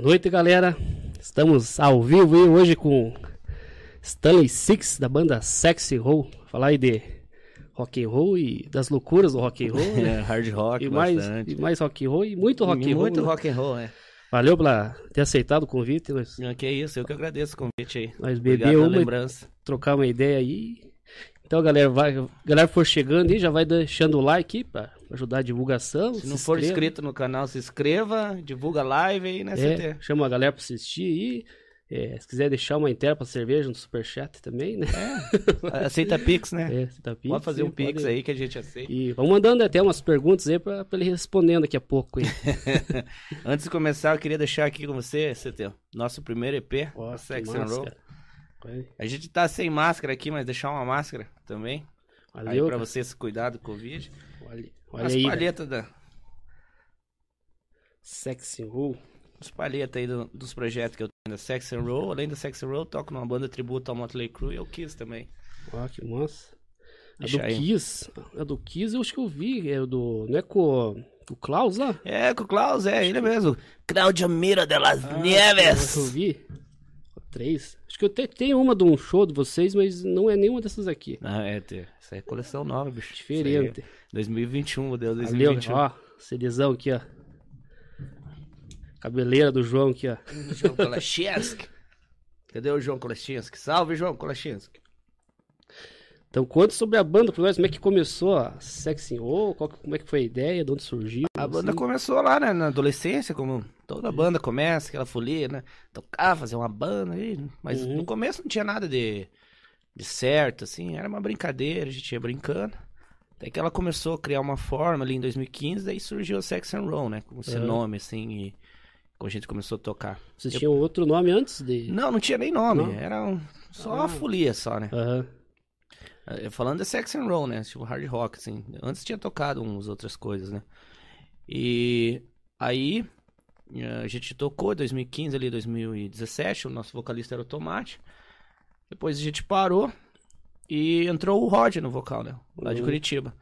noite, galera. Estamos ao vivo aí hoje com Stanley Six da banda Sexy Roll. Falar aí de rock and roll e das loucuras do rock and roll, né? É, hard rock, e mais bastante. e mais rock and roll e muito rock and roll. Muito né? rock and roll, é. Valeu pela ter aceitado o convite, nós, Ah, Que isso, eu que agradeço o convite aí. nós Obrigado beber pela uma e lembrança. trocar uma ideia aí. Então, galera, vai, galera que for chegando aí, já vai deixando o like aí pra ajudar a divulgação. Se não for inscreva. inscrito no canal, se inscreva, divulga a live aí, né, É, CT? chama a galera pra assistir aí. É, se quiser deixar uma inteira pra cerveja no superchat também, né? Aceita Pix, né? É, se tá pode fazer um Pix pode- aí que a gente aceita. E vamos mandando até umas perguntas aí pra, pra ele respondendo daqui a pouco. Hein? Antes de começar, eu queria deixar aqui com você, CT, nosso primeiro EP, Ó, o que Sex and massa, Roll. cara. Vai, A gente tá sem máscara aqui, mas deixar uma máscara também. aí Valeu, pra cara. você se cuidar do Covid. Olha, olha Olha As aí, cara. palhetas da, Sexy Roll. os palhetas aí do- dos projetos que eu tenho da Sex and Roll. Além da Sex and Roll, eu toco numa banda tributo ao Motley Crue e eu quis também. Ó, que massa. A Deixa do aí. Kiss, a do Kiss eu acho que eu vi, é o do, não é com o- com o Klaus lá? É, com o Klaus, é ele mesmo. Claudio Mira de las Acho que Ah, eu Ah, Nieves. vi. Ó, Três. Acho que eu até tenho uma de um show de vocês, mas não é nenhuma dessas aqui. Ah, é, tê. Isso aí é coleção nova, bicho. Diferente. Isso aí é 2021, modelo Valeu, 2021. ó. CDzão aqui, ó. Cabeleira do João aqui, ó. João Kolachinski. Cadê o João Kolachinski? Salve, João Kolachinski. Então conta sobre a banda, pra nós, como é que começou a Sexy ou qual que- como é que foi a ideia, de onde surgiu. A banda assim. começou lá, né, na adolescência, como toda banda começa, aquela folia, né? Tocar, fazer uma banda, aí, mas Uhum. no começo não tinha nada de, de certo, assim, era uma brincadeira, a gente ia brincando. Até que ela começou a criar uma forma ali em 2015, daí surgiu a Sex and Roll, né, com esse Uhum. nome, assim, e quando a gente começou a tocar. Vocês tinham outro nome antes de. Não, não tinha nem nome, Não? era um- só Ah. uma folia, só, né? Aham. Eh, Falando de sex and roll, né? Tipo hard rock, assim. Antes tinha tocado umas outras coisas, né? E aí eh, a gente tocou em 2015 ali, 2017. O nosso vocalista era o Tomate. Depois a gente parou e entrou o Roger no vocal, né? Lá de Uhum. Curitiba.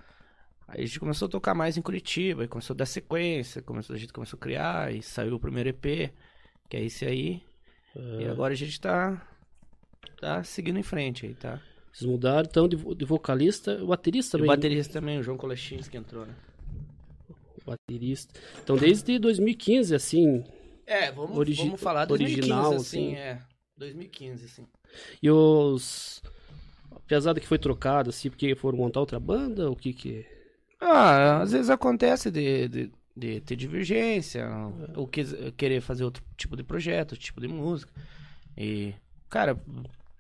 Aí a gente começou a tocar mais em Curitiba, e começou a dar sequência, começou, a gente começou a criar, e saiu o primeiro EP, que é esse aí. E agora a gente tá, tá seguindo em frente aí, tá? Vocês mudaram então de, vo- de vocalista, o baterista E também. o baterista também, o João Kolachinski entrou, né? né? Baterista. Então desde 2015, assim. É, vamos, Origi- vamos falar original, 2015, assim, assim. é. 2015, assim. E os. Apesar do que foi trocado, assim, porque foram montar outra banda, o que que. Ah, às vezes acontece de, de, de ter divergência, ou que- querer fazer outro tipo de projeto, outro tipo de música. E, cara,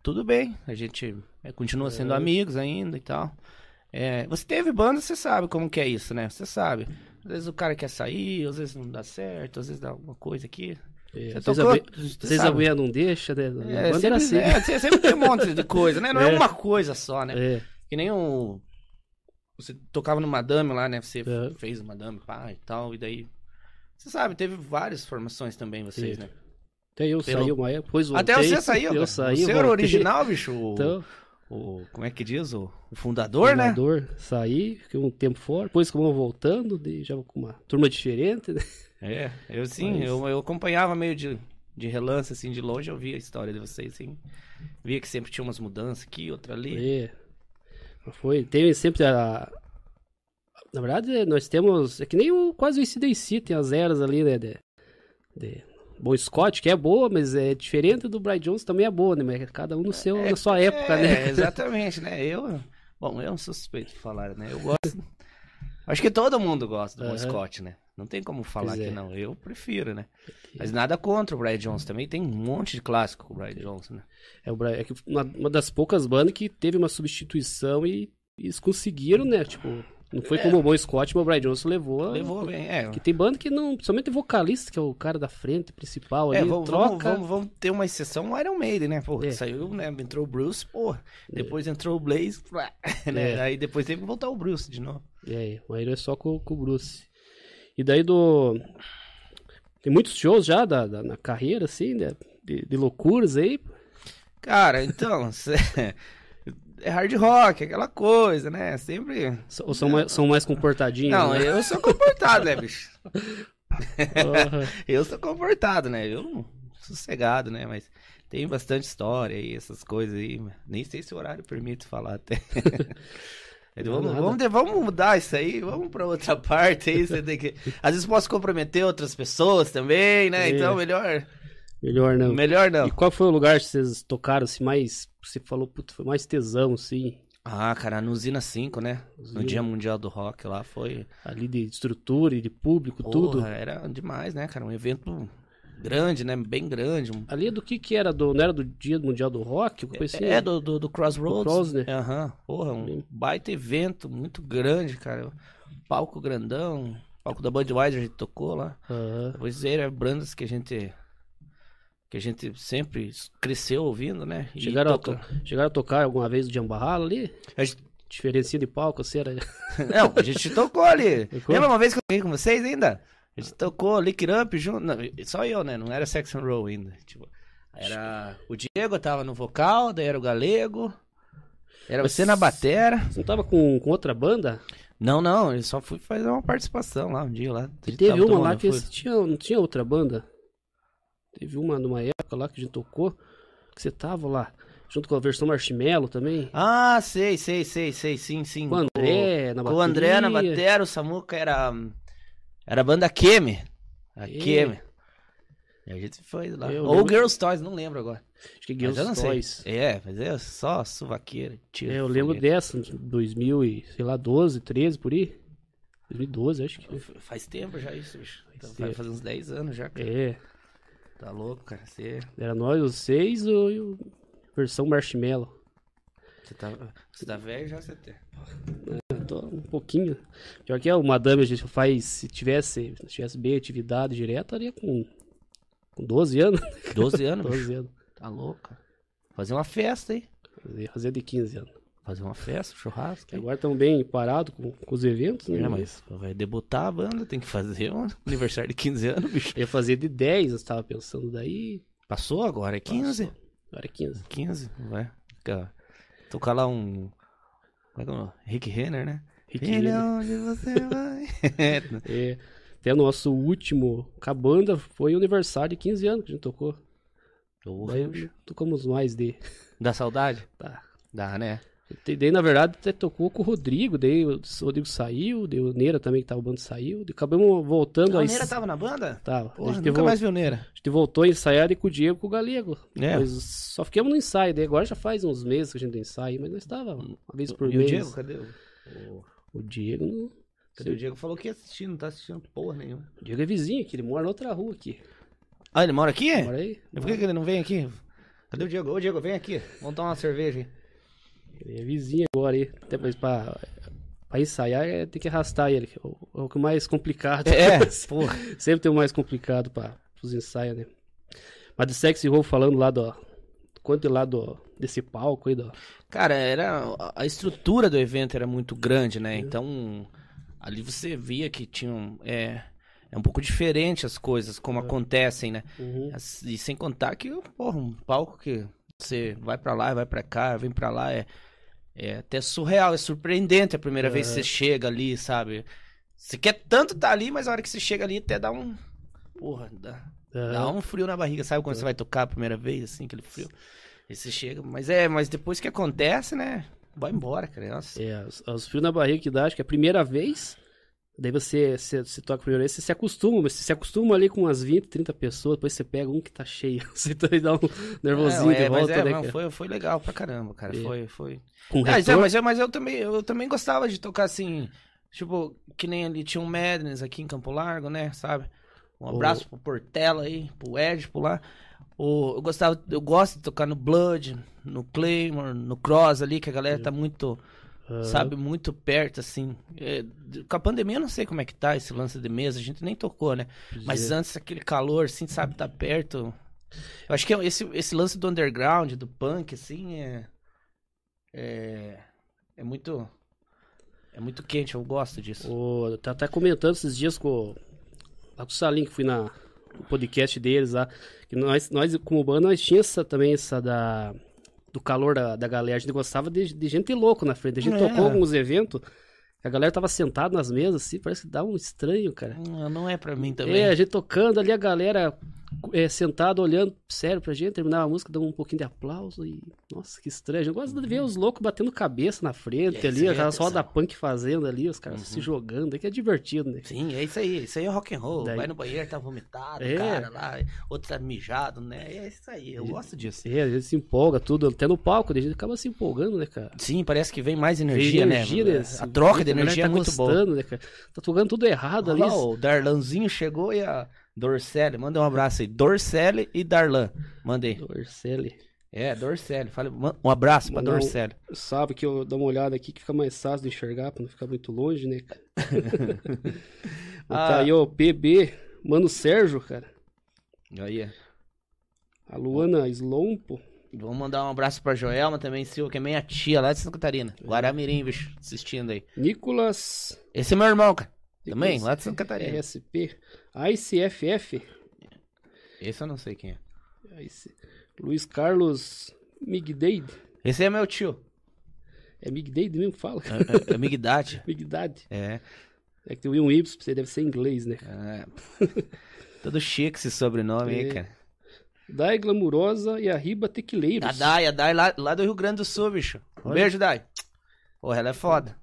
tudo bem, a gente é, continua sendo É. amigos ainda e tal. É, você teve banda, você sabe como que é isso, né? Você sabe. Às vezes o cara quer sair, às vezes não dá certo, às vezes dá alguma coisa aqui. É, Você às vezes tocou, a você Vocês a sabe. mulher não deixa, né? Na É, banda sempre, era assim. é, você sempre tem um monte de coisa, né? Não é, É. uma coisa só, né? É, Que nem o. Você tocava no Madame lá, né? Você É. fez o Madame, pá, e tal, e daí. Você sabe, teve várias formações também, vocês, Sim. né? Até eu Pelo- saí uma época, depois Até voltei, você saiu, Eu cara. saí, Você era o voltei. original, bicho. O, Então, o- como é que diz? O, o fundador, né? Treinador, saí, fiquei um tempo fora, depois como eu voltando, daí já com uma turma diferente, né? É, eu sim, Mas- eu, eu acompanhava meio de, de relance, assim, de longe, eu via a história de vocês, assim. Via que sempre tinha umas mudanças aqui, outra ali. É. Mas Foi, tem sempre a... Na verdade, é, nós temos, é que nem o, quase o ICDC, tem as eras ali, né? De, de- Bom, Scott, que é boa, mas é diferente do Brian Jones, também é boa, né? Mas cada um no seu, na sua época, é, né? Exatamente, né? Eu. Bom, eu sou suspeito de falar, né? Eu gosto. Acho que todo mundo gosta do Bon Aham. Scott, né? Não tem como falar Pois é. que não. Eu prefiro, né? Mas nada contra o Brian Jones também. Tem um monte de clássico com o Brian Jones, né? É, o Brian- é que uma, uma das poucas bandas que teve uma substituição e, e eles conseguiram, né? Tipo, não foi como o Bom Scott, mas o Brian Johnson levou. Levou bem, é. Então, Que tem banda que não. Principalmente vocalista, que é o cara da frente principal ali. É, vamos, vamos, troca. vamos, vamos ter uma exceção o Iron Maiden, né? Pô, É. saiu, né? Entrou o Bruce, pô. Depois entrou o Blaze, né? É. Aí depois teve que voltar o Bruce de novo. É, o Iron é só com, com o Bruce. E daí do. Tem muitos shows já da, da- na carreira, assim, né? De, de loucuras aí. Cara, então. cê- É hard rock, aquela coisa, né? Sempre. Ou são, mais, são mais comportadinhos? Não, né? eu sou comportado, né, bicho? Porra. Eu sou comportado, né? Eu não- sossegado, né? Mas tem bastante história e essas coisas aí. Nem sei se o horário permite falar até. Mas Não, vamos, nada. vamos, de- vamos mudar isso aí, vamos pra outra parte aí. Você tem que... Às vezes posso comprometer outras pessoas também, É. né? Então melhor. Melhor não. Melhor não. E qual foi o lugar que vocês tocaram, assim, mais... Você falou, puto, foi mais tesão, assim, Ah, cara, no Usina 5, né? Usina. No Dia Mundial do Rock lá foi. ali de estrutura e de público, Porra, tudo. Era demais, né, cara? Um evento grande, né? Bem grande. um- Ali é do que que era? Do, não era do Dia Mundial do Rock? Eu pensei, É, do, do, do Crossroads. Do Cross, né? Aham. Porra, um baita evento muito grande, cara. Palco grandão. Palco da Budweiser a gente tocou lá. Aham. Pois é, era bandas que a gente. Que a gente sempre cresceu ouvindo, né? E Chegaram, toca- a to- chegaram a tocar alguma vez o Jambarrala ali? a gente... Diferencinha de palco, assim, era... Não, a gente tocou ali. Tocou? Lembra uma vez que eu toquei com vocês ainda? A gente tocou Lick It Up junto. não, só eu, né? Não era Sex and Roll ainda. Tipo, era. O Diego tava no vocal, daí era o Galego. Era você na batera. Você não tava com, com outra banda? Não, não, eu só fui fazer uma participação lá um dia lá. E teve Tava uma tomando, lá que foi. eles tinham, não tinha outra banda. Teve uma numa época lá que a gente tocou, que você tava lá, junto com a versão Marshmallow também. Ah, sei, sei, sei, sei, sim, sim. com o André na bateria. Com, o André na batera, o Samuca era. Era a banda Kemi. A Ih. Kemi. E a gente foi lá. Eu Ou lembro- Girls Toys, não lembro agora. Acho que Mas eu não Girls Toys. sei. É, mas é só suvaqueira. Tiro, É, eu lembro foguete. dessa, 2000 e, sei lá, 12, 13, por aí. 2012, acho que. né? Faz tempo já isso, bicho. Então, Faz vai tempo. fazer uns 10 anos já, cara. É, Tá louco, cara. Você, era nós os seis o- e o versão Marshmallow. você, tá, você tá velho já, você tem. Eu Tô um pouquinho. Pior que é o Madame, a gente faz, se tivesse, se tivesse bem atividade direta, estaria com, com 12 anos. 12 anos, bicho. 12 anos. Tá louco, cara. Fazer uma festa, hein? Fazer- Fazer de 15 anos. Fazer uma festa, um churrasco. Que hein? agora estão bem parados com, com os eventos, né? É, mas vai debutar a banda, tem que fazer um aniversário de 15 anos, bicho. Eu ia fazer de 10, eu estava pensando daí. Passou agora, é 15? Agora é 15. 15, vai. Fica- Tocar lá um. Como é que é o nome? Rick Renner, né? Rick Filho, Renner. onde você vai? É, até o nosso último com a banda foi o aniversário de 15 anos que a gente tocou. Porra, Daí bicho. tocamos mais de. Dá saudade? Tá. Dá, né? E Daí, na verdade, até tocou com o Rodrigo. Daí o Rodrigo saiu, daí o Neira também que tava bando saiu. daí Acabamos voltando Ah, aí. o Neira tava na banda? Tava. Então, Porra, a, gente nunca vol- mais viu o Neira. a gente voltou a ensaiar e com o Diego e com o Galego. É. Mas só ficamos no ensaio. Daí agora já faz uns meses que a gente não ensaia, mas nós estava uma vez por e mês. o Diego, cadê o... o- O Diego, não- Cadê o Diego? Falou que ia assistir, não tá assistindo porra nenhuma. o Diego é vizinho aqui, ele mora na outra rua aqui. Ah, ele mora aqui? Mora aí. Por que, que ele não vem aqui? Cadê o Diego? Ô, Diego, vem aqui. Vamos tomar uma cerveja aí. Ele é vizinho agora aí. Até mais pra, pra ensaiar, é, tem que arrastar ele. que É o, é o que mais complicado. É, porra. Sempre tem o mais complicado pra, pros ensaios, né? Mas de sexy roll falando lá do. Quanto é lá do, desse palco aí, do. Cara, era a estrutura do evento era muito grande, né? Então ali você via que tinham é, é um pouco diferente as coisas como acontecem, né? As- E sem contar que porra, um palco que você vai pra lá, vai pra cá, vem pra lá é é até surreal, é surpreendente a primeira vez que você chega ali, sabe? Você quer tanto estar ali, mas a hora que você chega ali até dá um porra, dá, Dá um frio na barriga, sabe quando você vai tocar a primeira vez, assim, aquele frio? Aí você chega, mas é, mas depois que acontece, né? Vai embora, cara. Nossa. É, os, os frios na barriga que dá, acho que é a primeira vez. Daí você, você, você toca a primeira vez, você se acostuma, mas você se acostuma ali com umas 20, 30 pessoas, depois você pega um que tá cheio, você também dá um nervosinho é, de volta, mas é, né, não, cara? foi, foi legal pra caramba, cara. É. Foi, foi. Com Ah, mas, é, retorno. mas, é, mas eu também, eu também gostava de tocar assim, tipo, que nem ali tinha um Madness aqui em Campo Largo, né? Sabe? Um O- abraço pro Portela aí, pro Ed, pro lá. O, eu gostava, eu gosto de tocar no Blood, no Claymore, no Cross ali, que a galera tá muito. Ah, sabe, muito perto, assim. É, d- com a pandemia eu não sei como é que tá esse lance de mesa, a gente nem tocou, né? pois Mas é. antes aquele calor, assim, sabe, tá perto. Eu acho que é esse, esse lance do underground, do punk, assim, é. É, é muito. É muito quente, eu gosto disso. O- tá até comentando esses dias com, o- lá com o Salim, que fui na, no podcast deles lá, que nós, nós como banda, nós tinha essa, também essa da, do calor da, da galera, a gente gostava de, de gente louco na frente, a gente É. tocou alguns eventos, A galera tava sentada nas mesas, assim, parece que dá um estranho, cara. Não, não é pra mim também. É, a gente tocando ali, a galera é, sentada, olhando sério pra gente, terminava a música, dando um pouquinho de aplauso e. Nossa, que estranho. Eu gosto de ver os loucos batendo cabeça na frente É, isso ali, aí é Uhum. aquelas tesão. roda punk fazendo ali, os caras se jogando, é que é divertido, né? Sim, é isso aí. Isso aí é rock and roll. Daí- Vai no banheiro, tá vomitado, É. cara lá, outro tá mijado, né? É isso aí. Eu gosto disso. É, a gente se empolga tudo, até no palco, né? a gente acaba se empolgando, né, cara? Sim, parece que vem mais energia, energia né? desse- A troca de galera energia tá é muito boa. gostando, Né, cara? Tá tocando tudo errado ali. Olha lá, o Darlanzinho chegou e a Dorcelli, manda um abraço aí. Dorcelli e Darlan, mandei. Dorcelli. É, Dorcelli, fala, man- um abraço pra Mandar um- Dorcelli. Sabe que eu dou uma olhada aqui que fica mais fácil de enxergar pra não ficar muito longe, né, cara? Tá Ah. aí, ó, PB, mano Sérgio, cara. Aí, A Luana Slompo. vamos mandar um abraço pra Joelma também, Silva, que é minha tia lá de Santa Catarina. Guaramirim, bicho, assistindo aí. Nicolas. Esse é meu irmão, cara, também, Nicolas lá de Santa É Catarina. SP. ICFF. Esse eu não sei quem é. IC. Luiz Carlos Migdeide. Esse é meu tio, É Migdeide mesmo que fala? cara? é- é Amigdade. Migdade. É, É que tem um Y, você deve ser em inglês, né? é. Todo chique esse sobrenome aí, É. cara. Dai Glamurosa e Arriba Tequileiros. A Dai, a Dai lá, lá do Rio Grande do Sul, bicho. Um Olha. beijo, Dai. Porra, ela é foda.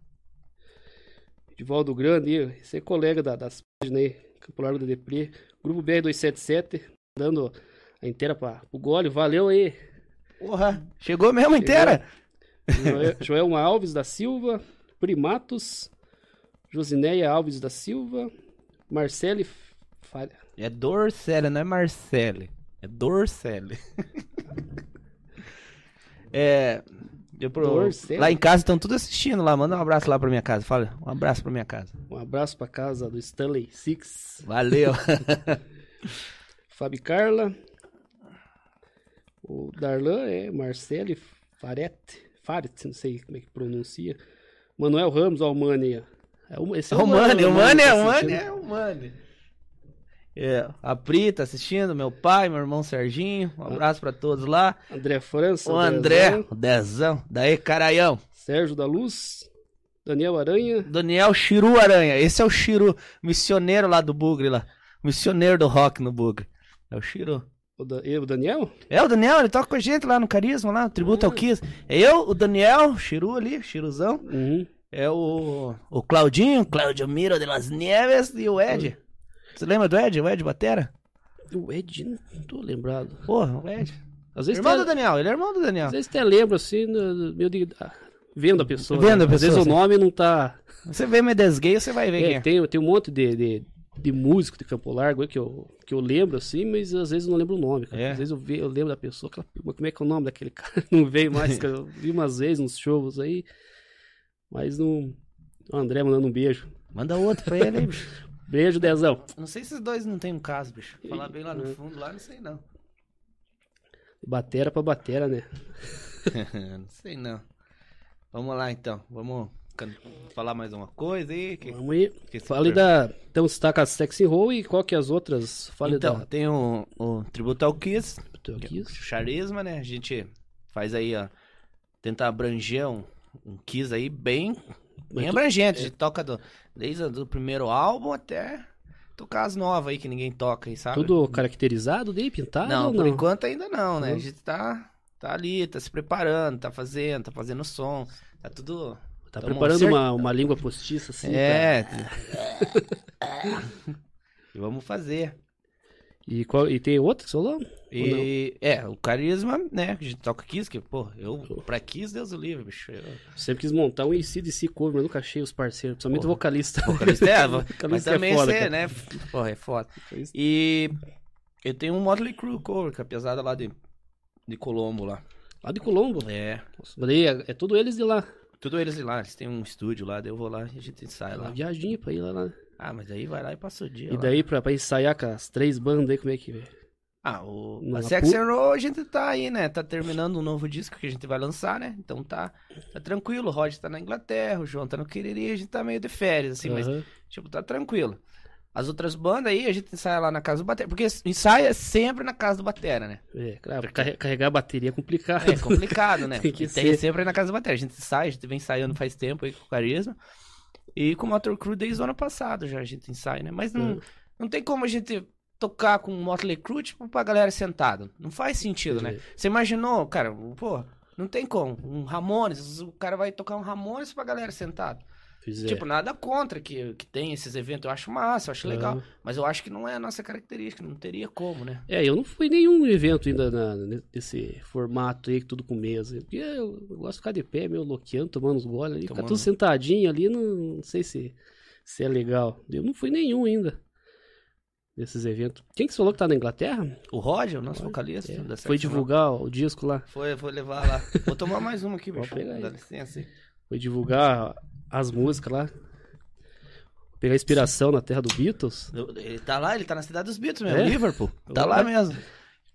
Divaldo Grande, esse é colega da, das né, páginas aí, Campo Largo do Deprê. Grupo BR277, dando a inteira para o gole. Valeu aí. Porra, chegou mesmo inteira? Joel, Joelma Alves da Silva, Primatos, Josineia Alves da Silva, Marcele Falha. É Dorcelli, não é Marcele. É Dorcelli. é. Eu pro... Dorcelli. Lá em casa estão tudo assistindo lá. Manda um abraço lá pra minha casa. Fala, um abraço pra minha casa. Um abraço para casa do Stanley Six, Valeu. Fábio Carla, o Darlan é Marcele Farete, Faret, não sei como é que pronuncia. Manuel Ramos, ó, o Mani. ó. É o- esse é o Mane, o Mane é tá o Mane. assistindo. É o Mane. É, a Pri tá assistindo, meu pai, meu irmão Serginho. Um abraço pra todos lá. André França. O Andrezão, André, o Dezão. Daí, Caraião. Sérgio da Luz. Daniel Aranha. Daniel Chiru Aranha. Esse é o Chiru, missioneiro lá do Bugre lá. Missioneiro do rock no Bugre. É o Chiru. O, da, e o Daniel? É, o Daniel, ele toca com a gente lá no Carisma, lá no Tributo ao Kiss. É eu, o Daniel, o Chiru ali, o Chiruzão. Uhum. É o, o Claudinho, Claudio Miro de las Nieves e o Ed. Você lembra do Ed? O Ed Batera? O Ed, não tô lembrado. Porra, o Ed. Às vezes, Irmão até, do Daniel, ele é irmão do Daniel. às vezes até lembro assim, no- no- meu de, ah, vendo a pessoa. né? Vendo a Às vezes pessoa, o nome não tá. Você vê Medes Gay, você vai ver quem É, é. tem, tem um monte de, de, de músico de Campo Largo aí que eu, que eu lembro assim, mas às vezes eu não lembro o nome. cara. É. Às vezes eu, ve, eu lembro da pessoa, aquela, "Mas como é que é o nome daquele cara? Não veio mais, cara. Eu vi umas vezes nos shows aí, mas não. O André mandando um beijo. Manda outro pra ele aí, bicho. Beijo, Dezão. Não sei se os dois não tem um caso, bicho. Falar bem lá no fundo, lá não sei não. Batera pra batera, né? não sei não. Vamos lá então, vamos can- falar mais uma coisa aí. Que, Vamos aí. que se Fale per- da. Então você tá com a Sexy Roll e qual que é as outras? Fale Então, da. tem o, o Tributo ao Kiss, Tô aqui. o Charisma, né? A gente faz aí, ó, tentar abranger um, um Kiss aí bem, bem abrangente. é. A gente toca do, desde o primeiro álbum até tocar as novas aí que ninguém toca aí, sabe? Tudo caracterizado daí, pintado? né? não, ou por enquanto ainda não, né? Não. A gente tá, tá ali, tá se preparando, tá fazendo, tá fazendo som, tá tudo... Tá Tá preparando bom, uma, uma língua postiça assim. pra- É. e vamos fazer. E, qual... e tem outra, que você falou? E, é, o carisma, né? Que a gente toca Kiss, que, pô, eu, pra Kiss, Deus o livre, bicho. Eu, Sempre quis montar um ACDC cover, mas nunca achei os parceiros, principalmente Porra. vocalista. vocalista é, vo- Vocalista mas é também foda, você, cara. né? Porra, é foda. E eu tenho um Motley Crue cover, que é a pesada lá de, de Colombo lá. Lá de Colombo. É, Nossa, mas daí é, é tudo eles de lá. tudo eles lá, eles têm um estúdio lá, daí eu vou lá e a gente ensaia Uma É lá. viaginha pra ir lá. lá. Ah, mas aí vai lá e passa o dia E lá. daí pra, pra ensaiar com as três bandas aí, como é que é? Ah, o Na a Sex é pu- and Roll a gente tá aí, né? Tá terminando um novo disco que a gente vai lançar, né? Então tá, tá tranquilo. O Roger tá na Inglaterra, o João tá no Quiriri, a gente tá meio de férias, assim, mas, Aham. tipo, tá tranquilo. As outras bandas aí, a gente ensaia lá na casa do Batera. Porque ensaia sempre na casa do Batera, né? É, claro, carre- carregar a bateria é complicado. É complicado, né? Tem que E ser. sempre na casa do Batera. A gente sai, a gente vem ensaiando faz tempo aí com o Carisma. E com o Motor Crew desde o ano passado já a gente ensaia, né? Mas Hum. não, não tem como a gente tocar com o Motley Crue, tipo, pra galera sentada. Não faz sentido, né? Você imaginou, cara, pô, não tem como. Um Ramones, o cara vai tocar um Ramones pra galera sentada. Fiz, é. Tipo, nada contra que, que tem esses eventos. Eu acho massa, eu acho legal. Aham. Mas eu acho que não é a nossa característica, não teria como, né? É, eu não fui em nenhum evento ainda na- ne- nesse formato aí, que tudo com mesa. Porque eu gosto de ficar de pé, meio loqueando, tomando os goles ali. Ficar Tomando. tudo sentadinho ali, não, não sei se, se é legal. Eu não fui em nenhum ainda desses eventos. Quem que você falou que tá na Inglaterra? O Roger, o nosso vocalista, É, da foi Section divulgar o disco lá. Rock, Foi, foi levar lá. Vou tomar mais uma aqui, Pode bicho. pegar aí. Dá licença aí. Foi divulgar as músicas lá. Pegar inspiração na terra do Beatles. Eu- Ele tá lá, ele tá na cidade dos Beatles mesmo, É? Liverpool. Tá Eu- lá mesmo.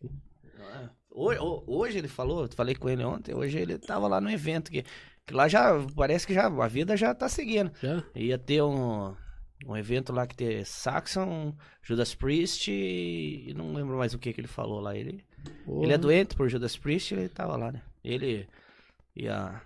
É. Hoje, ho- hoje ele falou, eu falei com ele ontem, hoje ele tava lá no evento que, que lá já parece que já a vida já tá seguindo. Já? Ia ter um, um evento lá que ter Saxon, Judas Priest e e não lembro mais o que que ele falou lá. Ele, ele é doente por Judas Priest, ele tava lá, né? Ele e a,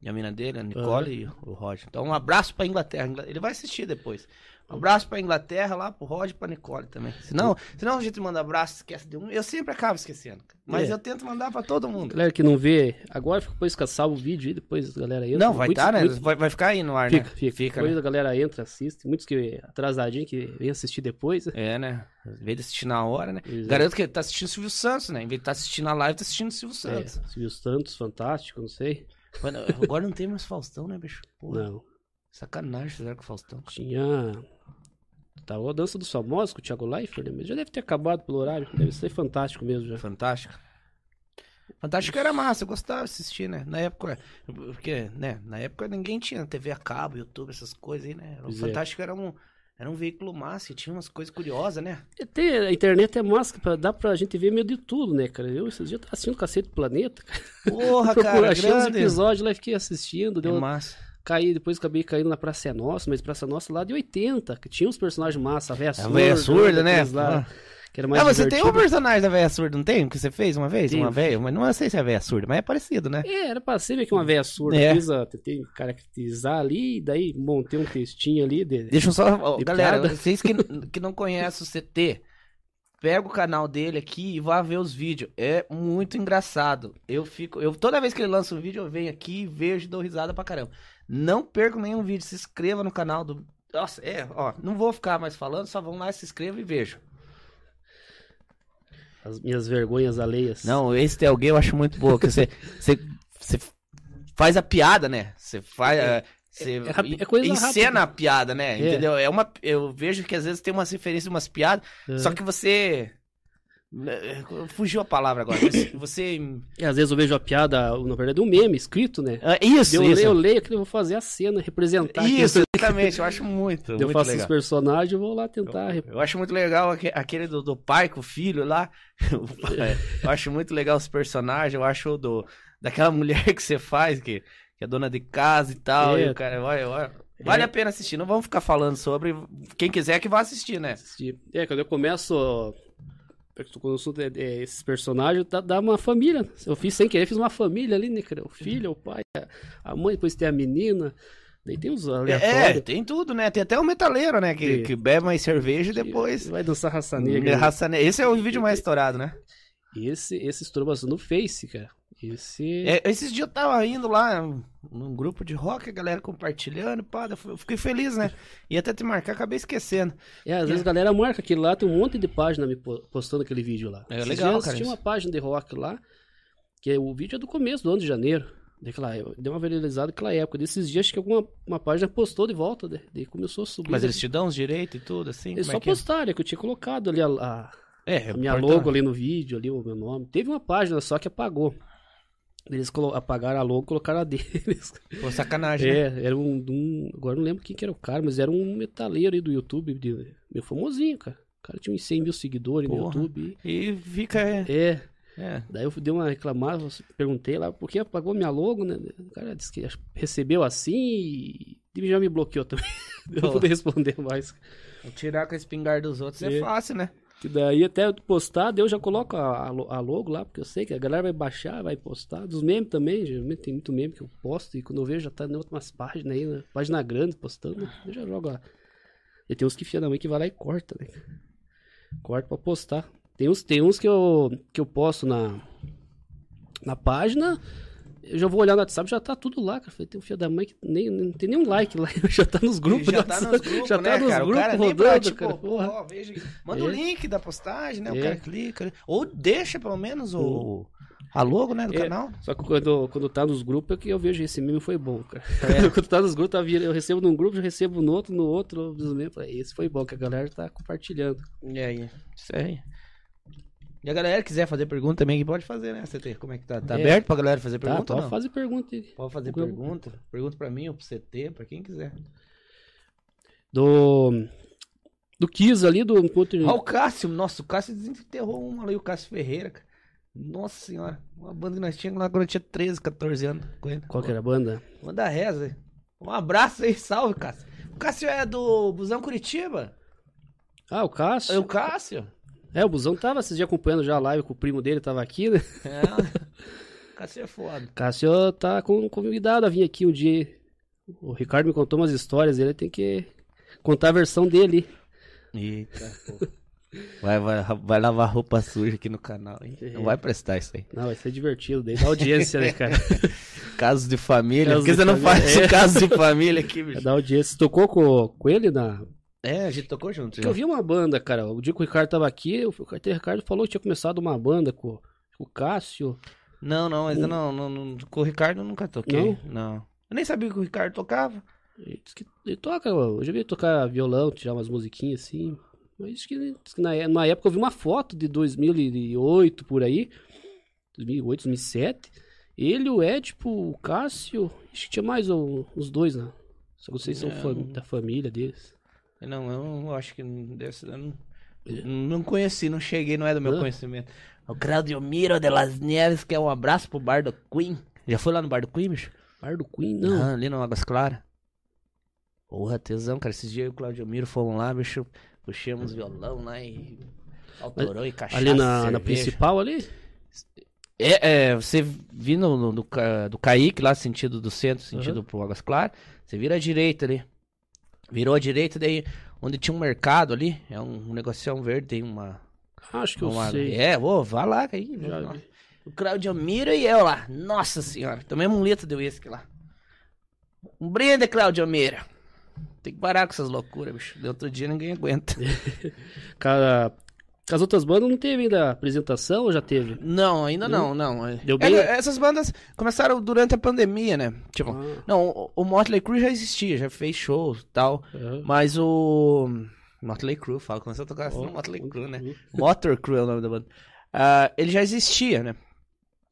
e a mina dele, a Nicole e o Roger. Então, um abraço pra Inglaterra. Ingla- Ele vai assistir depois. Um abraço pra Inglaterra lá, pro Roger e pra Nicole também. Senão, senão a gente manda abraço, esquece de um. Eu sempre acabo esquecendo. cara. Mas É. eu tento mandar pra todo mundo. Galera que não vê, agora fica- depois que salva o vídeo aí, depois a galera entra. Não, vai Muitos- estar, né? muitos- Vai, vai ficar aí no ar, Fica, né? fica. né? depois a galera entra, assiste. Muitos que atrasadinho que vem assistir depois. né? É, né? Em vez de assistir na hora, né? Eles- Garanto que ele tá assistindo o Silvio Santos, né? Em vez de tá assistindo a live, tá assistindo o É, Silvio Santos. Silvio Santos, fantástico, não sei. Mano, agora não tem mais Faustão, né, bicho? Porra, Não. sacanagem fizeram com o Faustão. Tinha. Tá, a dança dos famosos com o Thiago Leifert, né? mas já deve ter acabado pelo horário. Deve ser fantástico mesmo já. Fantástico. Fantástico era massa, eu gostava de assistir, né? Na época, porque, né? Na época ninguém tinha TV a cabo, YouTube, essas coisas aí, né? O Pois é. Fantástico era um, era um veículo massa e tinha umas coisas curiosas, né? E tem- a internet é máscara, pra, dá pra gente ver meio de tudo, né, cara? Eu esses dias tava assistindo Cacete do Planeta, cara. Porra, Procura- cara, achei uns grande. episódios lá e fiquei assistindo. É Deu, massa. caí, depois acabei caindo na Praça é Nossa, mas Praça é Nossa lá de 80, que tinha uns personagens massa, a véia A surda. véia surda, né? aqueles lá, Ah. que era mais ah, você tem um divertido. personagem da véia surda, não tem? Que você fez uma vez? Tem. Uma véia? Mas não sei se é véia surda, mas é parecido, né? É, era pra ser meio que uma véia surda. É. Fiz a, tentei caracterizar ali, e daí montei um textinho ali. De, Deixa eu só. ó, De galera, piada. vocês que, que não conhecem o CT, pega o canal dele aqui e vá ver os vídeos. É muito engraçado. Eu fico. Eu, toda vez que ele lança um vídeo, eu venho aqui e vejo e dou risada pra caramba. Não percam nenhum vídeo. Se inscreva no canal do. Nossa, é, ó. Não vou ficar mais falando, só vão lá, se inscreva e vejam. As minhas vergonhas alheias. Não, esse tem alguém eu acho muito boa. Que você, você, você faz a piada, né? Você faz. eh, Você é rápido, en- é coisa encena a piada, né? É. Entendeu? É uma, eu vejo que às vezes tem umas referências, umas piadas, É. só que você. eh, Fugiu a palavra agora. mas Você. E às vezes eu vejo a piada, na verdade, um meme escrito, né? Ah, Isso, Eu isso. leio, eu leio aquilo, eu vou fazer a cena, representar. Isso, aquilo. tá exatamente. Eu acho muito. eu muito faço legal. os personagens, eu vou lá tentar. rep- Eu acho muito legal aque- aquele do, do pai com o filho lá. O pai- Eu acho muito legal os personagens. Eu acho o do daquela mulher que você faz, que, que é dona de casa e tal. É. E o cara, olha, olha. Vale É. a pena assistir. Não vamos ficar falando sobre. Quem quiser que vá assistir, né? assistir. É, quando eu começo. eu tô com o assunto, é, é, esses personagens, dá, dá uma família. Eu fiz sem querer, fiz uma família ali, né, cara? O filho, o pai, a- a mãe, depois tem a menina. Daí tem os É, aleatórios. tem tudo, né? Tem até o metaleiro, né? Que, Sim. que bebe mais cerveja e depois. Vai dançar raça negra. Raça Ne- Esse é o vídeo mais estourado, né? E Esse, esse estourou bastante no Face, cara. Esse. É, esses dias eu tava indo lá num grupo de rock, a galera compartilhando, pá, eu fiquei feliz, né? E até te marcar, acabei esquecendo. É, às vezes a galera marca aquele lá, tem um monte de página me po- postando aquele vídeo lá. É legal, dias cara, Tinha isso. uma página de rock lá, que é- o vídeo é do começo do ano de janeiro. Daquela, eu- deu uma viralizada naquela época. Desses dias, acho que alguma uma página postou de volta, né? daí começou a subir. Mas Daí- eles te dão os direitos e tudo, assim? eles Como só é que é? postaram, é que eu tinha colocado ali a, a- É, a minha porta- logo ali no vídeo, ali o meu nome. Teve uma página só que apagou. Eles colo- apagaram a logo e colocaram a deles. Pô, sacanagem, né? É, era um, de um- Agora não lembro quem que era o cara, mas era um metaleiro aí do YouTube, de- meu famosinho, cara. O cara tinha uns 100 mil seguidores no Porra. YouTube. E fica... É, É, é. daí eu dei uma reclamada, perguntei lá por que apagou minha logo, né? O cara disse que ach- recebeu assim e e já me bloqueou também. Eu não Pô. pude responder mais. Tirar com a espingarda dos outros é, É. fácil, né? Que daí até postar, daí eu já coloco a, a lo- a logo lá, porque eu sei que a galera vai baixar, vai postar. Dos memes também, geralmente tem muito meme que eu posto, e quando eu vejo já tá em outras páginas aí, né? Página grande postando, eu já jogo lá. E tem uns que fia da mãe que vai lá e corta, né? Corta pra postar. Tem uns, tem uns que, eu, que eu posto na, na página, eu já vou olhar no WhatsApp, já tá tudo lá, cara. Falei, tem um fio da mãe que nem, nem- não tem nenhum like lá, já tá nos grupos. já do tá nos WhatsApp, grupos, já né, tá nos cara? grupos o cara nem rodando, pra, tipo, cara. pô, Porra. ó, veja aí. Manda o É. link da postagem, né? O É. cara clica. né? Ou deixa, pelo menos, o... a logo, né, do É. canal. Só que quando, quando tá nos grupos é que eu vejo esse meme foi bom, cara. É, quando tá nos grupos, tá vira, eu recebo num grupo, eu recebo no outro, no outro, dos memes. Falei, Esse foi bom, que a galera tá compartilhando. E aí? Isso aí. E a galera quiser fazer pergunta também, que pode fazer, né, CT? Como é que tá? Tá É. aberto pra galera fazer pergunta tá, ou pode não? fazer pergunta aí. Pode fazer Tranquilo. pergunta. Pergunta pra mim, ou pro CT, pra quem quiser. Do. Do Kiss ali, do encontro. Ah, o Cássio, nossa, o Cássio desenterrou uma ali, o Cássio Ferreira, cara. Nossa senhora, uma banda que nós tínhamos lá quando eu tinha 13, 14 anos. 50. Qual que era a banda? Manda reza. Um abraço aí, salve, Cássio. O Cássio é do Busão Curitiba. Ah, o Cássio. É o Cássio. É, o Busão tava esses dias acompanhando já a live com o primo dele, tava aqui, né? É. O Cássio é foda. Cássio tá com, convidado a vir aqui um dia. O Ricardo me contou umas histórias, ele tem que contar a versão dele. Eita, pô. Vai, vai, vai lavar roupa suja aqui no canal, hein? Não vai prestar isso aí. Não, vai ser divertido, daí dá audiência, né, cara? Casos de família. Casos Por que de você não família, faz é. o caso de família aqui, Vai bicho? dar É audiência. Você tocou com, com ele na. É, a gente tocou junto. Porque eu vi uma banda, cara. O dia que o Ricardo tava aqui, o carteiro Ricardo falou que tinha começado uma banda com com o Cássio. Não, não, mas eu não, não, não- com o Ricardo eu nunca toquei. Não? Eu nem sabia que o Ricardo tocava. Ele, disse que- ele toca, eu já vi ele tocar violão, tirar umas musiquinhas assim. Mas diz que, diz que na, é- na época eu vi uma foto de 2008 por aí. 2008, 2007. Ele, o Ed, tipo, o Cássio. Acho que tinha mais um- uns dois, né? Só que não sei se são É, fam- um- da família deles. Não, eu não- acho que não- dessa, eu não, não conheci, não cheguei, não é do meu Hã? conhecimento. O Claudio Miro de Las Nieves quer um abraço pro bar do Queen. Já foi lá no bar do Queen, bicho? Bar do Queen, não. Ah, ali no Águas Claras. Porra, tesão, cara. Esses dias eu e o Claudio Miro fomos lá, bicho. Puxamos violão lá e. Autorou e cachaça. ali na, na cerveja. principal ali? É, é, você vindo no- do, Ca- do Caique, lá sentido do centro, sentido pro Águas Claras, você vira à direita ali. Virou à direita, daí onde tinha um mercado ali, é um, um negocião verde, tem uma. Acho que eu uma- sei. É, ô, vá lá, aí. Já nossa. vi. O Claudio Miro e eu lá. Nossa senhora, tomei um litro de uísque lá. Um brinde, Claudio Miro. Tem que parar com essas loucuras, bicho. De outro dia ninguém aguenta. Cara, com as outras bandas não teve ainda apresentação ou já teve? Não, ainda não, não. É- Deu bem? é, essas bandas começaram durante a pandemia, né? Tipo, Ah. não, o, o Motley Crue já existia, já fez shows e tal, É. mas o Motley Crue, fala, começou a tocar Oh, assim, no Motley Crue, né? Motor Crew é o nome da banda. Ah, ele já existia, né?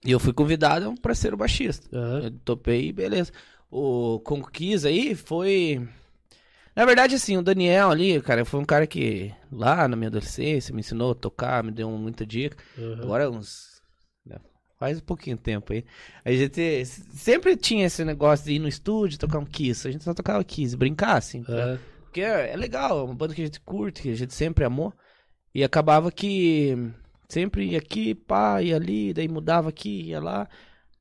E eu fui convidado pra ser o baixista. Aham. Eu topei, beleza. O Conquisa aí foi. Na verdade, assim, o Daniel ali, cara, foi um cara que lá na minha adolescência me ensinou a tocar, me deu muita dica. Aham. Agora é uns. né, Faz um pouquinho de tempo aí. A gente s- sempre tinha esse negócio de ir no estúdio tocar um Kiss. A gente só tocava Kiss, brincar, assim. pra- Aham. Porque é é legal, é uma banda que a gente curte, que a gente sempre amou. E acabava que sempre ia aqui, pá, ia ali, daí mudava aqui, ia lá.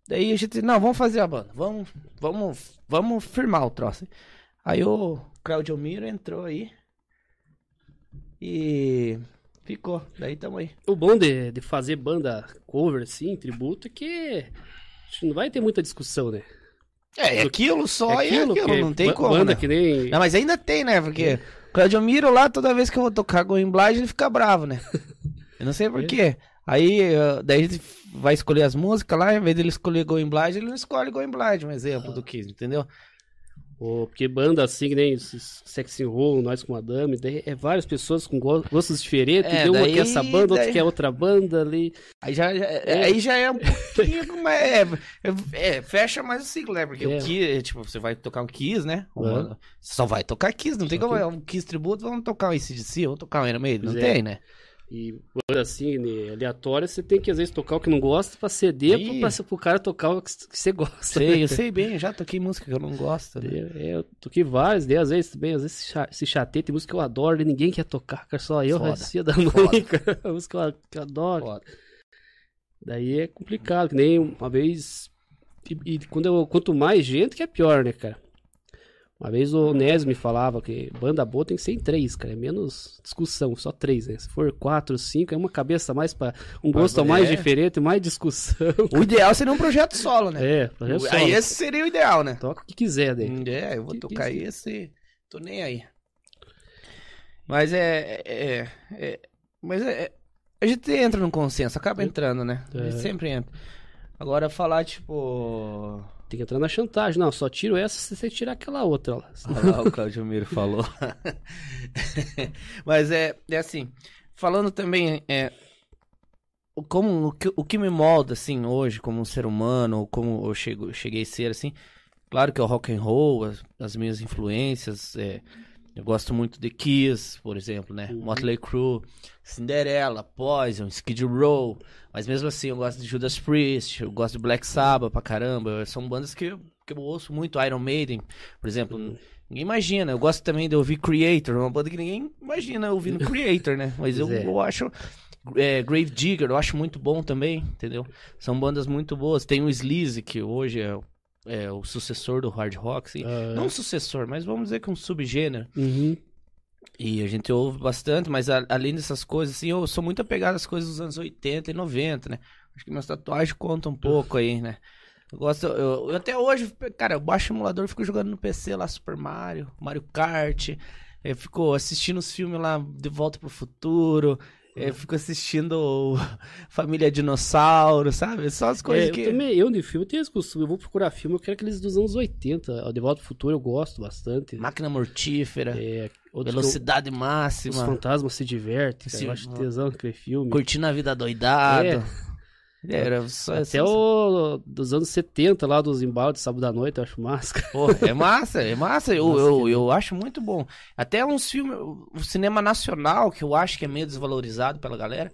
Daí a gente, não, vamos fazer a banda, vamos, vamos, vamos firmar o troço. Aí o Claudio Miro entrou aí e ficou, daí tamo aí. O bom de, de fazer banda cover, assim, tributo, é que acho que não vai ter muita discussão, né? É, é aquilo só e é aquilo, que não tem ba- como. Banda né? que nem... Não, mas ainda tem, né? Porque o Claudio Miro lá, toda vez que eu vou tocar Going Blind, ele fica bravo, né? Eu não sei porquê. Aí, eh, daí a gente vai escolher as músicas lá, em vez dele escolher Going Blind, ele não escolhe Going Blind, um exemplo do Kiss, entendeu? Ô, porque banda assim, que nem esses Sexy Roll, Nós com Madame, daí é várias pessoas com go- gostos diferentes, É, deu uma daí- que é essa banda, outra daí- que é outra banda ali. Aí já, já- aí já é um pouquinho, mas é, é- é, fecha mais o ciclo, né? Porque É. o Kiss, tipo, você vai tocar um Kiss, né? Uhum. Você só vai tocar Kiss, não tem Só como, que- é um Kiss tributo, vamos tocar um ICDC, vamos tocar um Iron Maiden, não Pois é. tem, né? E banda assim, né, aleatória, você tem que às vezes tocar o que não gosta pra ceder pro, Ih. pra- pro cara tocar o que que você gosta. Sei, né? eu sei bem, eu já toquei música que eu não gosto. né? Eu, eu toquei vários, daí às vezes também, às vezes se cha- se chateia, tem música que eu adoro e ninguém quer tocar, cara, só eu, Foda, Racia da foda. Mãe, cara, a música que eu, a- que eu adoro. Foda. Daí é complicado, que nem uma vez, e, e quando eu, quanto mais gente que é pior, né, cara? Uma vez o Nes me falava que banda boa tem que ser em três, cara, é menos discussão, só três, né? Se for quatro, cinco, é uma cabeça a mais pra, um Pra gosto a mais mulher. diferente, mais discussão. O ideal seria um projeto solo, né? É, pra gente Aí só, esse seria o ideal, né? toca o que quiser, né? É, eu vou Que- tocar que- esse. Tô nem aí. Mas é. é, é- mas é, é- A gente entra num consenso, acaba entrando, né? A gente É. sempre entra. Agora falar, tipo. Tem que entrar na chantagem, não, só tiro essa se você tirar aquela outra lá. Olha lá, o Claudio Miro falou. Mas é, é assim, falando também, é, o como, o, que, o que me molda, assim, hoje, como um ser humano, ou como eu chego, cheguei a ser, assim, claro que é o rock and roll, as, as minhas influências, é, eu gosto muito de Kiss, por exemplo, né, Uhum. Motley Crue, Cinderella, Poison, Skid Row, mas mesmo assim eu gosto de Judas Priest, eu gosto de Black Sabbath pra caramba, são bandas que, eu- que eu ouço muito, Iron Maiden, por exemplo, Hum. Ninguém imagina. Eu gosto também de ouvir Creator, uma banda que ninguém imagina ouvindo Creator, né? Mas eu, Pois é. eu acho. É, Grave Digger, eu acho muito bom também, entendeu? São bandas muito boas. Tem o Sleaze, que hoje é, o- é o sucessor do hard rock, assim. Ah, Não sucessor, mas vamos dizer que um subgênero. uhum. E a gente ouve bastante, mas a- além dessas coisas, assim, eu sou muito apegado às coisas dos anos 80 e 90, né? Acho que minhas tatuagens contam um pouco aí, né? Eu gosto, eu, eu até hoje, cara, eu baixo o emulador, fico jogando no PC lá Super Mario, Mario Kart, eu fico assistindo os filmes lá De Volta pro Futuro, eu fico assistindo o Família Dinossauro, sabe? Só as coisas É, que... Eu também, eu de filme, eu tenho esse costume, eu vou procurar filme, eu quero aqueles dos anos 80. O De Volta pro Futuro eu gosto bastante. Máquina Mortífera, É, outros Velocidade que eu- Os Máxima, fantasmas se divertem, cara, Sim. eu acho tesão aquele filme. Curtindo a Vida Doidado... É. Era só Até essas- o dos anos 70 lá dos embaldes de sábado à noite, eu acho máscara. Porra, é massa, é massa. Eu, Nossa, eu, que eu acho muito bom. Até uns filmes, o cinema nacional, que eu acho que é meio desvalorizado pela galera.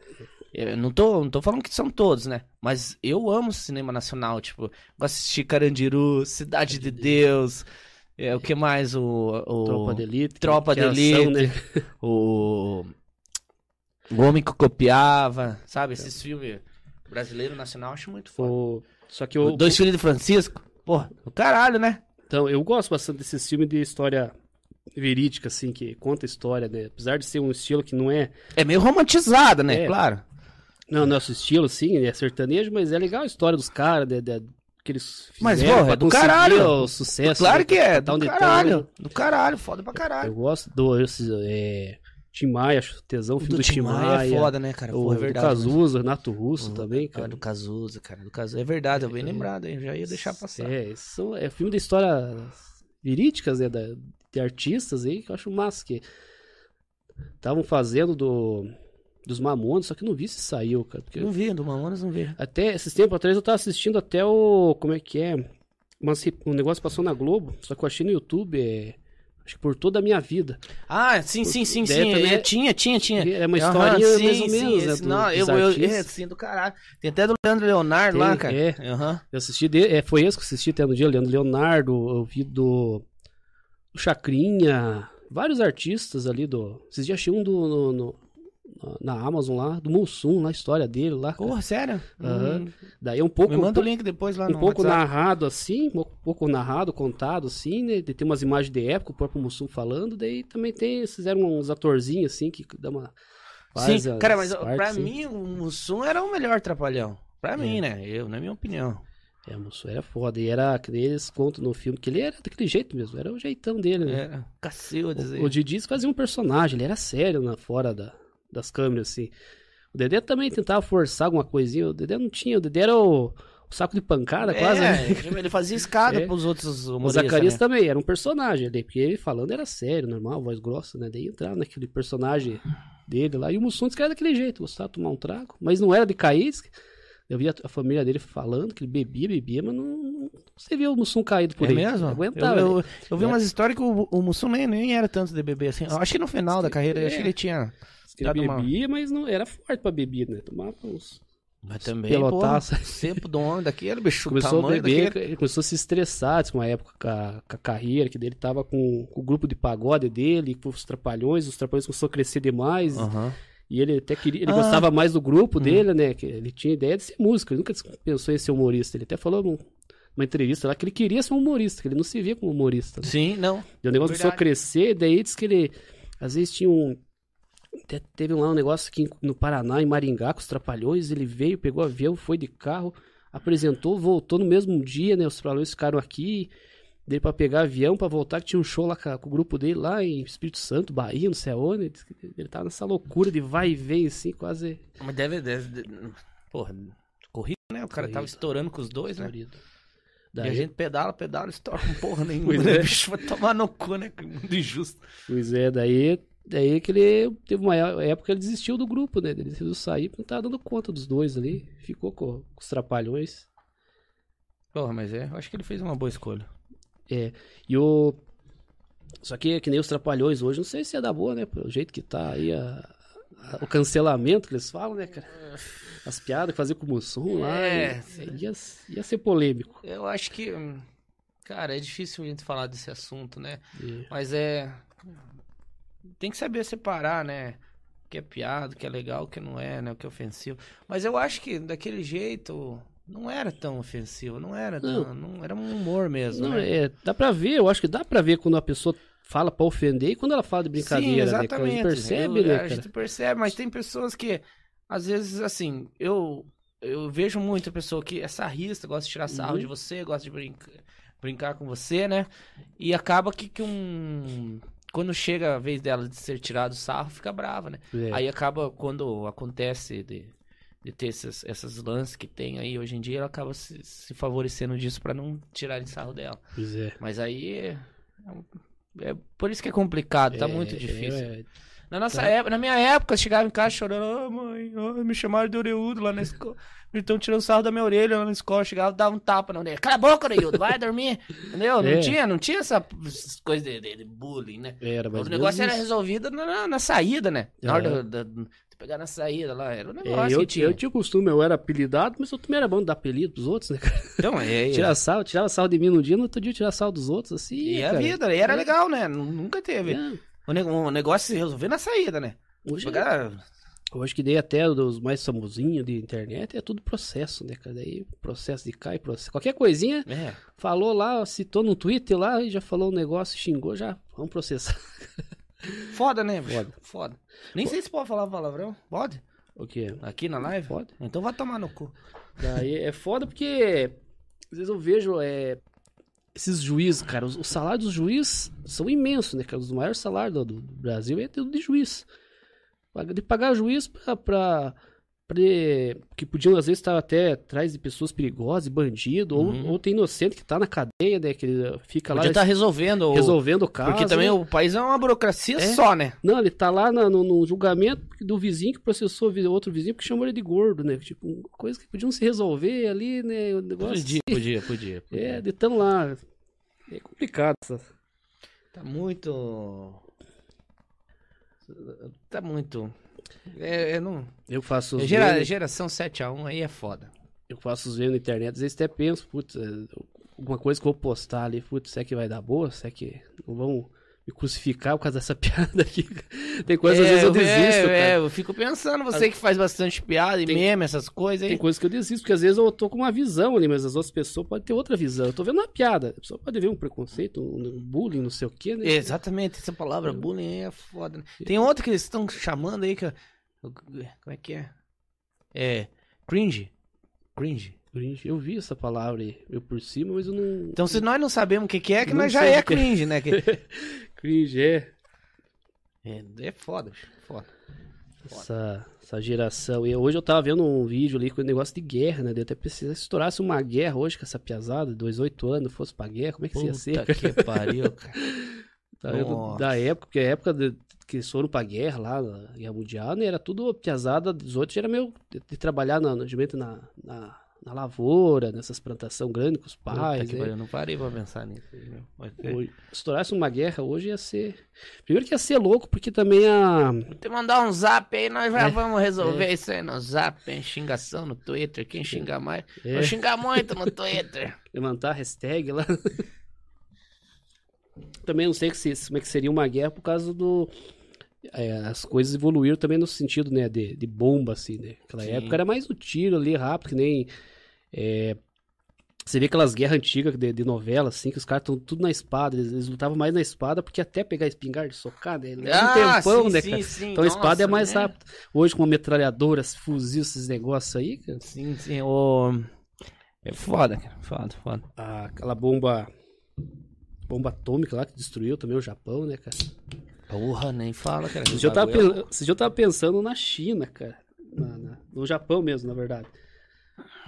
Eu não tô, não tô falando que são todos, né? Mas eu amo cinema nacional, tipo, gosto de assistir Carandiru, Cidade de Deus, é, o que mais? O, o, Tropa de Elite. Tropa que é de ação, Elite. né? o, o Homem que Copiava, sabe? Esses filmes brasileiro nacional eu acho muito foda. É. O- Só que eu, Dois Filhos de Francisco, porra, do caralho, né? Então, eu gosto bastante desses filmes de história verídica, assim, que conta história, né? Apesar de ser um estilo que não é. É meio romantizada, né? É. Claro. Não é o nosso estilo, sim, é sertanejo, mas é legal a história dos caras, né? da- que eles Mas, fizeram porra, é pra do conseguir caralho. O sucesso. claro né? que é. Tá um Do detalhe. caralho. Do caralho, foda pra Eu caralho. gosto do. Esses, é, Tim Maia, acho tesão, o filme do, Tim Maia. é foda, né, cara? o Porra, é do verdade. Cazuza, Renato Russo O- também, Ah, cara. do Cazuza, cara. Do Cazuza. É verdade, é bem lembrado, hein? Eu já ia deixar passar. É, são, é filme de histórias verídicas, né? da- de artistas aí, que eu acho massa. Que estavam fazendo do, dos Mamonas, só que eu não vi se saiu, cara. porque- Não vi, do Mamonas não vi. até esses tempos atrás eu tava assistindo até o. Como é que é? Mas um negócio passou na Globo, só que eu achei no YouTube, é, acho que por toda a minha vida. Ah, sim, sim, sim, Daí sim. também é, é- tinha, tinha, tinha. É uma Aham, historinha sim, mais ou sim, menos, né? esse- do- não, eu, dos eu, é, artistas. sim, do caralho. Tem até do Leandro Leonardo lá, Tem, é. cara. Aham. Eu assisti, de- é, foi esse que eu assisti até no dia, Leandro Leonardo, eu vi do, do Chacrinha, vários artistas ali do... Esses dias achei um do, no- no- na Amazon lá, do Mussum, lá, a história dele lá. cara. Porra, sério? Aham. Hum. Daí é um pouco, Me manda o link depois lá no um pouco WhatsApp. narrado assim, um pouco- pouco narrado, contado assim, né? Tem umas imagens de época, o próprio Mussum falando, daí também tem, fizeram uns atorzinhos assim, que dá uma... faz Sim, as cara, mas ó, partes, É. pra assim. mim o Mussum era o melhor trapalhão. Pra mim, né? Eu, na minha opinião. É, o Mussum era foda, e era, que nem eles contam no filme, que ele era daquele jeito mesmo, era o jeitão dele, né? Era É, cacildes. O, o Didi fazia um personagem, ele era sério na, fora da- das câmeras, assim. O Dedé também tentava forçar alguma coisinha, o Dedé não tinha, o Dedé era o, o saco de pancada, quase. Né? é, ele fazia escada É. pros outros O humoristas. Zacarias né? também era um personagem, ele, porque ele falando era sério, normal, voz grossa, né? Daí entrava naquele personagem dele lá. E o Mussum disse que era daquele jeito, gostava de tomar um trago, mas não era de cair. disse que- Eu via a família dele falando que ele bebia, bebia, mas não, você via o Mussum caído por é aí. mesmo? Não Aguentava. eu, né? eu, É. eu vi umas histórias que o, o Mussum nem, nem era tanto de bebê assim. Eu acho que no final da carreira, eu acho que ele tinha Ele Dado uma- bebia, mas não era forte pra beber, né? Tomava uns. Mas também, Pelotaço. pô, o cepo do homem daquele, bicho, o Começou a tamanho beber, daquele. ele começou a se estressar, disse, uma época com a, com a carreira, que dele tava com, com o grupo de pagode dele, com os trapalhões, os trapalhões começou a crescer demais, Aham. e ele até queria, ele Ah. gostava mais do grupo dele, né, que ele tinha ideia de ser músico, ele nunca pensou em ser humorista, ele até falou num- numa entrevista lá que ele queria ser um humorista, que ele não se via como humorista. né? Sim, não. E o negócio começou a Verdade. crescer, daí diz que ele, às vezes tinha um... Até teve lá um negócio aqui no Paraná, em Maringá, com os Trapalhões, ele veio, pegou avião, foi de carro, apresentou, voltou no mesmo dia, né, os Trapalhões ficaram aqui, dele pra pegar avião, pra voltar, que tinha um show lá ca- com o grupo dele, lá em Espírito Santo, Bahia, não sei aonde, ele, disse que ele tava nessa loucura de vai e vem, assim, quase... Mas deve, deve, de- Porra, corrida, né? O cara tava Corrida. estourando com os dois, né? Florido. E Daí a gente pedala, pedala, estoura com porra nenhuma. Pois né? é. O bicho vai tomar no cu, né? Que mundo injusto. Pois é, daí, daí é que ele teve uma é- época que ele desistiu do grupo, né? Ele decidiu sair porque não tava dando conta dos dois ali. Ficou com, com os trapalhões. Porra, mas é, eu acho que ele fez uma boa escolha. E o. Só que que nem os trapalhões hoje, não sei se é da boa, né? Pelo jeito que tá aí a- a- o cancelamento que eles falam, né, cara? As piadas que fazia com o Mussum lá. É, e- sim. ia, ia ser polêmico. Eu acho que. hum, Cara, é difícil a gente falar desse assunto, né? E- Mas é. Tem que saber separar, né? O que é piada, o que é legal, o que não é, né? O que é ofensivo. Mas eu acho que daquele jeito não era tão ofensivo, não era Não. tão. Não, era um humor mesmo. não, né? é, dá pra ver, eu acho que dá pra ver quando a pessoa fala pra ofender e quando ela fala de brincadeira, Sim, né? Que a exatamente. gente percebe, Eu- né, A cara? gente percebe, mas tem pessoas que, às vezes, assim, eu eu vejo muita pessoa que é sarrista, gosta de tirar sarro Uhum. de você, gosta de brinca- brincar com você, né? E acaba que, que um... Quando chega a vez dela de ser tirado sarro, fica brava, né? É. Aí acaba, quando acontece de, de ter essas, essas lances que tem aí hoje em dia, ela acaba se, se favorecendo disso pra não tirar de sarro dela. Pois é. Mas aí... é- é por isso que é complicado, tá É, muito é, difícil. é, Na nossa Tá. época, na minha época, eu chegava em casa chorando, "Ah, mãe, ah, me chamaram de orelhudo lá na escola. Me estão tirando sarro da minha orelha lá na escola. Eu chegava, dava um tapa na orelha. Cala a boca, orelhudo, vai dormir. Entendeu? Não É. tinha, não tinha essa coisa de, de- de bullying, né? Era, mas o negócio era mesmo isso- resolvido na, na- na saída, né? Na hora Aham. da, da- de pegar na saída lá, era um É, negócio eu, que tinha. eu tinha o costume, eu era apelidado, mas eu também era bom de dar apelido pros outros, né, cara? Então, é, é. Tirar sal, tirava sal de mim num dia, no outro dia eu tirava sal dos outros, assim. E a cara. vida, e era É. legal, né? Nunca teve. É. O, nego- o negócio se resolveu na saída, né? Hoje, é. Pegar- hoje que dei até os mais famosinhos de internet, é tudo processo, né, cara? Daí processo de cá e processo. Qualquer coisinha, É. falou lá, citou no Twitter lá, e já falou um negócio, xingou, já vamos processar. Foda, né? bicho? Foda. Foda. Nem sei se pode falar palavrão. Pode? O quê? Aqui na live? Pode. Então vai tomar no cu. Daí é foda porque às vezes eu vejo é, esses juízes, cara. Os, os salários dos juízes são imensos, né? Cara? Os maiores salários do, do Brasil é do- de juiz. Paga- De pagar juiz pra. pra pra- que podiam às vezes estar até atrás de pessoas perigosas, bandido, Uhum. ou, ou tem inocente que tá na cadeia, né? Que ele fica lá Podia estar tá resolvendo. o- resolvendo o caso. Porque também né? o país é uma burocracia É. só, né? Não, ele tá lá na- no, no julgamento do vizinho que processou vi- outro vizinho porque chamou ele de gordo, né? Tipo, uma coisa que podiam se resolver ali, né? O negócio. Podia, podia, podia. É, de tão lá. É complicado. essa- Tá muito. Tá muito. É, é não... Eu faço os Gera- memes, Geração 7x1 aí é foda. eu faço os memes na internet, às vezes até penso, putz, é, alguma coisa que eu vou postar ali, putz, será que vai dar boa? Será que não vão me crucificar por causa dessa piada aqui? Tem coisas às É, vezes eu é, desisto, é, cara. eu fico pensando, você que faz bastante piada e Tem- meme, essas coisas Tem aí. coisas que eu desisto, porque às vezes eu tô com uma visão ali, mas as outras pessoas podem ter outra visão. Eu tô vendo uma piada, a pessoa pode ver um preconceito, um bullying, não sei o quê, né? Exatamente, essa palavra bullying aí é foda. Né? Tem outra que eles estão chamando aí que. é- Como é que é? É. Cringe. Cringe. Cringe. Eu vi essa palavra aí, eu por cima, mas eu não. Então, se nós não sabemos o que, que é, que Não nós já sei o é que é. cringe, né? Que... Cringe, é. É, é foda, bicho, foda. Essa, essa geração. E hoje eu tava vendo um vídeo ali com um negócio de guerra, né? Eu até pensei, se estourasse uma guerra hoje com essa piazada, dois, oito anos, fosse pra guerra, como é que isso ia ser? Puta que pariu, cara. Tá vendo? Nossa. Da época, porque a época de- que eles foram pra guerra lá, na Guerra Mundial, né, era tudo piazada, 18 já era meio de, de trabalhar na, na, geralmente na, na, na lavoura, nessas plantações grandes com os pais. Puta que né? pariu, eu não parei pra pensar nisso. aí, meu. Vai ser. Hoje- se estourasse uma guerra hoje ia ser. Primeiro que ia ser louco, porque também a. Vou te mandar um zap aí, nós já É, vamos resolver isso aí no zap, hein? Xingação no Twitter, quem xingar mais. é, Vou xingar muito no Twitter. levantar a hashtag lá. também não sei que se- como é que seria uma guerra por causa do. é, as coisas evoluíram também no sentido, né, de, de bomba, assim, né? Naquela Sim. época era mais o tiro ali rápido, que nem. é, você vê aquelas guerras antigas de, de novela, assim, que os caras estão tudo na espada. Eles, eles lutavam mais na espada, porque até pegar espingarda e socar, né? Leva um tempão, né, cara? Ah, sim. Então a espada nossa, é mais né? rápida. Hoje, com metralhadoras, fuzil, esses negócios aí, cara, Sim, sim. ô, É foda, cara. Foda, foda. a- aquela bomba. Bomba atômica lá que destruiu também o Japão, né, cara? Porra, nem fala, cara. Esse dia, eu tava, é pen- esse dia eu tava pensando na China, cara. Na- na- no Japão mesmo, na verdade.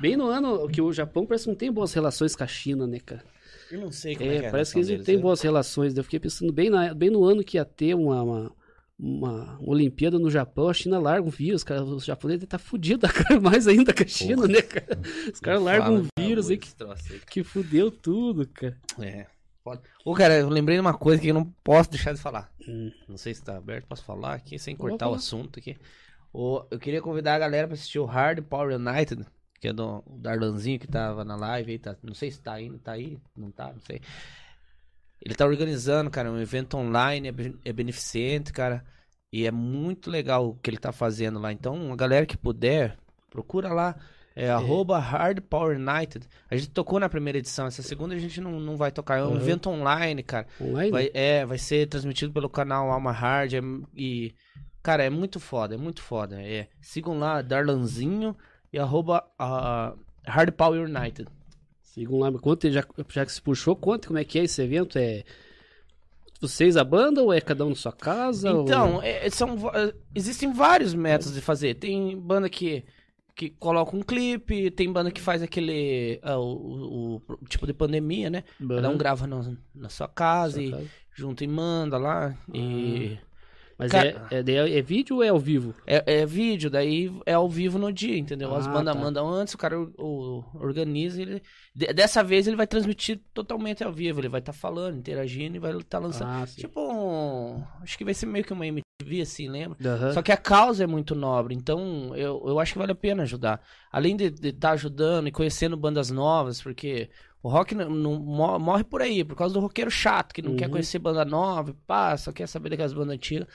Bem no ano que o Japão parece que não tem boas relações com a China, né, cara? Eu não sei É, parece que eles não têm boas relações. né? Eu fiquei pensando bem, na- bem no ano que ia ter uma, uma, uma Olimpíada no Japão, a China larga um vírus, cara. Os japoneses devem estar fudidos cara, mais ainda que a China, Porra. né, cara? Os caras largam um vírus aí que, que fudeu tudo, cara. É. Foda. Ô, cara, eu lembrei de uma coisa que eu não posso deixar de falar. Hum. Não sei se tá aberto, posso falar aqui, sem Pode cortar o falar. assunto aqui. Ô, eu queria convidar a galera pra assistir o Hard Power United, que é do o Darlanzinho que tava na live aí, tá, não sei se tá aí, não tá aí, não tá, não sei. Ele tá organizando, cara, um evento online, é, ben- é beneficente, cara, e é muito legal o que ele tá fazendo lá. Então, a galera que puder, procura lá, é, arroba Hard Power United. A gente tocou na primeira edição, essa segunda a gente não, não vai tocar, é um Uhum. evento online, cara. Online? Vai, é, vai ser transmitido pelo canal Alma Hard é- e, cara, é muito foda, é muito foda. É, sigam lá, Darlanzinho e arroba ah, Hard Power United. Sigam lá, conta, já, já que se puxou, conta como é que é esse evento. É vocês a banda ou é cada um na sua casa? ou- Então, é- é- são, va- existem vários métodos de fazer. Tem banda que, que coloca um clipe, tem banda que faz aquele, ah, o, o- o tipo de pandemia, né? Banda, Cada um grava na, na sua casa sua e casa. junta e manda lá e... Mas Ca- é, é, daí é vídeo ou é ao vivo? É, é vídeo, daí é ao vivo no dia, entendeu? As Ah, bandas tá. mandam antes, o cara o- o- organiza. Ele... de- dessa vez ele vai transmitir totalmente ao vivo. Ele vai estar falando, interagindo e vai estar lançando. Ah, sim. tipo um. Acho que vai ser meio que uma MTV, assim, lembra? Aham. Só que a causa é muito nobre, então eu, eu acho que vale a pena ajudar. Além de estar ajudando e conhecendo bandas novas, porque o rock não, não mo- morre por aí, por causa do roqueiro chato, que não quer Uhum. conhecer banda nova, e pá, só quer saber daquelas bandas antigas.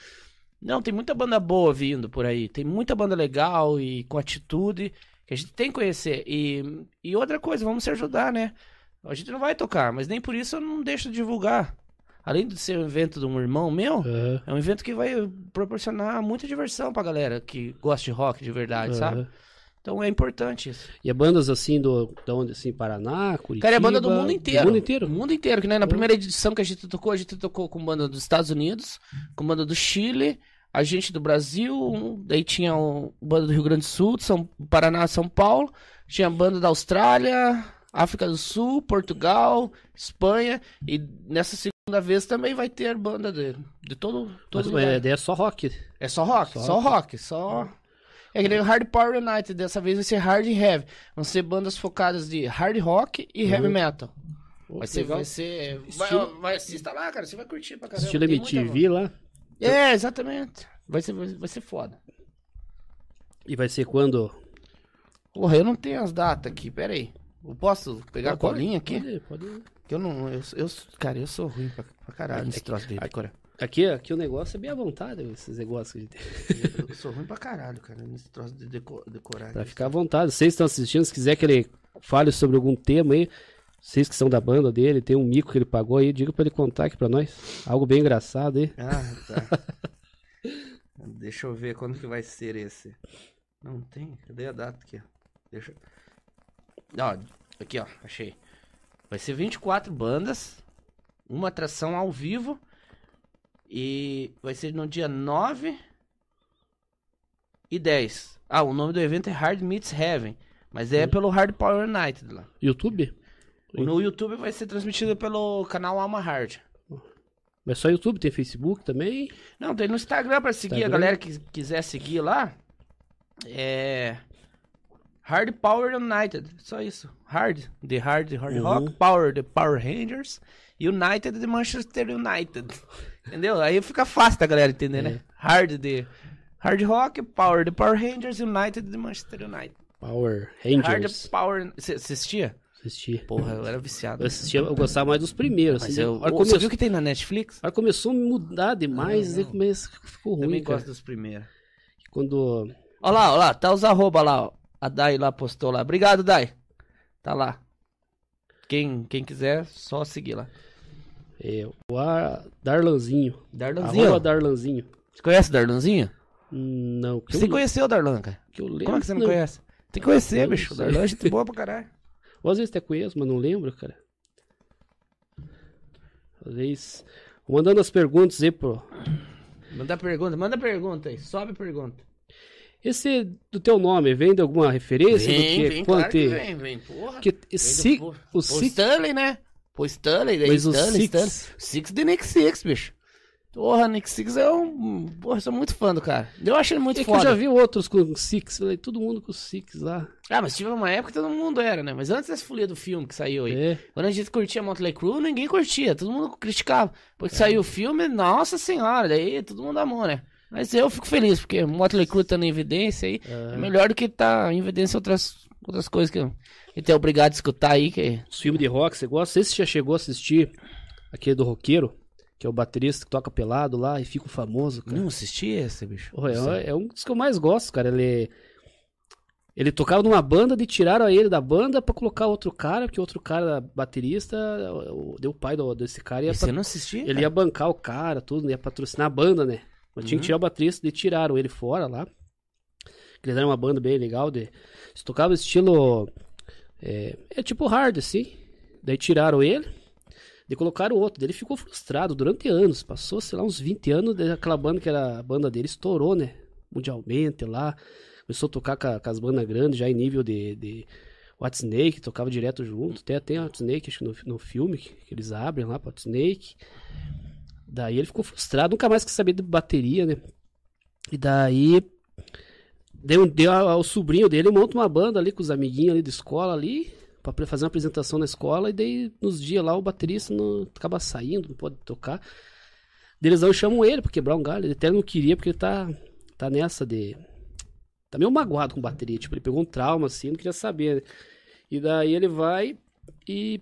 Não, tem muita banda boa vindo por aí, tem muita banda legal e com atitude, que a gente tem que conhecer. E, e outra coisa, vamos se ajudar, né? A gente não vai tocar, mas nem por isso eu não deixo de divulgar. Além de ser um evento de um irmão meu, Aham. é um evento que vai proporcionar muita diversão pra galera que gosta de rock de verdade, sabe? Aham. Então é importante isso. E é bandas assim do da onde assim Paraná, Curitiba. Cara, é banda do mundo inteiro. Do mundo inteiro. O mundo inteiro, que né? na primeira edição que a gente tocou, a gente tocou com banda dos Estados Unidos, com banda do Chile, a gente do Brasil, um, daí tinha o banda do Rio Grande do Sul, de São Paraná, São Paulo, tinha banda da Austrália, África do Sul, Portugal, Espanha, e nessa segunda vez também vai ter banda de, de todo, Mas, todo lugar. é, daí é só rock. É só rock, Só só, rock, só. É que nem o Hard Power United, dessa vez vai ser hard e heavy. Vão ser bandas focadas de hard rock e heavy Uhum. metal. Vai ser, Legal. vai ser. Vai, Estilo- ó, vai assista lá, cara, você vai curtir pra caramba. Estilo tem muita- MTV lá. É, exatamente. Vai ser, vai, vai ser foda. E vai ser quando? Porra, eu não tenho as datas aqui, peraí. Eu posso pegar a Pode- colinha aqui? Pode, pode. Que eu não. Eu, eu, cara, eu sou ruim pra, pra É caralho nesse troço de decorar. Aqui, aqui o negócio é bem à vontade, esses negócios que a gente tem. Eu, eu sou ruim pra caralho, cara, nesse troço de deco- decorar. Pra aqui. ficar à vontade. Vocês que estão assistindo, se quiser que ele fale sobre algum tema aí, vocês que são da banda dele, tem um mico que ele pagou aí, diga pra ele contar aqui pra nós. Algo bem engraçado aí. Ah, tá. Deixa eu ver quando que vai ser esse. Não tem? Cadê a data aqui? Deixa. Ó, aqui, ó, achei. Vai ser 24 bandas, uma atração ao vivo e vai ser no dia 9 e 10. Ah, o nome do evento é Hard Meets Heaven, mas é pelo Hard Power United lá. YouTube? Sim. No YouTube vai ser transmitido pelo canal Alma Hard. Mas só YouTube, tem Facebook também. Não, tem no Instagram pra seguir. Instagram. A galera que quiser seguir lá. É. Hard Power United, só isso. Hard, The Hard, Hard Rock, Power, The Power Rangers, United, The Manchester United. Entendeu? Aí fica fácil da galera entender, né? Hard, The Hard Rock, Power, The Power Rangers, United, The Manchester United. Power Hard Rangers. Power... Você assistia? Assisti. Porra, eu era viciado. Eu assistia, eu gostava mais dos primeiros. Mas assim, eu... a hora Você começou- viu que tem na Netflix? a hora começou a me mudar demais Ah, Não, e não. começou, ficou ruim, Também cara. gosto dos primeiros. Quando... Ó lá, ó lá, tá os arroba lá, ó. A Dai lá postou lá. Obrigado, Dai. Tá lá. Quem, quem quiser, só seguir lá. É, o Ar- Darlanzinho. Darlanzinho. Arroba Darlanzinho. Você conhece o Darlanzinho? Hum, Não, que eu, Você conheceu o Darlan, cara? que eu lembro. Como é que você não, não. conhece? Tem que conhecer, Eu não bicho. O sei. Darlan é gente boa pra caralho. Ou às vezes até conheço, mas não lembro, cara. Às vezes. Vou Mandando as perguntas aí, pro. Manda pergunta, manda pergunta aí. Sobe pergunta. Esse é do teu nome vem de alguma referência? do que, quanto- vem, vem. Porra. que- se, do- o Pô, Six, Stanley, né? Pô, Stanley, daí mas o Stanley, Stanley. Six, Six de Nick Six, bicho. Porra, Nick Six é um. Porra, eu sou muito fã do cara. Eu acho ele muito é que eu foda. já vi outros com Six, falei, todo mundo com Six lá. Ah, mas tive uma época que todo mundo era, né? Mas antes dessa folia do filme que saiu aí. É, Quando a gente curtia Motley Crue, ninguém curtia, todo mundo criticava. Porque saiu o filme, nossa senhora, daí todo mundo amou, né? Mas eu fico feliz, porque Motley Crue tá na evidência aí. É melhor do que tá em evidência outras, outras coisas que eu que é obrigado a escutar aí, que é. os filmes de rock, você gosta? Não sei se você já chegou a assistir aquele do roqueiro, que é o baterista que toca pelado lá e fica o famoso, cara. não assisti esse, bicho. Porra, é- é, um dos que eu mais gosto, cara. Ele, ele tocava numa banda e tiraram ele da banda pra colocar outro cara, porque outro cara, baterista, o- o- deu o pai do- desse cara. Ia Esse pra- eu não assisti, ele ia bancar o cara, tudo, né? ia patrocinar a banda, né? Mas tinha que tirar o baterista e tiraram ele fora lá. Eles eram uma banda bem legal. De... Eles tocavam estilo. É, é tipo hard, assim. Daí tiraram ele. Daí colocaram outro. Daí ele ficou frustrado durante anos. Passou, sei lá, uns 20 anos. Daí aquela banda que era a banda dele estourou, né? Mundialmente lá. Começou a tocar com, a- com as bandas grandes, já em nível de. de... White Snake tocava direto junto. Tem até White Snake, acho que no, no filme que, que eles abrem lá, White Snake. Daí ele ficou frustrado, nunca mais quis saber de bateria, né? E daí deu, deu a- ao sobrinho dele, monta uma banda ali com os amiguinhos ali da escola ali, pra pre- fazer uma apresentação na escola, e daí nos dias lá o baterista não, acaba saindo, não pode tocar. Daí Eles não chamam ele pra quebrar um galho, ele até não queria, porque ele tá, tá nessa de. Tá meio magoado com bateria, tipo, ele pegou um trauma assim, não queria saber. né? E daí ele vai e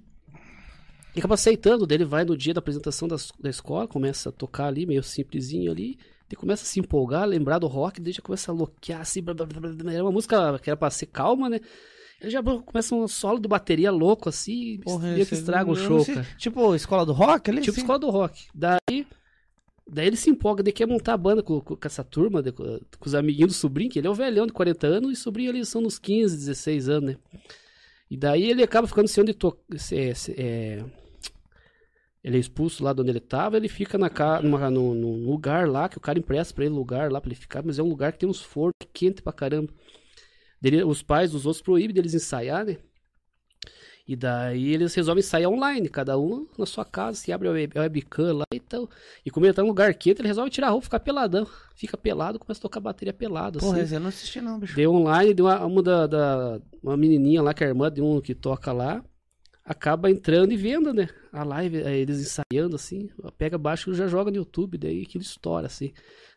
e acaba aceitando, daí ele vai no dia da apresentação das- da, escola, começa a tocar ali, meio simplesinho ali, ele começa a se empolgar, lembrar do rock, daí já começa a loquear assim, blá, blá, blá, blá, blá. era uma música que era pra ser calma, né? Ele já blá, começa um solo de bateria louco assim, meio que estraga o show, cara. Tipo, escola do rock, ele Tipo escola do rock. Daí, daí ele se empolga, daí quer montar a banda com, com- com essa turma, de- com com os amiguinhos do sobrinho, que ele é um velhão de 40 anos, e o sobrinho ali são nos 15, 16 anos, né? E daí ele acaba ficando sem onde tocar. é, ele é expulso lá de onde ele tava, ele fica na ca... numa, num, num lugar lá, que o cara empresta pra ele lugar lá pra ele ficar, mas é um lugar que tem uns fornos quente pra caramba. Dele, os pais dos outros proíbem deles ensaiar, né? E daí eles resolvem sair online, cada um na sua casa, se abre a web- a webcam lá e tal. E como ele tá num lugar quente, ele resolve tirar a roupa e ficar peladão. Fica pelado, começa a tocar bateria pelado, Porra, é. assim. esse eu não assisti não, bicho. Deu online, deu uma, uma, da, da- uma menininha lá, que é a irmã de um que toca lá, acaba entrando e vendo, né? A live, eh, eles ensaiando assim, pega baixo e já joga no YouTube, daí aquilo estoura, assim.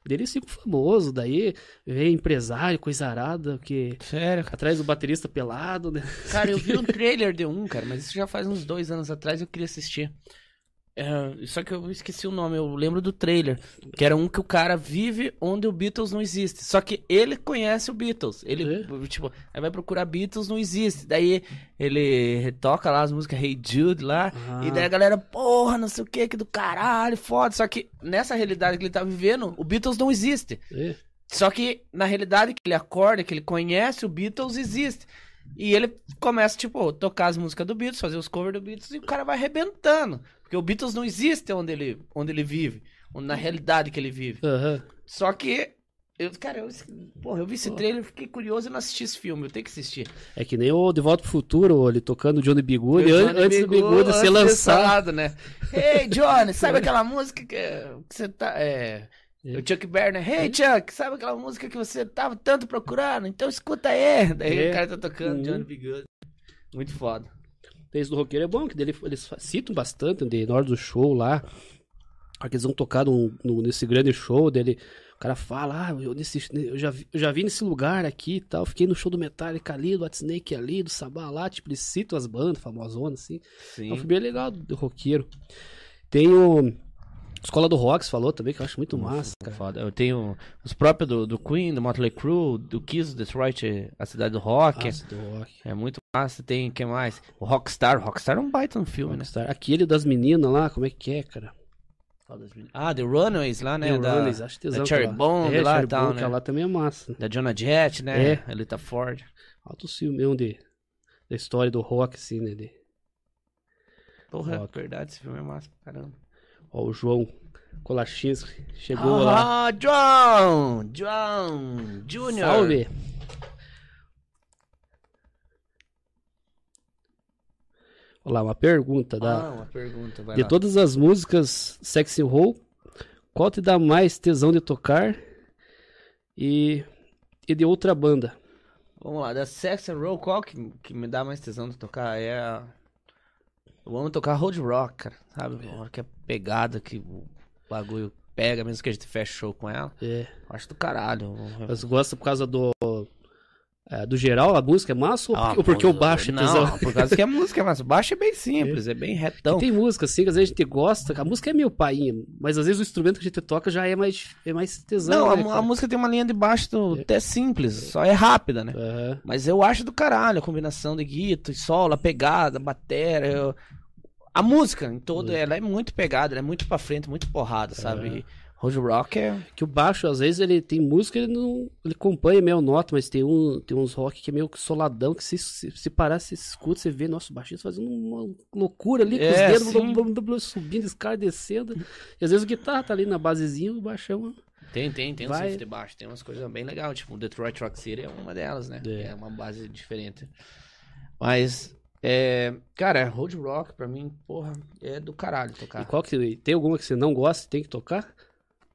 Daí eles ficam famosos, daí vem empresário, coisa arada, que Sério, cara. atrás do baterista pelado, né? Cara, eu vi um trailer de um, cara, mas isso já faz uns dois anos atrás eu queria assistir. É, só que eu esqueci o nome, eu lembro do trailer. Que era um que o cara vive onde o Beatles não existe. Só que ele conhece o Beatles. Ele, tipo, aí vai procurar Beatles, não existe. Daí ele toca lá as músicas Hey Jude lá. Ah, E daí a galera, porra, não sei o que, que do caralho, foda. Só que nessa realidade que ele tá vivendo, o Beatles não existe. É. Só que na realidade que ele acorda, que ele conhece o Beatles, existe. E ele começa, tipo, tocar as músicas do Beatles, fazer os covers do Beatles, e o cara vai arrebentando. Porque o Beatles não existe onde ele, onde ele vive, onde- na realidade que ele vive. Aham. Só que, eu, cara, eu, porra, eu vi esse Pô. trailer, fiquei curioso e não assisti esse filme, eu tenho que assistir. É que nem o De Volta pro Futuro, ele tocando o Johnny Bigode, Foi o an- Johnny antes do Bigode antes ser de lançado. né? Ei, Johnny, sabe aquela música que, que você tá. É, O Chuck Berner, hey Chuck, sabe aquela música que você tava tanto procurando? Então escuta aí. Daí É. o cara tá tocando Uhum. Johnny B. Good. Muito foda. Esse do roqueiro é bom, que dele, eles fa- citam bastante de, na hora do show lá. a hora que eles vão tocar num- num- nesse grande show dele. O cara fala, ah, eu, nesse- eu já, vi, eu já vi nesse lugar aqui e tal. Fiquei no show do Metallica ali, do White Snake ali, do Sabá lá. Tipo, eles citam as bandas famosonas, assim. É um Sim. filme bem legal do roqueiro. Tem o Escola do Rocks, falou também, que eu acho muito massa, cara. Foda. Eu tenho os próprios do, do Queen, do Motley Crue, do Kiss, do Detroit, a Cidade do Rock. Massa do rock. É muito massa. Tem, o que mais? O Rockstar. Rockstar é um baita no filme, né? Rockstar. Aquele das meninas lá, como é que é, cara? Ah, The Runaways lá, né? The da, Runaways, acho tesão. da Cherry aquela. Bomb é, lá e Cherry tal, Bomb, né? aquela lá também é massa. da Jonah Jett, né? É. A Lita Ford. Alto filme de, da história do rock, assim, né? de- Porra, Rock. verdade, esse filme é massa pra caramba. Ó, o João Kolachinski chegou lá. Ah, John! John! Junior! Salve! Olá, uma pergunta da, Ah, uma pergunta, vai De lá. todas as músicas sexy roll, qual te dá mais tesão de tocar e, e de outra banda? Vamos lá, da Sex and Roll, qual que, que me dá mais tesão de tocar? É a... Eu amo tocar road rock, cara, sabe? A hora que é pegada, que o bagulho pega, mesmo que a gente feche show com ela. É, Eu Acho do caralho. mas gosta por causa do é, do geral a música é massa ou, Ah, porque, ou porque o pô, baixo é tesão? Não, por causa que a música é massa. O baixo é bem simples, é, bem retão. Tem música assim que às vezes a gente gosta, a música é meio painha, mas às vezes o instrumento que a gente toca já é mais é mais tesão, Não, É. a, né, mu- a cara? música tem uma linha de baixo do- até simples, só é rápida, né? Aham. Mas eu acho do caralho a combinação de guito e solo, a pegada, a batera. eu- A música É. em todo, ela é muito pegada, ela é muito pra frente, muito porrada, sabe? E Road Rock é. Que o baixo às vezes ele tem música, ele não ele acompanha meio nota, mas tem um tem uns rock que é meio que soladão que se, se, se parar, se escuta, você vê nosso baixista fazendo uma loucura ali com É, os dedos blum, sim. blum, blum, subindo, escala descendo. E às vezes o guitarra tá ali na basezinha, o baixão. Tem, tem, tem Vai. um de baixo, tem umas coisas bem legais, tipo o Detroit Rock City é uma delas, né? É. É, uma base diferente. Mas, é, cara, Road Rock pra mim, porra, é do caralho tocar. E qual que tem alguma que você não gosta, e tem que tocar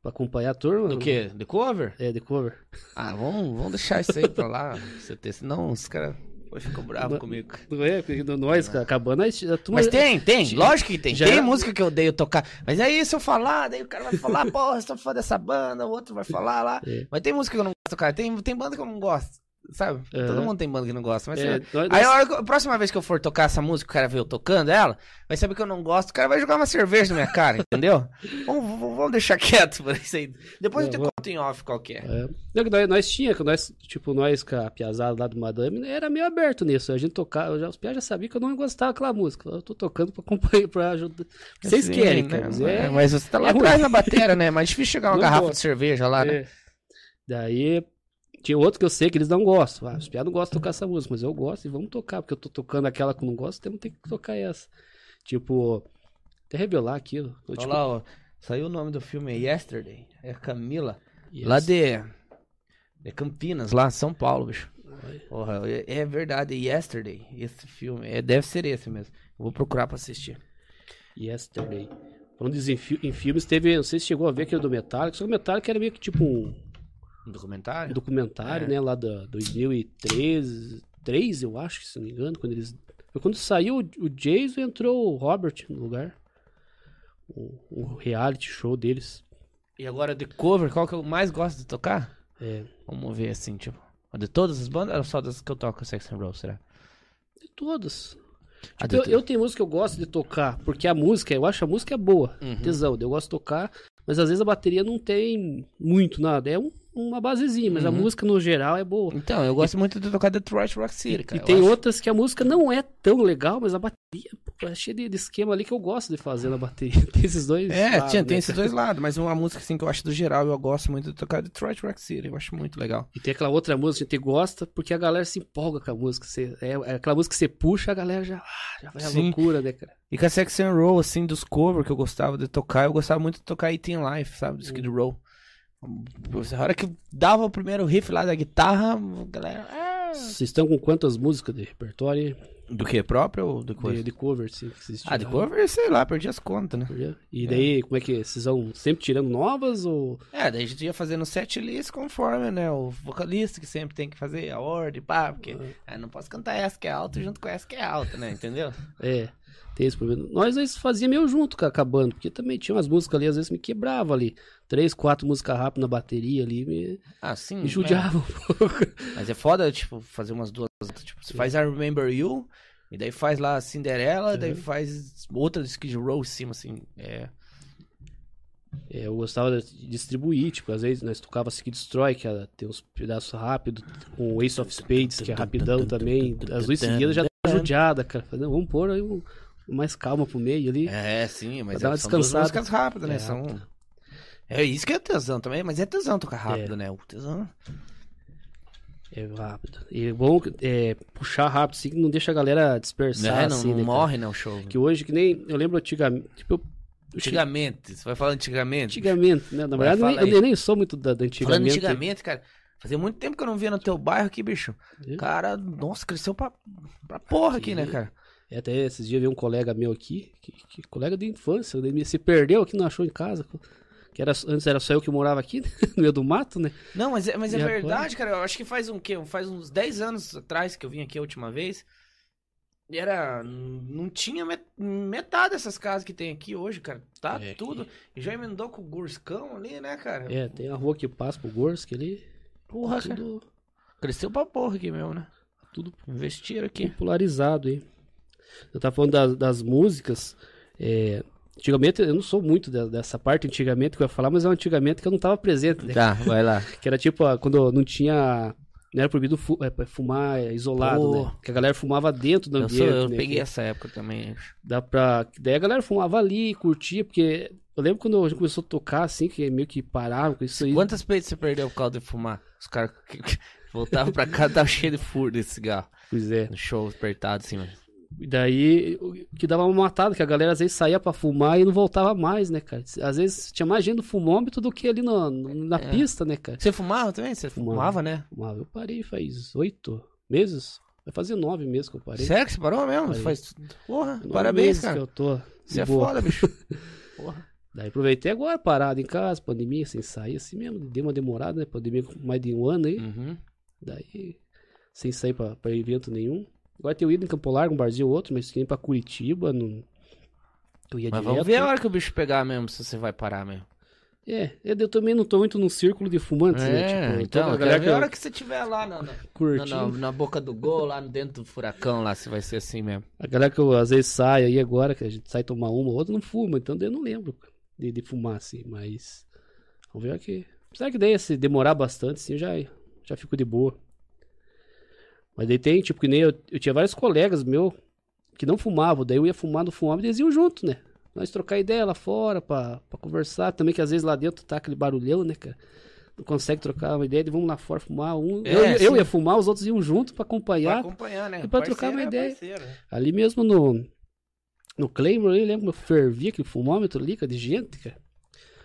Pra acompanhar a turma? Do que? The Cover? É, de cover. Ah, vamos, vamos deixar isso aí pra lá, CT, senão os caras ficam bravos Mas- comigo. Não é, porque nós cara, acabando a, a turma é, Mas tem, tem, lógico que tem. já tem era- música que eu odeio tocar. Mas aí se eu falar, daí o cara vai falar, porra, eu sou fã dessa banda, o outro vai falar lá. É. Mas tem música que eu não gosto de tocar, tem, tem banda que eu não gosto, sabe? Aham. Todo mundo tem banda que não gosta, mas É, sei lá. nós- Aí a, hora que- a próxima vez que eu for tocar essa música, o cara vê eu tocando ela, vai saber que eu não gosto, o cara vai jogar uma cerveja na minha cara, entendeu? vamos, vamos- vamos deixar quieto por isso aí. Depois eu te Não, conto em off qual que é. É. Não, que nós, nós tinha, que nós, tipo, nós com a piazada lá do Madame, né, era meio aberto nisso. A gente tocava, já, os piás já sabiam que eu não gostava daquela música. Eu tô tocando pra acompanhar, pra ajudar. Vocês Assim, querem, né? cara. mas É, é- Mas você tá lá é ruim. atrás na bateria, né? É mais difícil chegar uma Não garrafa gosto. de cerveja lá, né? é. Daí, tinha outro que eu sei que eles não gostam. Ah, os piás não gostam de tocar essa música, mas eu gosto e vamos tocar, porque eu tô tocando aquela que eu não gosto, então tem que tocar essa. Tipo, até revelar aquilo. Eu, Olha tipo, lá, ó. Saiu o nome do filme é Yesterday. É Camila. yes. Lá de. de Campinas, lá, São Paulo, bicho. Olha. Porra, é, é verdade, Yesterday. Esse filme. É, deve ser esse mesmo. Eu Vou procurar pra assistir. Yesterday. Falando disso, em, fi- em filmes, teve. Não sei se chegou a ver aquele do Metallica, só que o Metallica era meio que tipo um. Um documentário? documentário, É. né, lá da 2013, 3, eu acho, se não me engano, quando eles foi quando saiu o Jason e entrou o Robert no lugar. O, o reality show deles. E agora, The Cover, qual que eu mais gosto de tocar? É, Vamos ver assim, tipo. De todas as bandas ou só das que eu toco Sex and Roll, será? de todas. Tipo, Ah, de eu, tu- eu tenho música que eu gosto de tocar, porque a música, eu acho a música boa, Uhum. tesão, eu gosto de tocar, mas às vezes a bateria não tem muito nada, é um- uma basezinha, mas a Uhum. música no geral é boa. Então, eu gosto muito de tocar Detroit Rock City, e cara. Eu tem acho- outras que a música não é tão legal, mas a bateria pô, é cheia de, de esquema ali que eu gosto de fazer na bateria. Tem esses dois. É, lados, tinha, tem né? esses dois lados, mas uma música assim que eu acho do geral, eu gosto muito de tocar é Detroit Rock City, eu acho muito legal. E tem aquela outra música que a gente gosta, porque a galera se empolga com a música. Você, é, é aquela música que você puxa, a galera já, ah, já vai à Sim. loucura, né, cara? E com a Sex and Roll, assim, dos covers que eu gostava de tocar, eu gostava muito de tocar It in Life, sabe, do Skid Row. A hora que dava o primeiro riff lá da guitarra, a galera, ah, Vocês estão com quantas músicas de repertório? Do que? Próprio ou do coisa? De, de cover, se se vocês Ah, de tiraram? cover, sei lá, perdi as contas, né? Entendeu? E daí, como é que é? Vocês vão sempre tirando novas ou. É, daí a gente ia fazendo set list conforme, né? O vocalista que sempre tem que fazer a ordem, pá, porque ah, não posso cantar essa que é alta junto com essa que é alta, né? Entendeu? É, tem esse problema. Nós nós fazia meio junto com a acabando, porque também tinha umas músicas ali, às vezes me quebrava ali. Três, quatro músicas rápidas na bateria ali, me, Ah, sim. me judiava um pouco. é. Mas é foda, tipo, fazer umas duas. Tipo, você faz I Remember You, e daí faz lá Cinderela, daí Uhum. faz outra do Skid Row em cima, assim. É. É, eu gostava de distribuir, tipo, às vezes nós tocava Seek Destroy, que era, tem uns pedaços rápidos, com o Ace of Spades, que é rapidão também. As duas seguidas já tava judiada, cara. Falei, não, vamos pôr aí um, mais calma pro meio ali. É, sim, mas Pra dar é, uma são duas descansada. músicas rápidas, né? É, São... É isso que é tesão também, mas é tesão tocar rápido, né? O tesão. É rápido. E é bom é, puxar rápido, assim, que não deixa a galera dispersar, Né? Não, assim, não né, cara? morre, né? O show. Que hoje, que nem. Eu lembro antigamente. Tipo, eu- eu cheguei- Antigamente, você vai falar antigamente. antigamente, né? Na Vai, verdade, eu nem- fala aí. eu, nem sou muito da, da Falando antigamente. antigamente, cara, fazia muito tempo que eu não via no teu bairro aqui, bicho. É. Cara, nossa, cresceu pra, pra porra aqui, né, cara? É, Até esses dias veio um colega meu aqui, que, que- colega de infância, ele se perdeu aqui, não achou em casa. Que era, antes era só eu que morava aqui, no meio do mato, né? Não, mas é, mas é E agora? verdade, cara. Eu acho que faz um quê? Faz uns 10 anos atrás que eu vim aqui a última vez. E era. Não tinha met- metade dessas casas que tem aqui hoje, cara. Tá É, tudo. E já emendou com o Gurscão ali, né, cara? É, tem a rua que passa pro Gorsk ali. Porra, cara. Tudo Cresceu pra porra aqui mesmo, né? Tudo. Investiram aqui. popularizado, hein? Eu tava falando das, das músicas. é, antigamente, eu não sou muito da- dessa parte antigamente que eu ia falar, mas é um antigamente que eu não tava presente, né? Tá, vai lá. Que era tipo ah, quando não tinha. Não era proibido fu- é, fumar é, isolado, Pô. né? Que a galera fumava dentro do Eu, ambiente. sou, eu né? peguei Que essa época também. acho. Dá pra... que Daí a galera fumava ali, curtia, porque. Eu lembro quando a gente começou a tocar, assim, que meio que parava com isso aí. Quantas peitos você perdeu por causa de fumar? Os caras que- que voltavam pra casa tava cheio de furo de cigarro. Pois é. No show apertado, assim, mano. E daí o que dava uma matada, que a galera às vezes saía pra fumar e não voltava mais, né, cara? Às vezes tinha mais gente no fumômetro do que ali no- no- na É. pista, né, cara? Você fumava também? Você Fumava. fumava, né? Fumava. Eu parei faz oito meses. Vai fazer nove meses que eu parei. Sério que você parou mesmo? Parei. Faz... Porra, Nove é parabéns, meses cara. que eu tô. de Você é boa. foda, bicho. Porra. Daí aproveitei agora, parado em casa, pandemia, sem sair assim mesmo. Dei uma demorada, né? Pandemia com mais de um ano aí. Uhum. Daí, sem sair pra, pra evento nenhum. Agora tenho ido em Campo Largo, um barzinho ou outro, mas que nem pra Curitiba. Não... Eu ia Mas direto. vamos ver a hora que o bicho pegar mesmo, se você vai parar mesmo. É, eu eu também não tô muito num círculo de fumantes, né? É, Tipo, eu tô então, com a eu galera quero que ver a hora eu que você tiver lá na, na, na, curti. na- na boca do gol, lá dentro do furacão, lá, se vai ser assim mesmo. A galera que eu às vezes sai aí agora, que a gente sai tomar uma ou outra, não fuma, então daí eu não lembro de, de fumar, assim, mas. Vamos ver a hora que. Será que daí se demorar bastante, assim, eu já, já fico de boa. Mas daí tem, tipo, que nem eu, eu tinha vários colegas meu que não fumavam, daí eu ia fumar no fumava e eles iam junto, né? Nós trocar ideia lá fora pra, pra conversar também, que às vezes lá dentro tá aquele barulhão, né, cara? Não consegue trocar uma ideia de vamos lá fora fumar um. É, eu, eu sim. ia fumar, os outros iam junto pra Pra acompanhar. acompanhar, né? e pra trocar uma ideia. parceiro, né? Ali mesmo no, no Claymore, eu lembro que eu fervia aquele fumômetro ali, cara, de gente, cara.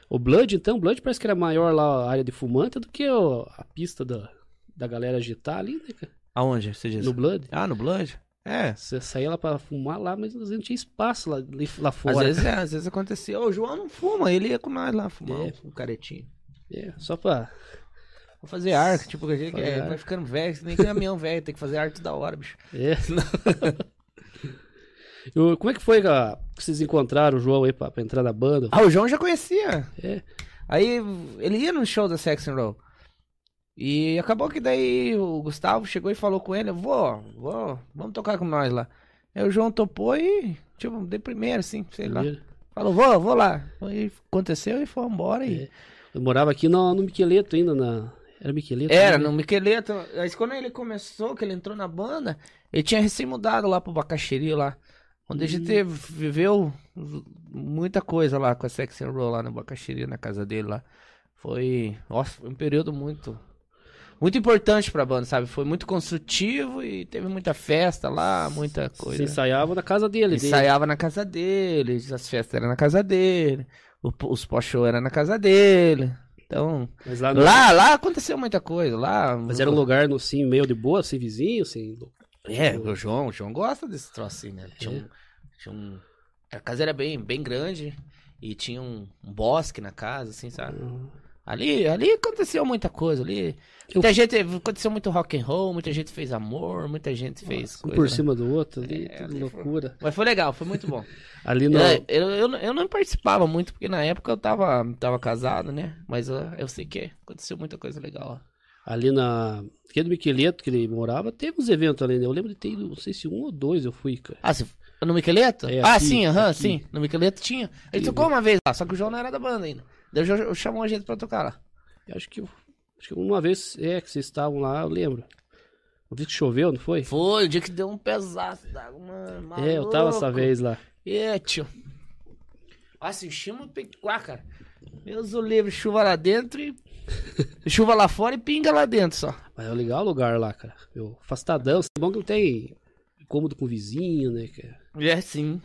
O Blood, então, o Blood parece que era maior lá a área de fumante do que o- a pista da, da galera agitar ali, né, cara? Aonde você diz? No Blood. Ah, no Blood? É. Você saía lá pra fumar lá, mas às vezes não tinha espaço lá, ali- lá Às fora. vezes, é, às vezes acontecia. Ô, o João não fuma, ele ia com nós lá fumar É. um caretinho. É, só pra. Vou fazer arco, tipo, que a gente Fazer é, arco. vai ficando velho, nem caminhão velho, tem que fazer arco toda hora, bicho. É. Eu- como é que foi cara, que vocês encontraram o João aí pra, pra entrar na banda? Ah, o João já conhecia. É. Aí ele ia no show da Sex and Roll. E acabou que daí o Gustavo chegou e falou com ele, vou, vou, vamos tocar com nós lá. Aí o João topou e, tipo, de primeiro, assim, sei lá. Primeiro. Falou, vou, vou lá. Aí aconteceu e foi embora. E... É. Eu morava aqui no, no Miqueleto ainda, na. Era Miqueleto? Era, né? no Miqueleto. Mas quando ele começou, que ele entrou na banda, ele tinha recém-mudado lá pro Bacaxiri lá. Onde a gente viveu muita coisa lá com a Sex and Roll lá no Bacaxiri, na casa dele lá. Foi, nossa, foi um período muito muito importante pra banda, sabe? Foi muito construtivo e teve muita festa lá, muita Se coisa. ensaiava na casa dele. daí- Ensaiava na casa dele, as festas eram na casa dele, o po- os pós-show eram na casa dele. Então, Mas lá, no... lá, lá aconteceu muita coisa. Lá, Tá Mas era um lugar no sim, meio de boa, sem vizinho, assim, um sem. É, o João, o João gosta desse troço assim, né? É. Tinha um, tinha um- A casa era bem, bem grande e tinha um, um bosque na casa, assim, sabe? Ali, ali aconteceu muita coisa, ali... Uhum. Eu- Muita gente... Aconteceu muito rock and roll, muita gente fez amor, muita gente fez um coisa, por né? cima do outro ali, É, tudo ali foi- loucura. Mas foi legal, foi muito bom. Ali no. É, Eu, eu, eu não participava muito, porque na época eu tava, tava casado, né? Mas ó, eu, sei que aconteceu muita coisa legal. ó. Ali na. Aqui do Miqueleto que ele morava, teve uns eventos ali, né? Eu lembro de ter ido, não sei se um ou dois eu fui, cara. Ah, se, no Miqueleto? É, ah, aqui, sim, aham, aqui. sim. No Miqueleto tinha. Ele Aqui, tocou uma vez lá, só que o João não era da banda ainda. Daí o João chamou a gente pra tocar lá. Eu Acho que, acho que uma vez é que vocês estavam lá, eu lembro. Uma vez que choveu, não foi? Foi, o dia que deu um pesaço d'água, mano. Maluco. É, eu tava essa vez lá. É, tio. Ah, Nossa, enchi uma picuá, Ah, cara. Deus o livre, chuva lá dentro e... chuva lá fora e pinga lá dentro só. Mas é um legal lugar lá, cara. Meu, afastadão. É bom que não tem cômodo com vizinho, né? cara? É, sim.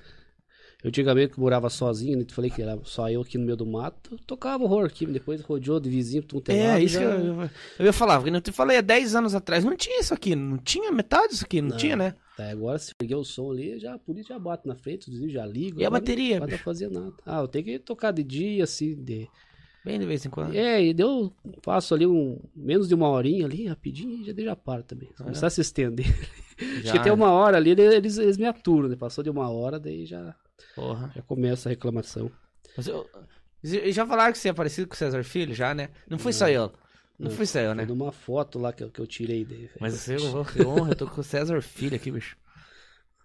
Eu antigamente que morava sozinho, né? Te falei que era só eu aqui no meio do mato. eu Tocava horror aqui, depois rodeou de vizinho, um tudo tem É, isso que eu, eu ia falar, porque eu te falei há 10 anos atrás, não tinha isso aqui, não tinha metade disso aqui, não, Não. tinha, né? Tá, agora se erguer o som ali, já, a polícia já bate na frente, os vizinhos já ligam. E é a agora Não bateria, dá pra bicho? fazer nada. Ah, eu tenho que tocar de dia, assim. De... bem de vez em quando. É, e deu. Faço ali um. Menos de uma horinha ali, rapidinho, e já, daí já paro também. Se Ah, começar a se estender. Já, Acho que até uma hora ali, ele- eles, eles me aturam, né? Passou de uma hora, daí já, Porra. já começa a reclamação. Mas eu- e já falaram que você é parecido com o César Filho, já, né? Não foi só eu. Não, Não, foi só eu, né? Foi numa foto lá que eu, que eu tirei dele. Mas você, que honra, eu tô com o César Filho aqui, bicho.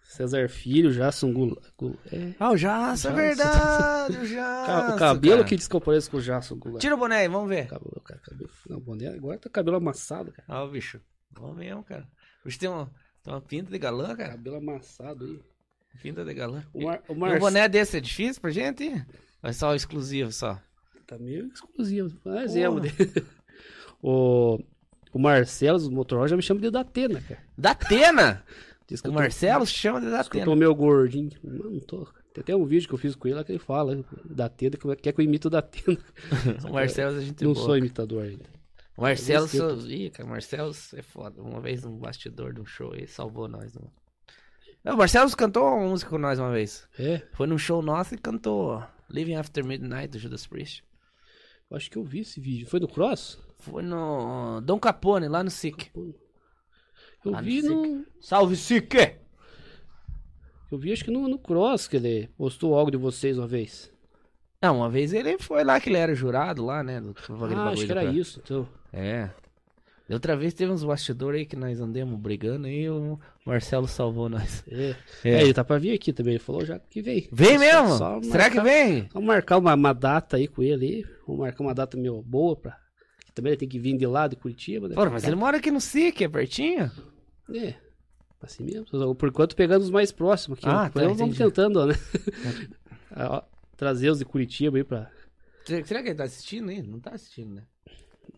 César Filho, já Gula. Gula- É. Ah, o Jaça, é Jaça. verdade, o Ca- Jaça. o cabelo cara. que diz que eu pareço com o Jasson Gula. Tira o boné aí, vamos ver. Cabelo, cara, cabelo. Não, boné, agora tá cabelo amassado, cara. Ah, o bicho. Bom mesmo, cara. Bicho tem uma, tem uma pinta de galã, cara. Cabelo amassado aí. Pinta de galã. O, Mar, o E Um Marcelo boné desse é difícil pra gente? Ou é só o exclusivo, só? tá meio exclusivo. Mas é o, o, o Marcelo, os Motorola já me chama de Datena, cara. Datena! Diz que O eu tô- Marcelo se chama de Diz que eu Datena. tô meio gordinho. Mano, tô. Tem até um vídeo que eu fiz com ele lá que ele fala da Tena, que quer que eu imito da Tena. O Marcelo a gente é Não boa. sou imitador ainda. O Marcelo, Desde sou... Ih, cara, o Marcelo é foda. Uma vez no bastidor de um show aí, salvou nós. Não. Não, o Marcelo cantou uma música com nós uma vez. É, Foi num show nosso e cantou Living After Midnight do Judas Priest. eu acho que eu vi esse vídeo. Foi no Cross? Foi no Dom Capone, lá no SIC. Eu Ah, vi não no. Salve SIC! Eu vi acho que no, no Cross que ele postou algo de vocês uma vez. Não, uma vez ele foi lá que ele era jurado lá, né? do- aquele Ah, acho bagulho que era pra- isso, então. É. Da outra vez teve uns bastidores aí que nós andamos brigando e o Marcelo salvou nós. É. É. É, ele tá pra vir aqui também. Ele falou já que vem. Vem Só- mesmo? só Será que marcar- vem? Vamos marcar uma, uma data aí com ele aí. Vamos marcar uma data meio boa pra. que Também ele tem que vir de lá de Curitiba, né? Pô, mas ele mora aqui no SIC, é pertinho. É. Assim mesmo. Só- Por enquanto pegando os mais próximos aqui. Ah, né? Então tá, vamos entendi. tentando, né? Ah, ó, Trazer os de Curitiba aí pra. Será será que ele tá assistindo aí? Não tá assistindo, né?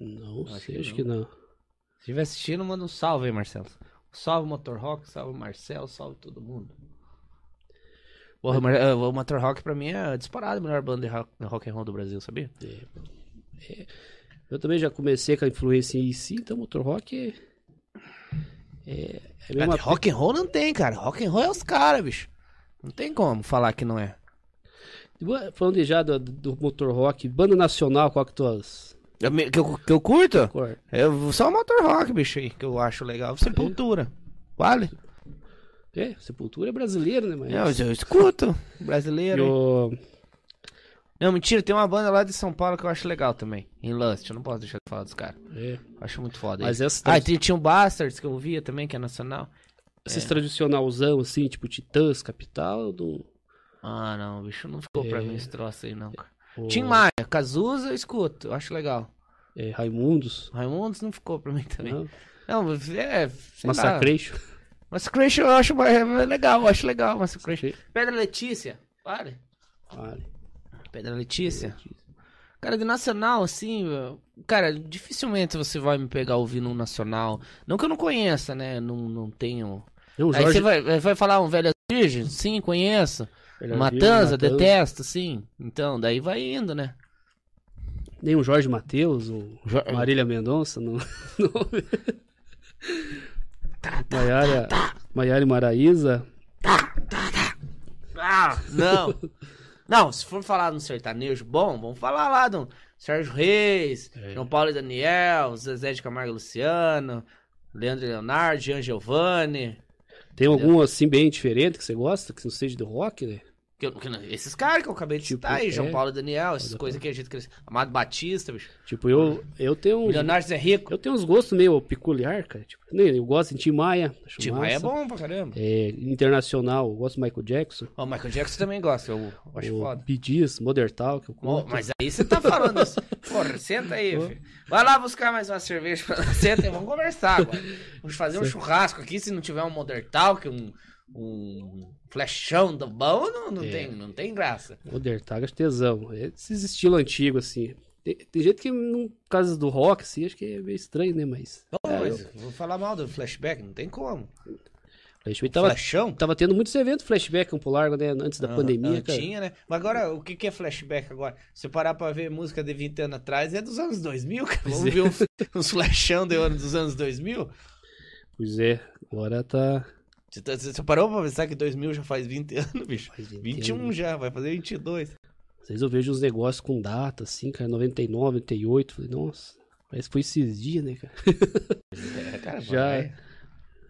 Não Acho sei, que acho que não. Se estiver assistindo, manda um salve aí, Marcelo. Salve Motorrock, salve Marcelo, salve todo mundo. Porra, Mar- eh, o Motorrock pra mim é disparado a melhor banda de rock, rock and roll do Brasil, sabia? Eu também já comecei com a influência em si, então motor rock é. É, é Cara, mesmo de rock and roll não tem, cara. Rock and roll é os caras, bicho. Não tem como falar que não é. a... Falando já do, do motor rock, banda nacional, qual que tuas. Eu me- que, eu, que eu curto? Cor? Eu, só o motor rock, bicho, aí, que eu acho legal. Sepultura. Vale? É, Sepultura é brasileira, né? Mas... Eu, eu escuto. E Brasileiro. hein? o- Não, mentira, tem uma banda lá de São Paulo que eu acho legal também. Em Lust, eu não posso deixar de falar dos caras. é, Eu Acho muito foda. Mas é eles. essa Ah, trans- e tinha um Bastards que eu via também, que é nacional. é. Esses tradicionalzão, assim, tipo Titãs, Capital, do... Ah, não, bicho, não ficou pra É. mim esse troço aí, não, cara. o- Tim Maia, Cazuza eu escuto, eu acho legal. é, Raimundos, né, Raimundos não ficou pra mim também. não? Não, é. sei lá. Massacration. Massacration eu acho mais- é legal, eu acho legal Massacration. Pedra Letícia, vale? Vale. Pedra Letícia. Cara, de nacional, assim, cara, dificilmente você vai me pegar ouvindo um nacional. Não que eu não conheça, né? Não, não tenho. Não, Aí um Jorge... você vai, vai falar um velho virgem? Sim, conheço. Bernardino, Matanza, detesto, sim. Então, daí vai indo, né? Nem um Jorge Matheus, um Jo- Marília Mendonça, não. não... Tá, Maiara, Maiara e Maraíza. Ah, Não. Não, se for falar de um sertanejo bom, vamos falar lá do Sérgio Reis, João Paulo e Daniel, Zezé de Camargo e Luciano, Leandro e Leonardo, Jean Giovanni. Tem algum assim bem diferente que você gosta, que não seja do rock, né? que eu- que não- esses caras que eu acabei de Tipo, citar aí, João é. Paulo e Daniel, essas coisas que a gente cresceu. Amado Batista, bicho. Tipo, eu, eu tenho um. Milionário Zé Rico. Eu tenho uns gostos meio peculiar, cara. Tipo, que nem eu gosto de Tim Maia. acho Tim Maia é massa. bom pra caramba. É, internacional, eu gosto do Michael Jackson. O Michael Jackson também gosta, eu acho o foda. Bee Gees, Modern Talk. Eu Bom, curto. mas aí você tá falando isso. Porra, senta aí, filho. Vai lá buscar mais uma cerveja pra nós. Senta aí, vamos conversar agora. Vamos fazer um churrasco aqui, se não tiver um Modern Talk, um, um flechão do bom, não, não, É. tem, não tem graça. Modern Talk, acho tesão. É, Esses estilos antigos, assim. Tem, tem gente que, no caso do rock, assim, acho que é meio estranho, né? Mas. Não, É, mas vou falar mal do flashback, não tem como. Flashback tava, Flechão? tava tendo muitos eventos flashback um pro largo, né? Antes da Ah, pandemia, ah, cara. Tinha, né? Mas agora, o que que é flashback agora? Se eu parar pra ver música de 20 anos atrás, é dos anos 2000, cara. Vamos é. ver uns, uns flechão de ano dos anos 2000? Pois é, agora tá. Você, tá- você parou pra pensar que 2000 já faz 20 anos, bicho? faz 21 já, vai fazer 22. Às vezes eu vejo uns negócios com data, assim, cara, 99, 98. Falei, nossa, parece que foi esses dias, né, cara? É, cara, Já vai.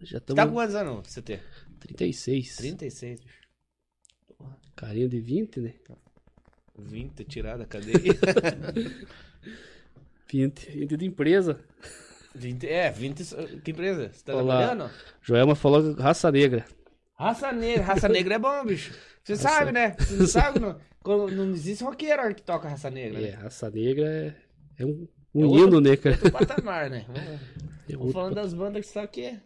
Você Já tá estamos com quantos anos você tem? 36. 36, bicho. Carinha de 20, né? 20 tirada da cadeia. 20, 20 de empresa. 20, é, 20. só- Que empresa? Você tá Olá. trabalhando? Joelma falou que raça negra. Raça negra, raça negra é bom, bicho. Você sabe, né? Você não sabe, não, quando não existe roqueiro que toca raça negra. É, né? raça negra é, é um, É um outro- hino, né, cara? Outro patamar, né? Vamos, É vamos outro- falando das bandas que só que,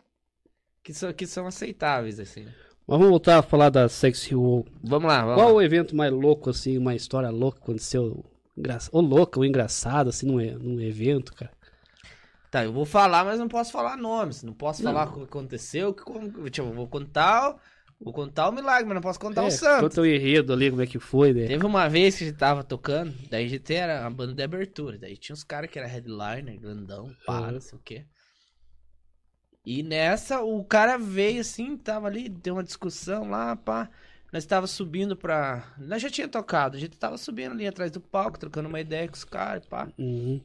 que, são, que são aceitáveis, assim. Mas vamos voltar a falar da Sexy Wow. Vamos lá, vamos Qual lá. o evento mais louco, assim, uma história louca que aconteceu? Engra... Ou louca, ou engraçada, assim, num, e- num evento, cara. Tá, eu vou falar, mas não posso falar nomes. Não posso falar o que aconteceu. Que, como, tipo, eu vou contar, o- vou contar o milagre, mas não posso contar é, o santo. Conta o enredo ali, como é que foi, né? Teve uma vez que a gente tava tocando, daí a gente era a banda de abertura, daí tinha uns caras que era headliner, grandão, pá, Uhum. não sei o quê. E nessa, o cara veio assim, tava ali, deu uma discussão lá, pá. Nós tava subindo pra. Nós já tinha tocado, a gente tava subindo ali atrás do palco, trocando uma ideia com os caras, pá. Uhum.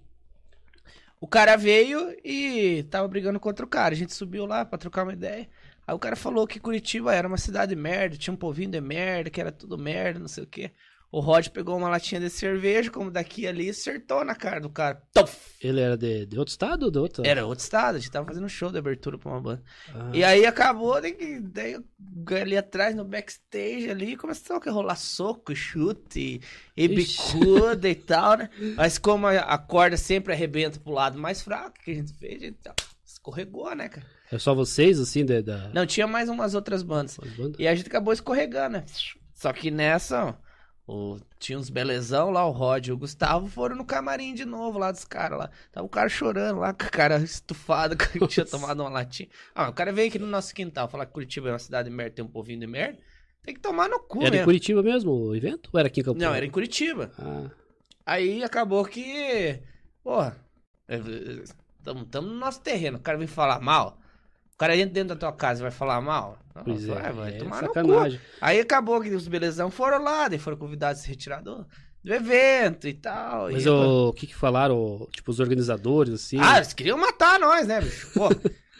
O cara veio e tava brigando contra o cara. A gente subiu lá pra trocar uma ideia. Aí o cara falou que Curitiba era uma cidade de merda, tinha um povinho de merda, que era tudo merda, não sei o quê. O Rod pegou uma latinha de cerveja, como daqui e ali, e acertou na cara do cara. Tof! Ele era de, de outro estado ou de outro? Era outro estado, a gente tava fazendo um show de abertura pra uma banda. Ah, E aí acabou, daí, que- daí eu ali atrás no backstage ali, começou a rolar soco, chute, e Ixi. bicuda e tal, né? Mas como a, a corda sempre arrebenta pro lado mais fraco, o que a gente fez, a gente ó, escorregou, né, cara? É só vocês, assim, de- da... Não, tinha mais umas outras bandas. as bandas? E a gente acabou escorregando, né? Só que nessa, ó, o- tinha uns belezão lá, o Rod e o Gustavo foram no camarim de novo lá dos caras lá. Tava o cara chorando lá, com a cara estufada, que tinha tomado uma latinha. Ah, o cara veio aqui no nosso quintal falar que Curitiba é uma cidade de merda, tem um povinho de merda. Tem que tomar no cu, Era né? em é Curitiba mesmo o evento? Ou era aqui em Campo Não, era em Curitiba. Ah, Aí acabou que. Porra. é, Estamos no nosso terreno. O cara vem falar mal. O cara entra dentro da tua casa e vai falar mal. pois é. vai, Ah, vai é tomar no cu. sacanagem. Aí acabou que os belezão foram lá, daí foram convidados a se retirar do, do evento e tal. Mas e... o, o que que falaram, tipo, os organizadores, assim? Ah, eles queriam matar nós, né, bicho? Pô,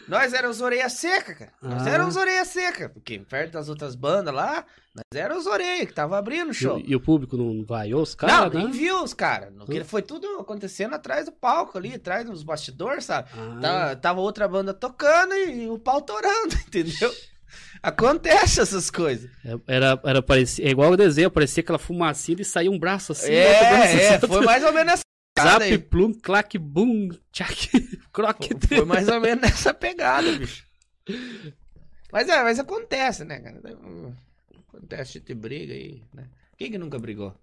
nós éramos orelha seca, cara. Nós Ah. éramos orelha seca. Porque perto das outras bandas lá, nós éramos orelha que tava abrindo E o o- show. E, o público não vaiou os não, caras, nem né? viu os caras. Foi tudo acontecendo atrás do palco ali, atrás dos bastidores, sabe? Ah, Tá- tava outra banda tocando e, o pau torando, entendeu? Acontece essas coisas. é- Era, era parecia, é igual o desenho, parecia aquela fumacinha e saiu um braço assim. é, é, foi mais ou menos essa pegada Zap, aí. plum, clac, bum, tchac, croc. Foi- Foi mais ou menos nessa pegada, bicho. Mas é, mas acontece, né, cara? Acontece, gente briga aí, né? Quem que nunca brigou?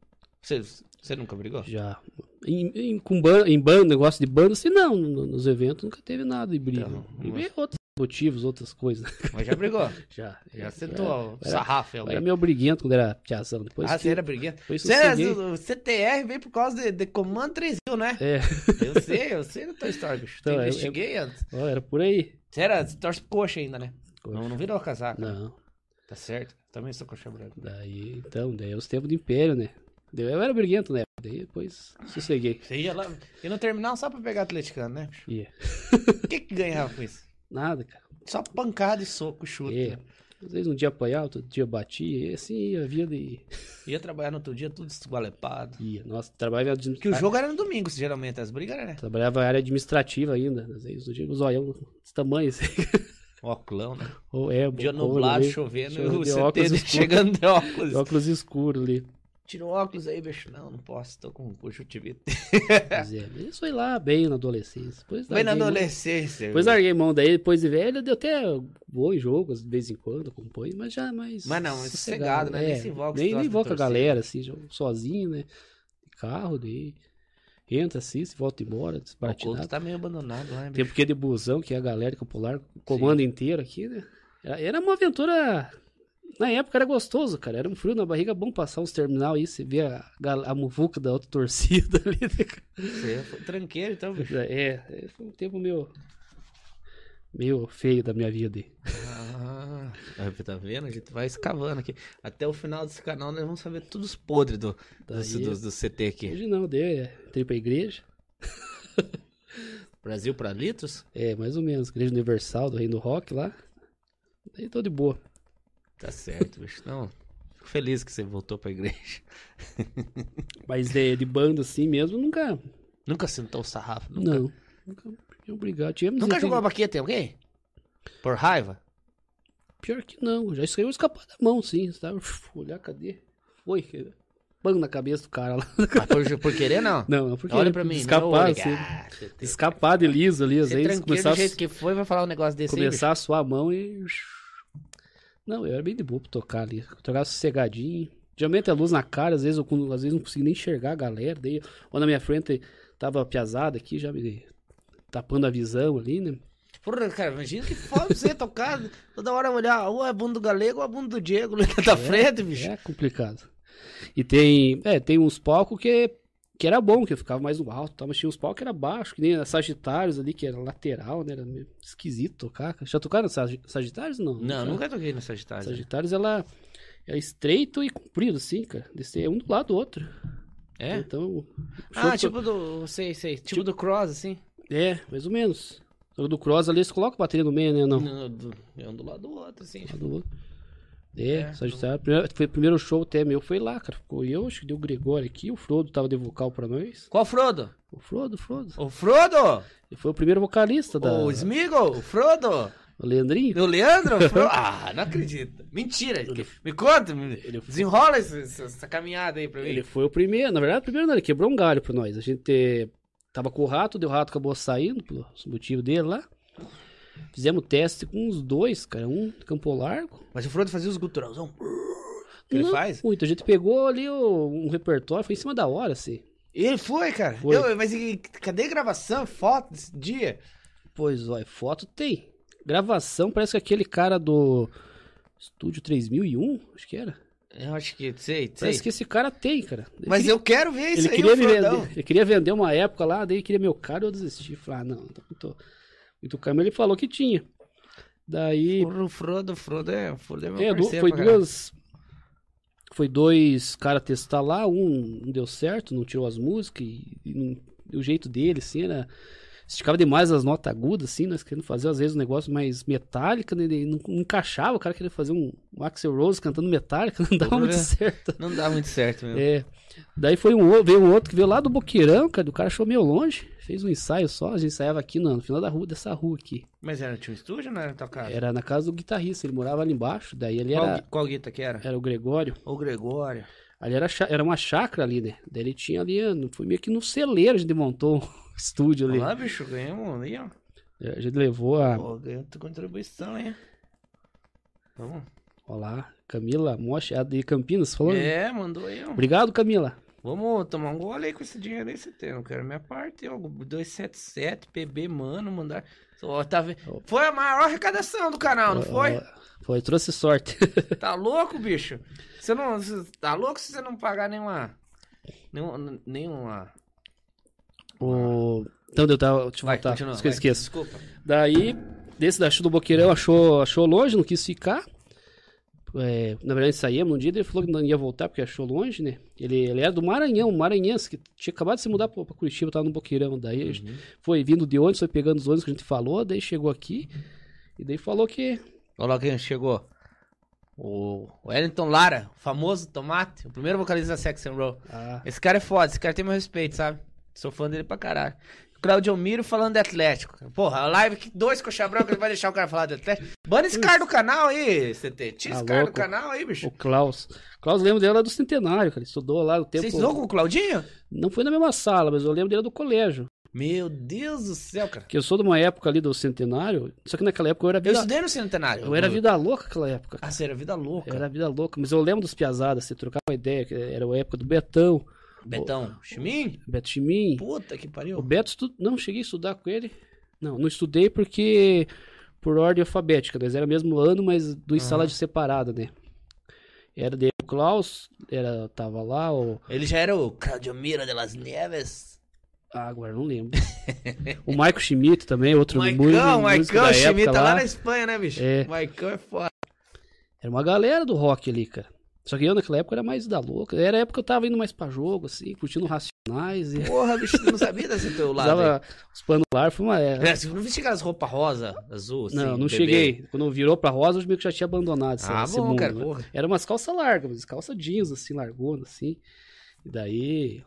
Você, você nunca brigou? Já. Em, em, com ban- em banda, negócio de banda, assim, não. no- Nos eventos nunca teve nada de briga. Então, e veio outro motivos, outras coisas. Mas já brigou. Já. Já sentou o era- sarrafo. em Eu alguém. era meio briguento quando era piazão. Depois Ah, que- você era briguento. depois que Você eu era cheguei- do- do CTR veio por causa de, de Comando 3000, né? É. Eu sei, eu sei da tua história, bicho. Então, eu eu- investiguei antes. Ó, era por aí. Você era, você torce coxa ainda, né? Não, Coxa. não virou casaco. Não. Tá certo. Também sou coxa branca. Daí, então, daí é os tempos do Império, né? Daí Eu era briguento, né? Daí depois sosseguei. Você ia lá, ia no terminal só pra pegar atleticano, né? bicho? Ia. O que que ganhava com isso? Nada, cara. Só pancada e soco, chute. É. né? Às vezes um dia apanhava, outro dia batia, e assim ia a vida e Ia trabalhar no outro dia tudo esgualepado. Tá. ia. Nossa, trabalhava, de- Porque o jogo era no domingo, geralmente, as brigas eram, né? trabalhava na área administrativa ainda. Às vezes um eu tinha os olhão desse tamanho, assim. O óculão, né? Ou é, Dia bocona, nublado, meio- né? chovendo, chovendo de e o óculos CT escuros. chegando de óculos. óculos escuros ali. Tira o óculos aí, bicho. Não, não posso, tô com conjuntivite. Pois é, mas isso foi lá bem na adolescência. Depois né? Foi na larguei mão- adolescência. Depois viu? larguei mão daí, depois de velho, deu até bons jogos de vez em quando, acompanho, mas já mais. Mas não, é sossegado, né? Nem se envolve com Nem, esse nem troço envolve de com a torcida. galera, assim, jogo sozinho, né? De carro, daí. Entra, assiste, volta embora, O culto despartinado. tá meio abandonado lá, né, Tem bicho? porque de busão, que é a galera que eu pular, comando inteiro aqui, né? Era, era uma aventura. Na época era gostoso, cara. Era um frio na barriga bom passar uns terminal aí, você vê a, gal- a muvuca da outra torcida ali, né, cara? Você foi tranqueiro, então, bicho. É, é, foi um tempo meio. meio feio da minha vida. aí. Ah, tá vendo? A gente vai escavando aqui. Até o final desse canal nós vamos saber todos os podres do, do, Daí- do, do CT aqui. Hoje não, deu, é. Entrei pra igreja. Brasil pra litros? É, mais ou menos. Igreja Universal do Reino Rock lá. Daí tô de boa. Tá certo, bicho. Não, fico feliz que você voltou pra igreja. Mas é, de, de banda assim mesmo, nunca. Nunca sentou o sarrafo? Nunca, Não. Nunca fui obrigado. Tinha nunca desempenho- jogou a baqueta em alguém? Por raiva? Pior que não. Já escreveu escapar da mão, sim. Sabe? Uf, Olhar, cadê? Foi. que- Bang na cabeça do cara lá. Mas por, por querer, não. Não, é porque Olha ele pra mim. não escapar, olha. assim, Ah, você tem- escapar de liso ali, às Você vezes. tranquilo Começar do a jeito que foi, vai falar um negócio desse aí, bicho. começar a suar a mão e. Não, eu era bem de boa pra tocar ali. Eu tocava sossegadinho. Geralmente a luz na cara, às vezes eu com- às vezes não conseguia nem enxergar a galera. Daí, ou na minha frente tava a piazada aqui, já me tapando a visão ali, né? Porra, cara, imagina que foda você tocar toda hora olhar ou a bunda do galego ou a bunda do Diego né, na tua frente, bicho. É complicado. E tem. É, tem uns palcos que, que era bom, que eu ficava mais no alto, tá? mas tinha uns palcos que era baixo, que nem a Sagitários ali, que era lateral, né? Era meio esquisito tocar. Já tocaram Sag- Sagitários? Não, Já? Não, nunca toquei no Sagitário. Sagitários, ela é estreito e comprido, assim, cara. Desse é um do lado do outro. É? Então. o show Ah, que- tipo do. Sei, sei. Tipo, do Cross, assim. É, mais ou menos. O do Cross ali, eles colocam a bateria no meio, né? Não. No- do- é um do lado do outro, assim. Lá do outro. É, É, Sagitário. Primeiro, foi o primeiro show até meu, foi lá, cara. Ficou eu, acho que deu o Gregório aqui, o Frodo tava de vocal pra nós. Qual Frodo? O Frodo, o Frodo. O Frodo? Ele foi o primeiro vocalista da. O Smigo? O Frodo? O Leandrinho. O Leandro? O Frodo? Ah, não acredito. Mentira. Me conta. me- Ele- Desenrola esse- essa, essa caminhada aí pra mim. Ele foi o primeiro, na verdade, o primeiro não, ele quebrou um galho pra nós. A gente eh, tava com o rato, deu o rato, acabou saindo, pelo motivo dele lá. Fizemos teste com os dois, cara, um de Campo Largo. Mas o Frodo fazia os guturalzão. Que ele Não, faz? Muito, a gente pegou ali o- um repertório, foi em cima da hora, assim. Ele foi, cara. Foi. Eu- mas e- cadê gravação, foto desse dia? Pois, olha, foto tem. Gravação, parece que aquele cara do Estúdio 3001, acho que era. Eu acho que, sei, Parece que esse cara tem, cara. Ele Mas queria- eu quero ver isso ele aí, é um queria o me Frodão. vender, ele queria vender uma época lá, daí ele queria meu caro, eu desisti. Falei, ah, não, tá muito, muito caro. Mas ele falou que tinha. Daí, O Frodo, o Frodo é, o Frodo é meu é, du- parceiro foi pra caralho. duas. Foi dois caras testar lá, um não deu certo, não tirou as músicas, e, e não- e o jeito dele, assim, era. Esticava demais as notas agudas, assim, nós querendo fazer, às vezes, um negócio mais metálico, né? E não, não encaixava, o cara queria fazer um, um Axel Rose cantando metálico, não dava Porra. muito certo. Não dá muito certo mesmo. É. Daí foi um, ou- veio um outro que veio lá do Boqueirão, cara. O cara achou meio longe. Fez um ensaio só. A gente ensaiava aqui no, no final da rua, dessa rua aqui. Mas era, tinha um estúdio ou não era na tua casa? Era na casa do guitarrista. Ele morava ali embaixo. Daí ele Qual, era, É. gui- qual guita que era? era o Gregório. O Gregório. Ali era, chá- era uma chácara ali, né? Daí ele tinha ali. ah, no- Foi meio que no celeiro. A gente montou um estúdio ali. É, Olha lá, bicho, ganhamos aí, ó. A gente levou a. Pô, ganhou tua contribuição, hein? Vamos. Olha lá. Camila Mocha, a de Campinas, falou. né? É, mandou aí, ó. Obrigado, Camila. Vamos tomar um gole aí com esse dinheiro aí que você tem. Eu quero minha parte. Ó, 277, PB, mano, mandar. Ó, tá ve- Ó. Foi a maior arrecadação do canal, Ah, não foi? Foi, trouxe sorte. Tá louco, bicho? Você não. você- Tá louco se você não pagar nenhuma. Nenhuma. nenhuma... O- Então, eu tava. Deixa eu Vai, voltar, continua. isso que eu vai. esqueço. Desculpa. Daí, desse da do Boqueirão achou, achou longe, não quis ficar. É, na verdade, saímos um dia, ele falou que não ia voltar porque achou longe, né? Ele, ele era do Maranhão, um maranhense, que tinha acabado de se mudar pra, pra Curitiba, tava no Boqueirão. Daí a gente foi vindo de ônibus, foi pegando os ônibus que a gente falou, daí chegou aqui. E daí falou que. Olha lá quem chegou. O Wellington Lara, o famoso tomate, o primeiro vocalista da Sex and Roll. Ah, Esse cara é foda, esse cara tem meu respeito, sabe? Sou fã dele pra caralho. O Claudio Almiro falando de Atlético. Porra, a live que dois coxa branca ele vai deixar o cara falar de Atlético. Bana esse cara do canal aí, CT. Tira esse Tá cara do louco. canal aí, bicho. o Klaus. Klaus lembro dele era do Centenário, cara. Ele estudou lá o tempo. Você estudou com o Claudinho? Não foi na mesma sala, mas eu lembro dele do colégio. Meu Deus do céu, cara. Que eu sou de uma época ali do Centenário, só que naquela época eu era Eu vida, estudei no centenário. eu era vida louca aquela época. Ah, você era vida louca. Era vida louca, mas eu lembro dos piazadas, você trocava uma ideia, que era a época do Betão, Betão, Chimim? Beto Chimim. Puta que O pariu. Beto, estu... não, cheguei a estudar com ele. Não, não estudei porque, por ordem alfabética, nós era mesmo ano, mas duas Aham. salas de separada, né? Era de o Klaus, era, tava lá, o... Ele já era o Claudio Almiro de las Nieves. Ah, agora não lembro. o Maico Schmidt também, outro mu- Maicão, músico da Maicão, Chimim época tá lá. lá na Espanha, né, bicho? É. Maicão é foda. Era uma galera do rock ali, cara. Só que eu naquela época era mais da louca. Era a época que eu tava indo mais pra jogo, assim, curtindo Racionais e... Porra, bicho, você não sabia desse teu lado aí? Usava os panos lar, foi uma era. É, você não vestia aquelas roupas rosa, azul, assim, não, não bebê? cheguei. Quando virou pra rosa, eu meio que já tinha abandonado esse, Ah, esse bom, mundo, cara, né? porra. Era umas calças largas, mas calça jeans, assim, largona, assim. E daí,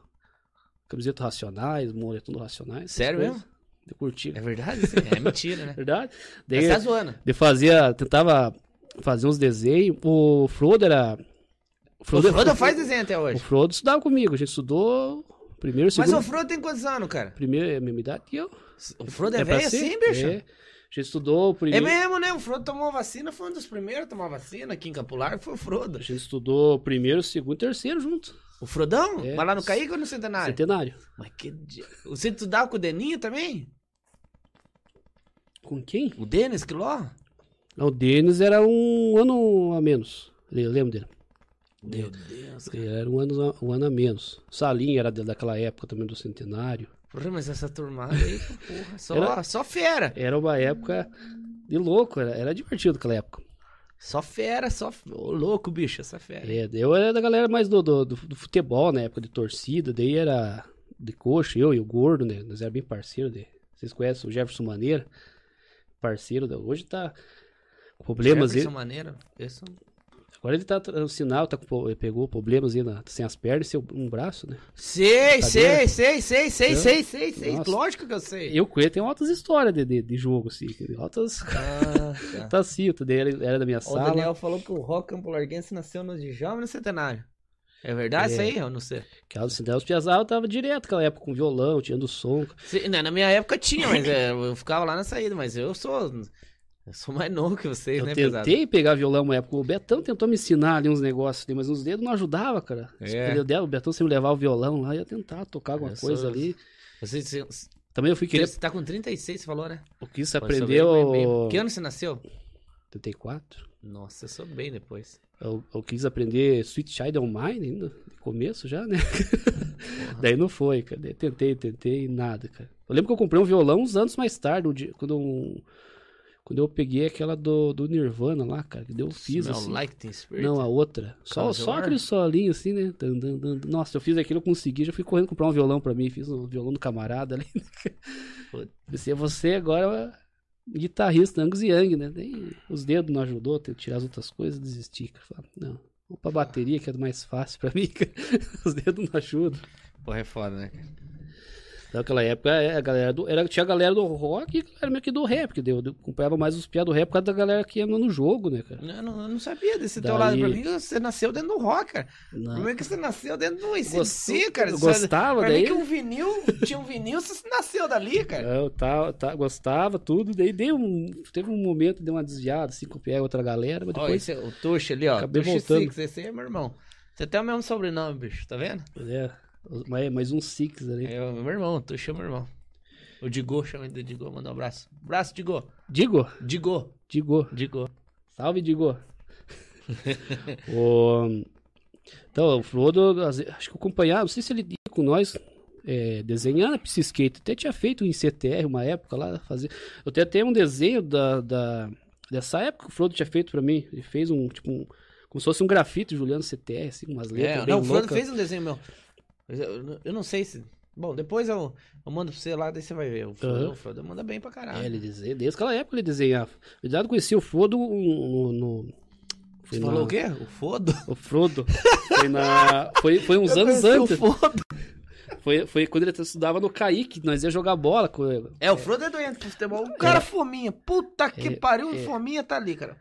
camiseta racionais, moletom do racionais. Sério essas mesmo? coisas. Eu curti. É verdade? isso? É mentira, né? Verdade? Daí, Você tá zoando. eu fazia, tentava fazer uns desenhos. O Frodo era... O é O Frodo faz o desenho até Frodo, hoje. estudava comigo, a gente estudou primeiro, Mas segundo... o Frodo tem quantos anos, cara? Primeiro, é a mesma idade que eu. O Frodo é, É pra velho ser? assim, bicho? É. A gente estudou o É primeiro... mesmo, né? O Frodo tomou vacina, foi um dos primeiros a tomar vacina aqui em Capular, foi o Frodo. A gente estudou o primeiro, o segundo e o terceiro junto. O Frodão? É. Mas lá no Caíque ou no Centenário? Centenário. Mas que dia... Você estudava com o Deninho também? Com quem? O Denis Quiló? Não, o Denis era um ano a menos. Eu lembro dele. Meu Deus, cara. Ele era um ano, a- um ano a menos. Salinha era da- daquela época também do centenário. Porra, mas essa turmada aí, porra, só, Era- só fera. Era uma época de louco, era, era divertido aquela época. Só fera, só... Ô, louco, bicho, essa fera. É, eu era da galera mais do, do, do fu- do futebol, na época de torcida, daí era de coxa, eu e o Gordo, né? Nós éramos bem parceiros. De... Vocês conhecem o Jefferson Maneira? Parceiro, da... hoje tá com problemas. Jefferson ele- Maneiro, esse- Agora ele tá, tra- o sinal tá com po- pegou problemas aí na- tá sem as pernas e seu- um braço, né? Sei, sei, Brincadeira. sei, sei, sei, Eu? sei, sei, sei. Nossa. Lógico que eu sei. Eu com ele tem altas histórias de, de, de jogo, assim. que- Altas Ah, tá. tacitas dele, ele era da minha O sala. Daniel falou que o rock campolarguense nasceu no Djalma e no Centenário. É verdade É. isso aí? Eu não sei. Que altas ideias, os Piazal tava direto naquela época com violão, tirando som. Se- né, na minha época tinha, mas é, eu ficava lá na saída, mas eu sou... Eu sou mais novo que vocês, Eu né, pesado? tentei pegar violão uma época. O Betão tentou me ensinar ali uns negócios ali, mas os dedos não ajudava, cara. É. Ele- O Betão sempre levava o violão lá e ia tentar tocar alguma Eu sou- coisa ali. Você, você, Também eu fui querer. você tá com 36, você falou, né? Eu quis Pô, eu sou aprender bem- bem- bem- o. Que ano você nasceu? 84. Nossa, eu sou bem depois. Eu, eu quis aprender Sweet Child on Mine ainda, de começo já, né? Daí não foi, cara. Daí tentei, tentei, nada, cara. Eu lembro que eu comprei um violão uns anos mais tarde, um dia- quando, um- quando eu peguei aquela do, do Nirvana lá, cara, que deu fiz Smell assim. Like Teen Spirit. Não, a outra. Só, Cause só War? aquele solinho assim, né? Dan, dan, dan. Nossa, eu fiz aquilo, eu consegui, já fui correndo comprar um violão pra mim, fiz um violão do camarada ali. Puta. Pensei, você agora é guitarrista, Angus Young, né? Nem os dedos não ajudou, tem que tirar as outras coisas, desisti. cara. Falei, não, vou pra bateria, que é mais fácil pra mim, cara. os dedos não ajudam. Porra, é foda, né? cara? Naquela época, é, a galera do, era, tinha a galera do rock e a galera meio que do rap, que deu, eu acompanhava mais os piados do rap por causa da galera que ia no jogo, né, cara? Eu não, eu não sabia desse teu Daí- lado. Pra mim, você nasceu dentro do rock, cara. Não. Como é que você nasceu dentro do ICC, Gostou- cara? eu Você- gostava pra mim daí. É, que um vinil, tinha um vinil, você nasceu dali, cara. Eu tava, ta- tá, gostava, tudo. Daí dei um, teve um momento, deu uma desviada, assim, com a outra galera, mas Ó, depois. esse é o Tuxa ali, ó. Acabei Tuxa voltando. Six, esse aí é meu irmão. Você tem o mesmo sobrenome, bicho, tá vendo? É, Mais, mais um Six ali. É o meu irmão, tu chama meu irmão. O Digô, chama ele de Digô, manda um abraço. Abraço, Digô. Digo? Digô, Digo. Digô. Salve, Digo. O- Então, o Frodo, às ve- acho que eu acompanhava, não sei se ele ia com nós é, desenhar na Pizza Skate. Até tinha feito em CTR uma época lá. Fazer... Eu até tenho um desenho da, da- dessa época que o Frodo tinha feito pra mim. Ele fez um, tipo, um, como se fosse um grafite Juliano CTR, assim, umas letras. É, bem não, o Frodo loucas. fez um desenho meu. Mas Eu, eu não sei se. Bom, depois eu, eu mando pra você lá, daí você vai ver. O Frodo, Aham. o Frodo manda bem pra caralho. É, ele desenha, desde aquela época ele "Ah, desenhava. Na verdade, eu conheci o Frodo no. no, no- Você foi falou na- o quê? O Fodo? O Frodo. Foi, na, foi, foi uns Eu anos conheci o antes. Fodo. Foi, foi quando ele estudava no Kaique, nós ia jogar bola com ele. É, o Frodo é doente pro futebol. O cara é fominha. Puta que pariu, fominha tá ali, cara.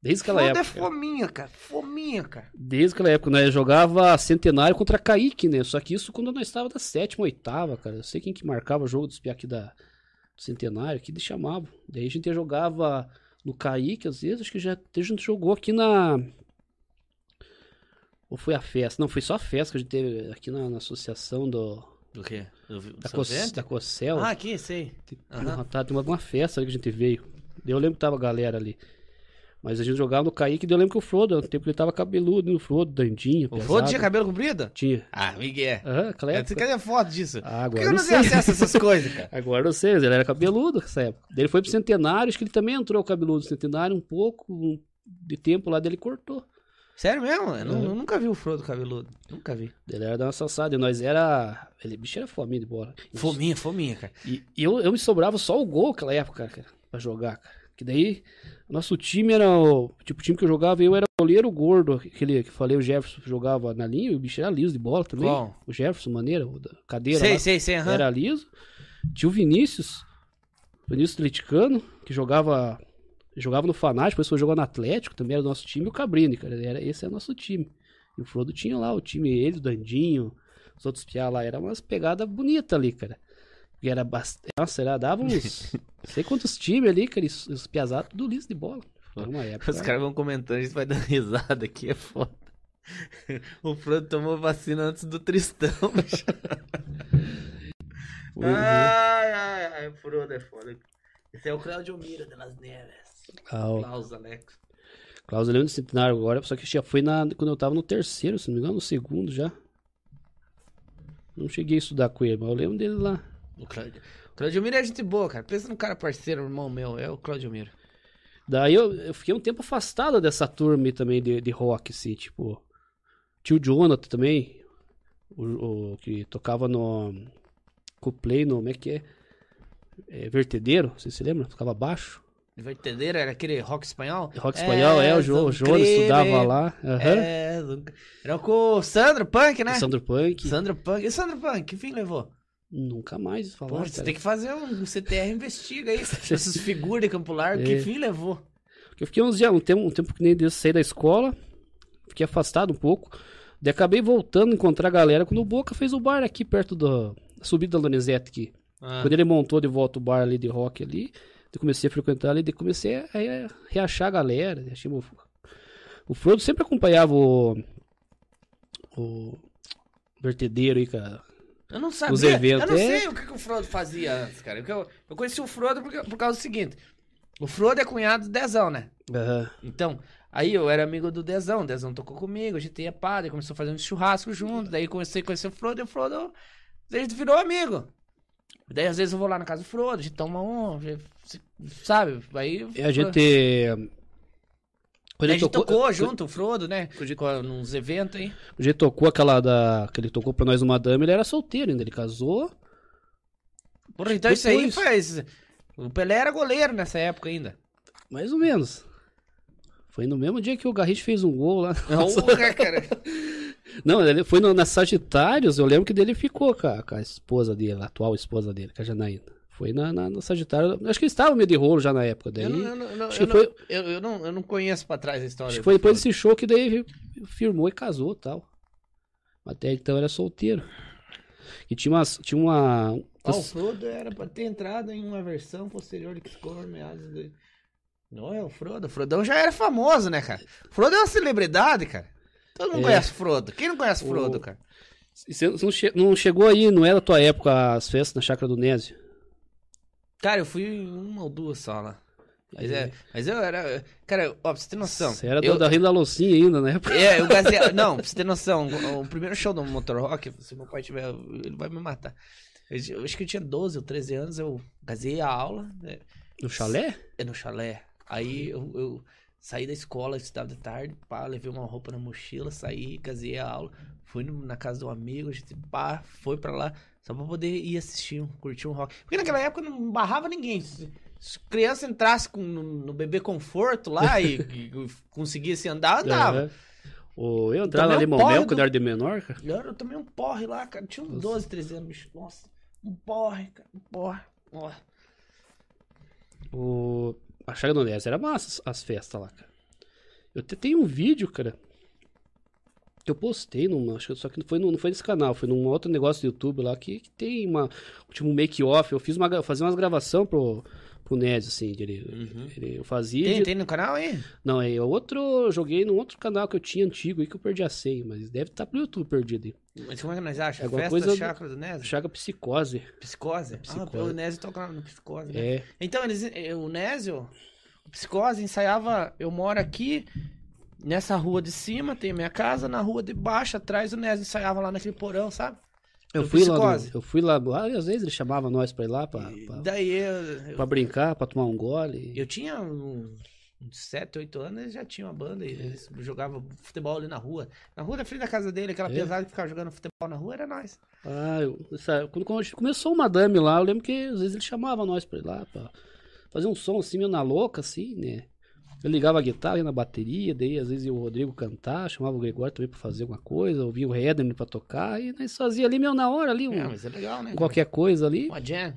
Desde aquela Foda é época. fominha, cara. Fominha, cara. Desde aquela época, nós jogava centenário contra Kaique, né? Só que isso quando nós estava da sétima, oitava, cara. Eu sei quem que marcava o jogo dos piá aqui da, do centenário, que eles chamavam. Daí a gente jogava no Kaique, às vezes, acho que já até a gente jogou aqui na. Ou foi a festa? Não, foi só a festa que a gente teve aqui na, na associação do, Do quê? Do, da, Co da Cocel. Ah, aqui, sei. Te- Aham. Não, tá, tem alguma festa ali que a gente veio. Eu lembro que tava a galera ali. Mas a gente jogava no Kaique, daí eu lembro que o Frodo, no tempo que ele tava cabeludo, né? o Frodo, dandinho, O Frodo tinha pesado. cabelo comprido? Tinha. Ah, Miguel. Aham, aquela É. Você época. quer foto disso? Ah, Por agora que eu eu não não tenho acesso a essas coisas, cara? Agora eu sei, ele era cabeludo nessa época. Daí ele foi pro centenário, acho que ele também entrou cabeludo no centenário um pouco um- de tempo lá, dele cortou. Sério mesmo? Eu, nu- Uhum. eu nunca vi o Frodo cabeludo. Nunca vi. Daí Ele era da nossa assada, e nós era. Ele bicho era fominha de bola. Fominha, fominha, cara. E e eu, eu me sobrava só o gol naquela época, cara, pra jogar, cara. Que daí, nosso time era o. Tipo, o time que eu jogava, eu era o goleiro gordo, aquele que eu falei, o Jefferson jogava na linha, e o bicho era liso de bola também. Qual? O Jefferson, maneira, o da cadeira Sei, lá, sei, sei, aham. era liso. Tinha o Vinícius, o Vinícius Atleticano, que jogava. Jogava no Fanático, depois foi jogar no Atlético, também era do nosso time, e o Cabrini, cara. Era, esse era o nosso time. E o Frodo tinha lá o time, ele, o Dandinho, os outros piá lá. Era umas pegadas bonitas ali, cara. Porque era bastante. Nossa, era, dava uns. não sei quantos times ali, cara. e Os, os piazados tudo liso de bola. Era uma época. Os caras vão comentando, a gente vai dando risada aqui, é foda. O Frodo tomou vacina antes do Tristão. bicho. Uhum. ai, ai, ai, o Frodo é foda. Esse é o Claudio Mira de Las Neves. Ah, o Klaus Alex. Klaus eu lembro do centenário agora, só que já foi na, quando eu tava no terceiro, se não me engano, no segundo já. Não cheguei a estudar com ele, mas eu lembro dele lá. O Claudio. O Claudio Mira é gente boa, cara. Pensa num cara parceiro, irmão meu. É o Claudio Mira. Daí eu, eu fiquei um tempo afastado dessa turma aí também de, de rock, assim, tipo. Tio Jonathan também, o, o que tocava no. Com o Play, no. Como é que é? é vertedeiro, vocês se lembram? Tocava baixo. Vertedeiro era aquele rock espanhol? Rock espanhol, é, o, Jo- o Jonas estudava lá. Aham. É, era com o Sandro Punk, né? Sandro Punk. Sandro Punk. E o Sandro Punk, que fim levou? Nunca mais Pô, falaram. você cara. tem que fazer um CTR investiga aí. Essas figuras de Campo Largo, que É. fim levou? Porque eu fiquei uns dias, um tempo, um tempo que nem desse, saí da escola, fiquei afastado um pouco. Daí acabei voltando a encontrar a galera quando o Boca fez o bar aqui perto da da subida da Donizete aqui. Ah. Quando ele montou de volta o bar ali de rock ali, eu comecei a frequentar ali, daí comecei a re- reachar a galera. Achei o, o Frodo sempre acompanhava o. o vertedeiro aí, cara. Eu não sabia. Os eventos, eu não é. sei o que, que o Frodo fazia antes, cara. Porque eu, eu conheci o Frodo porque- por causa do seguinte. O Frodo é cunhado do Dezão, né? Aham. Então, aí eu era amigo do Dezão, o Dezão tocou comigo, a gente ia padre, começou a fazer um churrasco junto, daí comecei a conhecer o Frodo, e o Frodo, daí a gente virou amigo. Daí às vezes eu vou lá na casa do Frodo, a gente toma um, a gente se- sabe? Aí E a gente. Daí Quando Ah. a gente tocou, quando- junto, o Frodo, né? Com- Nos eventos aí. O jeito tocou aquela da. que ele tocou pra nós uma dama, ele era solteiro ainda, ele casou. Porra, então isso aí Depois- faz. O Pelé era goleiro nessa época ainda. Mais ou menos. Foi no mesmo dia que o Garrincha fez um gol lá. Porra, cara. Não, ele foi no- na Sagitários, eu lembro que dele ficou com a, com a esposa dele, a atual esposa dele, com a Janaína. Foi na, na, na Sagitários. Acho que eles estavam meio de rolo já na época. Daí, Eu não, eu, não, eu, não, acho eu, que não, foi- eu- eu não, eu não conheço pra trás a história. acho que foi do depois Frodo. desse show que daí firmou e casou e tal. Até então era solteiro. E tinha, umas, tinha uma. Ah, o Frodo era pra ter entrado em uma versão posterior de que ficou em meados de... Não é o Frodo. O Frodão já era famoso, né, cara? O Frodo é uma celebridade, cara. Todo mundo É. conhece o Frodo. Quem não conhece o O- Frodo, cara? E Você você não, che- não chegou aí, não era tua época as festas na Chácara do Nézio? Cara, eu fui em uma ou duas só lá. Mas, é, mas eu era. Cara, ó, pra você ter noção. Você era do- eu, da Renda da Loucinha ainda, né? É, eu gastei. Não, pra você ter noção, o- o primeiro show do Motor Rock, se meu pai tiver, ele vai me matar. Eu, ti- eu acho que eu tinha 12 ou 13 anos, eu gazei a aula né, No chalé? é no chalé. Aí eu, eu saí da escola, estudava de tarde, pá, levei uma roupa na mochila, saí, gazei a aula, fui no- na casa de um amigo, a gente pá, foi pra lá, só pra poder ir assistir, um- curtir um rock. Porque naquela época não barrava ninguém. Se, se criança entrasse com, no, no bebê conforto lá e, e conseguisse andar, andava. Aham. Ô, eu entrava Tomei um ali porre Momel do- quando eu era de menor, cara. Eu, eu tomei um porre lá, cara. Tinha uns Nossa. 12, 13 anos, bicho. Nossa, um porre, cara. Um porre. Ó. O... A Chaga do Nézio era massa as- as festas lá, cara. Eu te- tenho um vídeo, cara, que eu postei, numa, acho que- só que não foi, no- não foi nesse canal, foi num outro negócio do YouTube lá, que, que tem uma, tipo um make-off, eu fiz uma, gra- fazia umas gravação pro, pro Nézio, assim, de ele, ele- eu fazia... Tem, de- tem no canal aí? Não, é outro, eu joguei num outro canal que eu tinha antigo aí que eu perdi a senha, mas deve estar pro YouTube perdido aí. Mas como é que nós achamos? Alguma Festa coisa do- Chácara do Nézio? Chaga Psicose, Psicose? Psicose. Ah, o Nézio tocava no Psicose. né? é, Então, eles, eh, o Nézio, o Psicose ensaiava... Eu moro aqui, nessa rua de cima, tem minha casa. Na rua de baixo, atrás, o Nézio ensaiava lá naquele porão, sabe? eu Do fui lá, no- Psicose. eu fui lá, às vezes ele chamava nós pra ir lá, pra, E pra- Daí, eu, eu- Pra brincar, pra tomar um gole. Eu tinha um- uns 7, 8 anos, eles já tinha uma banda. E eles jogavam futebol ali na rua. Na rua da frente da casa dele, aquela É? pesada que ficava jogando futebol na rua, era nós. Ah, eu- essa- quando, quando a gente começou o Madame lá, eu lembro que às vezes ele chamava nós pra ir lá, pra fazer um som assim, meio na louca, assim, né? Eu ligava a guitarra, ia na bateria, daí às vezes ia o Rodrigo cantar, chamava o Gregório também pra fazer alguma coisa, ouvia o Redner pra tocar, e nós fazia ali, meu, na hora ali, um, É, mas é legal, né? qualquer coisa ali, Uma jam.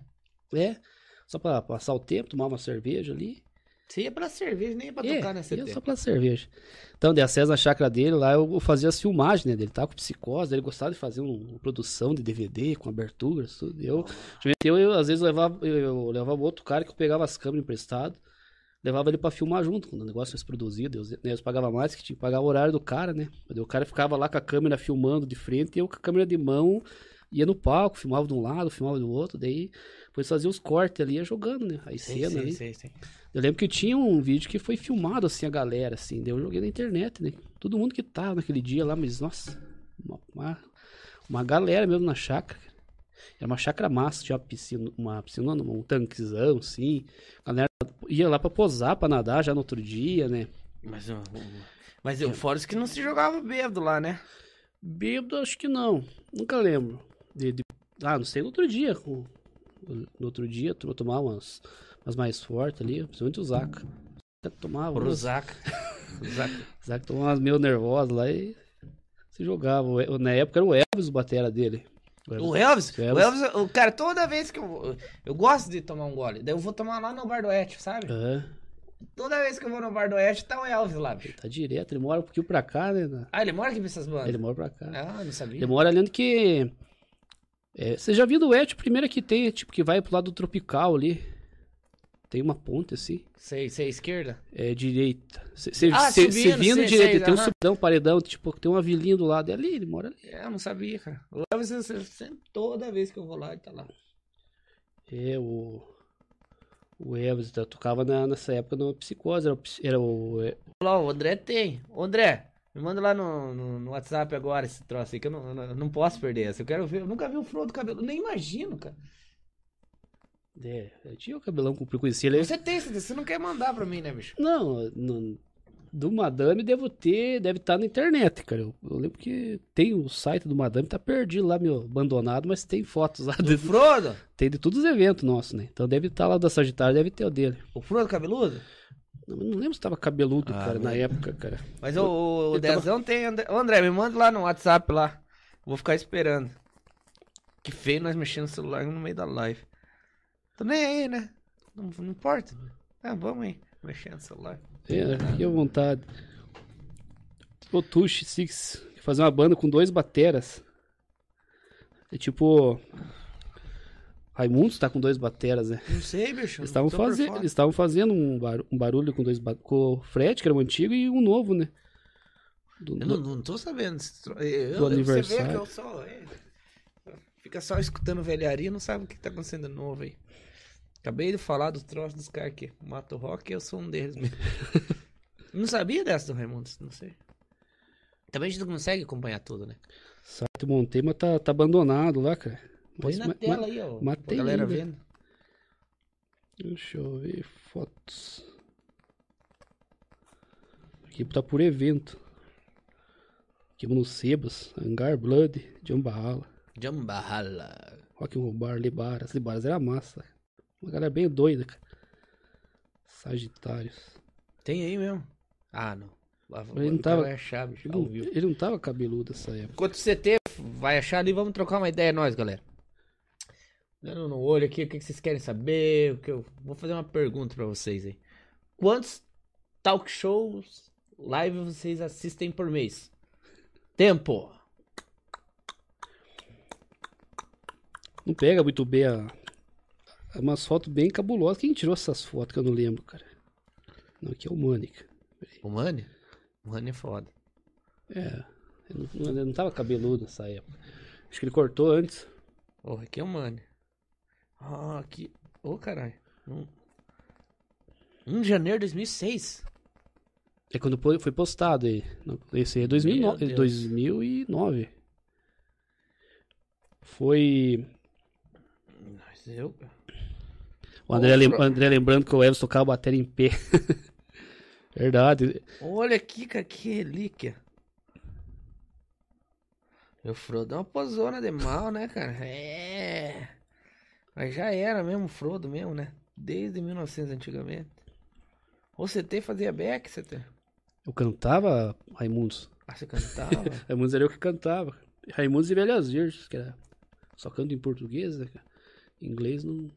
é, só pra passar o tempo, tomar uma cerveja ali. Você ia pra cerveja, nem ia pra É, tocar né, nessa ia época. só pra cerveja. Então, de acesso na chácara dele, lá eu fazia as filmagens né, dele, tava com psicose, ele gostava de fazer um- uma produção de DVD com aberturas, tudo. Eu, eu, eu, às vezes, levava, eu, eu levava outro cara que eu pegava as câmeras emprestado, levava ele pra filmar junto, quando o negócio fosse produzido, eu, né, eles pagavam mais, que tinha que pagar o horário do cara, né? Daí O cara ficava lá com a câmera filmando de frente, e eu com a câmera de mão ia no palco, filmava de um lado, filmava do outro, daí depois fazia os cortes ali, ia jogando, né? Aí Sei, cena sei, ali. sei, sei. Eu lembro que tinha um vídeo que foi filmado assim, a galera, assim, daí eu joguei na internet, né? Todo mundo que tava naquele dia lá, mas nossa, uma, uma, uma galera mesmo na chácara. cara. Era uma chácara massa, tinha uma piscina, uma piscina, não, um tanquezão, assim. A galera ia lá pra posar, pra nadar já no outro dia, né? Mas, o- o- mas É. eu, fora os que não se jogava bêbado lá, né? Bêbado, acho que não. Nunca lembro. De- de- Ah, não sei, no outro dia. com- No outro dia, eu tomar umas, umas mais fortes ali, principalmente o Zaca. O Zaca Tomava umas- Prozac. Prozac. Apesar que tomava umas meio nervosas lá e se jogava. O El- Na época era o Elvis o batera dele. O Elvis- O Elvis, O o Elvis. Elvis, o cara, toda vez que eu. Eu gosto de tomar um gole. Daí eu vou tomar lá no Bar do Oeste, sabe? Aham, Toda vez que eu vou no Bar do Oeste, tá o Elvis lá, bicho. tá direto, ele mora um pouquinho pra cá, né? na- Ah, ele mora aqui pra essas bandas? Ele mora pra cá. Ah, não sabia. Ele mora ali onde que. É, você já viu do Et, primeira que tem, tipo, que vai pro lado do tropical ali. Tem uma ponte assim. Sei, sei, esquerda. É direita. Você você- Ah, você- subindo, você vindo sei, direita, sei, tem um aham. subidão, paredão, tipo, tem uma vilinha do lado. É ali, ele mora ali. É, eu não sabia, cara. O Elvis, você- você- toda vez que eu vou lá, ele tá lá. É, o. O Elvis tá, tocava na- nessa época no Psicose, era o, ps- era o Lá, o André tem. Ô, André, me manda lá no, no, no WhatsApp agora esse troço aí, que eu não, eu não- eu não posso perder essa. Eu quero ver. Eu nunca vi um fro do cabelo. Nem imagino, cara. É, eu tinha o cabelão comprido, conhecia ele. Você tem, você não quer mandar pra mim, né, bicho? Não, não- do Madame devo ter, deve estar na internet, cara. Eu, eu lembro que tem o site do Madame, tá perdido lá, meu, abandonado, mas tem fotos lá. O de- Frodo? tem de todos os eventos nossos, né? Então deve estar lá da Sagitário, deve ter o dele. O Frodo cabeludo? Não, não lembro se tava cabeludo, Ah, cara, na mas- época, cara. Mas o, o, o Eu tava- Dezão tem. André, Ô, André, me manda lá no WhatsApp lá. Vou ficar esperando. Que feio nós mexendo no celular no meio da live. Tô nem aí, né? Não, não importa. Ah, vamos aí. Mexendo no celular. É, Ah. fiquei à vontade. O Tush Six, fazer uma banda com dois bateras. É tipo. Raimundos tá com dois bateras, né? Não sei, Eles bicho. não estavam tô por fazendo, fora. eles estavam fazendo um, bar- um barulho com dois ba- com o Fred, que era o antigo, e um novo, né? um Do- Eu do- não, não tô sabendo. se tro- Eu, eu- Você vê aniversário. que eu só. é, fica só escutando velharia e não sabe o que tá acontecendo de novo aí. Acabei de falar dos troços dos caras que matam o rock eu sou um deles mesmo. não sabia dessa do Raimundo, não sei. Também a gente não consegue acompanhar tudo, né? Site Montema tá, tá abandonado lá, cara. Põe Mas- na ma- tela ma- aí, ó. mas a tem galera ainda. vendo. Deixa eu ver fotos. Aqui tá por evento. Aqui no Sebas, Hangar Blood, Jambahala, Jambahala. Rock and Bar, Libaras. Libaras era massa. Uma galera bem doida, cara. Sagitários. Tem aí mesmo. Ah, não. Lá- Ele não o cara tava- vai achar, bicho, Ele ao não, vivo. ele não tava cabeludo nessa época. Enquanto o CT vai achar ali, vamos trocar uma ideia nós, galera. Dando no olho aqui, o que que vocês querem saber? O que eu... Vou fazer uma pergunta pra vocês aí. Quantos talk shows live vocês assistem por mês? Tempo. Não pega muito bem a. a- Umas fotos bem cabulosas. Quem tirou essas fotos que eu não lembro, cara? Não, aqui é o Mânica. O Mani? O Mani é foda. É. Ele não, ele não tava cabeludo nessa época. Acho que ele cortou antes. Porra, aqui é o Mani. Ah, aqui. Ô, caralho. Um... 1 de janeiro de 2006. É quando po- foi postado aí. Não, Esse aí é Meu 2009. Deus. 2009. Foi. Mas eu... O André, lem- Outra. o André lembrando que o Elvis tocava a bateria em pé. Verdade. Olha aqui, cara, que relíquia. Meu Frodo é uma pozona de mal, né, cara? É. Mas já era mesmo o Frodo mesmo, né? Desde 1900 antigamente. Ou CT fazia back, CT? Eu cantava Raimundos. Ah, você cantava? Raimundos era eu que cantava. Raimundos e Velhas Virgens, que era. Só canto em português, né? cara? Em inglês não.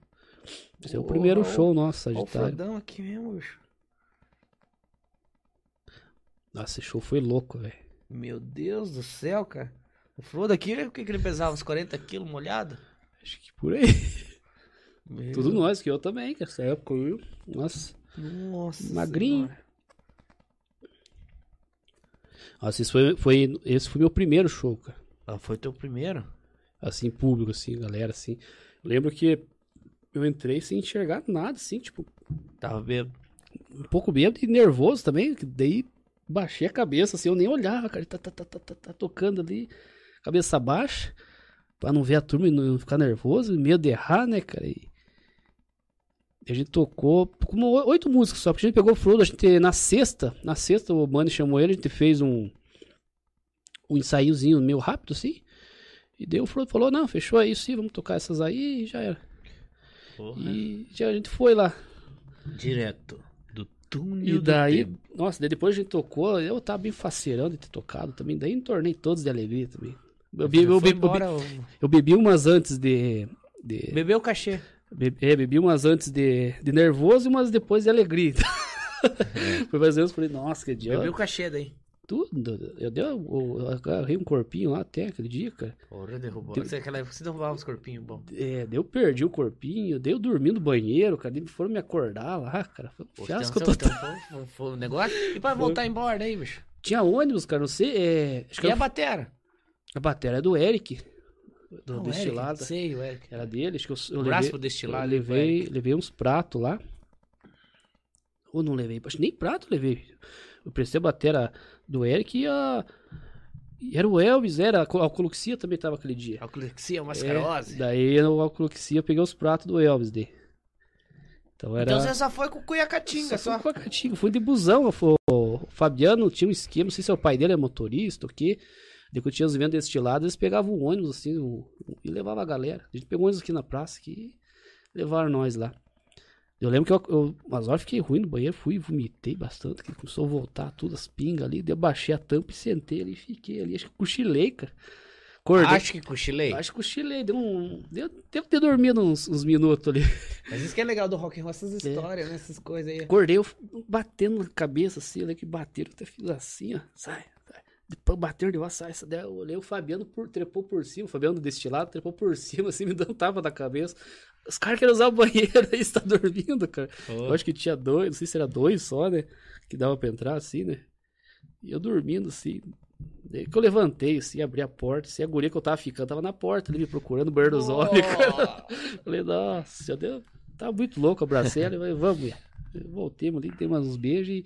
Esse é o Ô, primeiro ô, show nosso, Olha o Sagitário. Frodão aqui mesmo, bicho. Nossa, esse show foi louco, velho. Meu Deus do céu, cara. O Frodo aqui, o que que ele pesava? Uns 40 quilos molhado? Acho que por aí. Meu Tudo nós, que eu também, que essa época eu. Nossa. Nossa. Magrinho. Senhora. Nossa, esse foi, foi, esse foi meu primeiro show, cara. Ah, foi teu primeiro? assim, público, assim, galera, assim. Eu lembro que eu entrei sem enxergar nada, assim, tipo, Tava bêbado. um pouco bêbado e nervoso também, que daí baixei a cabeça, assim, eu nem olhava, cara, tá, tá, tá, tá, tá, tá tocando ali, cabeça baixa, pra não ver a turma e não ficar nervoso, e medo de errar, né, cara, e... e A gente tocou como o- oito músicas só, porque a gente pegou o Frodo, a gente, na sexta, na sexta o Bunny chamou ele, a gente fez um, um ensaiozinho meio rápido, assim, e daí o Frodo falou, não, fechou, é isso aí, vamos tocar essas aí, e já era. Porra. E já a gente foi lá. Direto do túnel E daí, do tempo. nossa, daí depois a gente tocou, eu tava me faceirando de ter tocado também, daí entornei todos de alegria também. Eu, bebi- eu Foi bebi- eu embora, bebi- o- eu bebi umas antes de. de Bebeu o cachê. be- é, bebi umas antes de, de nervoso e umas depois de alegria. Foi mais ou menos, falei, nossa, que dia. Bebeu o cachê daí. Tudo. Eu, dei, eu, eu agarrei um corpinho lá até aquele dia, cara. Porra, derrubou. Você, aquela época, você derrubava os corpinhos bom. É, daí eu perdi o corpinho, daí eu dormi no banheiro, cara. daí foram me acordar lá, cara. Foi um Pô, fiasco então, total. então, foi, foi- foi um negócio. E pra voltar embora daí, bicho. Tinha ônibus, cara, não sei. É, acho que E a era- batera? a bateria é do Eric. Do Não, o Eric, destilado. não sei, o Eric. Era dele, acho que eu, eu o braço levei, pro eu destilado. levei, é. levei uns pratos lá. Ou não levei, acho que nem prato eu levei. Eu prestei a batera do Eric e a... e era o Elvis, era a co- a alcoloxia também tava aquele dia. Alclexia, É, mascarose. daí eu, a alcoloxia, eu peguei os pratos do Elvis dele. Então era... Então você só foi com o Cuiacatinga Só só. fui com a Caatinga, fui de busão. eu fui- O Fabiano tinha um esquema, não sei se é o pai dele é motorista ou o quê. Daí quando tinha os vendas destilados, eles pegavam um ônibus assim um- um- e levavam a galera. A gente pegou um ônibus aqui na praça aqui, e levaram nós lá. Eu lembro que eu, eu umas horas fiquei ruim no banheiro, fui e vomitei bastante, que começou a voltar tudo, as pingas ali, daí eu baixei a tampa e sentei ali, fiquei ali, acho que cochilei, cara. Acordei, acho, Acho que cochilei. que cochilei, deu um, deu, devo ter dormido uns- uns minutos ali. Mas isso que é legal do rock and roll, essas histórias, né? Essas coisas aí. Acordei eu batendo na cabeça, assim, olha que bateram, eu até fiz assim, ó, sai, sai. Depois bateram, deu uma sai, sai. Daí eu olhei o Fabiano, por, trepou por cima, o Fabiano destilado, trepou por cima, assim, me dando um tapa na cabeça. Os caras querem usar o banheiro aí, você tá dormindo, cara. Eu acho que tinha dois, não sei se era dois só, né, que dava pra entrar, assim, né. E eu dormindo, assim. Daí que eu levantei, assim, abri a porta, assim, a guria que eu tava ficando tava na porta ali me procurando, banheiro é dos olhos. Falei, nossa, meu Deus, tá muito louco, abracei ela, e falei, vamos, mulher. Voltemos ali, dei umas- uns beijos e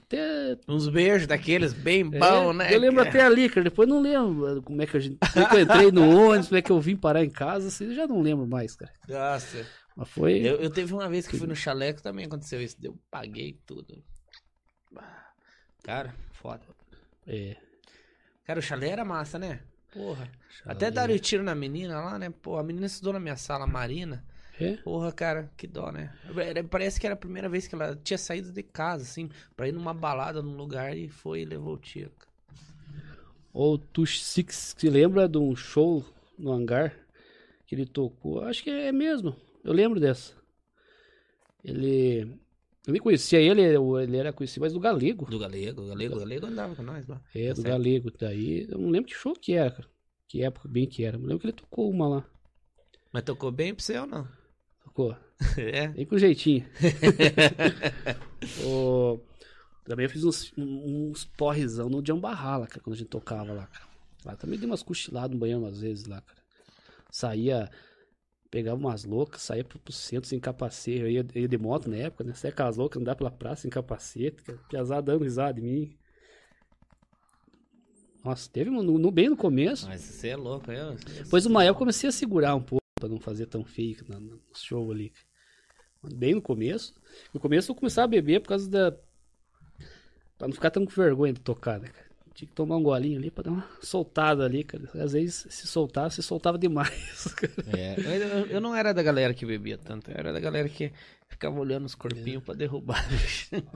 até Uns beijos daqueles bem É, bom, né? Eu lembro cara? até ali, cara. Depois não lembro como é que a gente. Como é que eu entrei no ônibus, como é que eu vim parar em casa, assim, eu já não lembro mais, cara. Nossa. Mas foi. Eu, eu teve uma vez que fui no chaleco, também aconteceu isso. Eu paguei tudo. Cara, foda. É, Cara, o chalé era massa, né? Porra. Chalé. Até daram o tiro na menina lá, né? Pô, a menina estudou na minha sala, a Marina. é, Porra, cara, que dó, né? Era- Parece que era a primeira vez que ela tinha saído de casa, assim, pra ir numa balada num lugar e foi e levou o tiro. cara. Ou tu se, se lembra de um show no hangar que ele tocou? Acho que é mesmo. Eu lembro dessa. Ele. Eu nem conhecia ele, eu- ele era conhecido mais do Galego. Do galego, o galego, o galego andava com nós lá. É, do Certo. Galego. Daí, eu não lembro que show que era, cara. Que época bem que era. Eu lembro que ele tocou uma lá. Mas tocou bem pra você ou não? Tocou. É. Vem com jeitinho. Ô, também eu fiz uns, um- uns porrezão no Jambarrala, cara, quando a gente tocava lá, cara. Lá também dei umas cochiladas no banheiro umas vezes lá, cara. Saía, pegava umas loucas, saía pro, pro centro sem capacete. Eu ia, ia de moto na época, né? Saia com as loucas, andava pela praça sem capacete, cara. Piazada dando risada em mim. Nossa, teve um- no, no- bem no começo. Mas você é louco, é? Depois, uma época, eu comecei a segurar um pouco pra não fazer tão feio na- no show ali. Bem no começo. No começo, eu começava a beber por causa da. Pra não ficar tão com vergonha de tocar, né, cara? Tinha que tomar um golinho ali pra dar uma soltada ali, cara. Às vezes, se soltava, se soltava demais, cara. É, eu, eu- eu não era da galera que bebia tanto, eu era da galera que ficava olhando os É. corpinhos pra derrubar.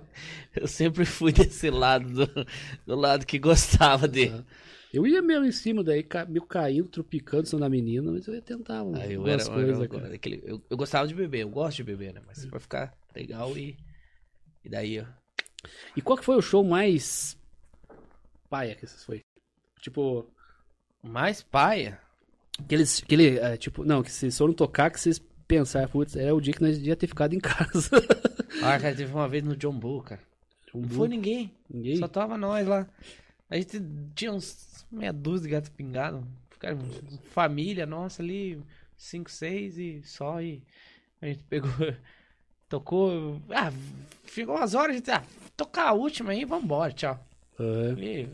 Eu sempre fui desse lado, do, do lado que gostava de. Eu ia mesmo em cima daí, ca- me caindo, tropicando só na menina, mas eu ia tentar um, Aí eu, era, algumas eu, coisas, era- um cara. aquele- eu- eu gostava de beber, eu gosto de beber, né? Mas pra ficar legal e. E daí, ó. E qual que foi o show mais paia que vocês foi? Tipo, Mais paia. Aqueles, aquele, eh, tipo, não, que vocês foram tocar, que vocês pensaram, putz, era o dia que nós devia ter ficado em casa. Ah, cara, teve uma vez no John Bull, cara. Não foi ninguém. ninguém. Só tava nós lá. A gente tinha uns meia dúzia de gatos pingados. Cara, família nossa ali, cinco, seis e só. E a gente pegou, tocou. Ah, ficou umas horas, a gente, ah, tocar a última aí, vambora, tchau. É. E,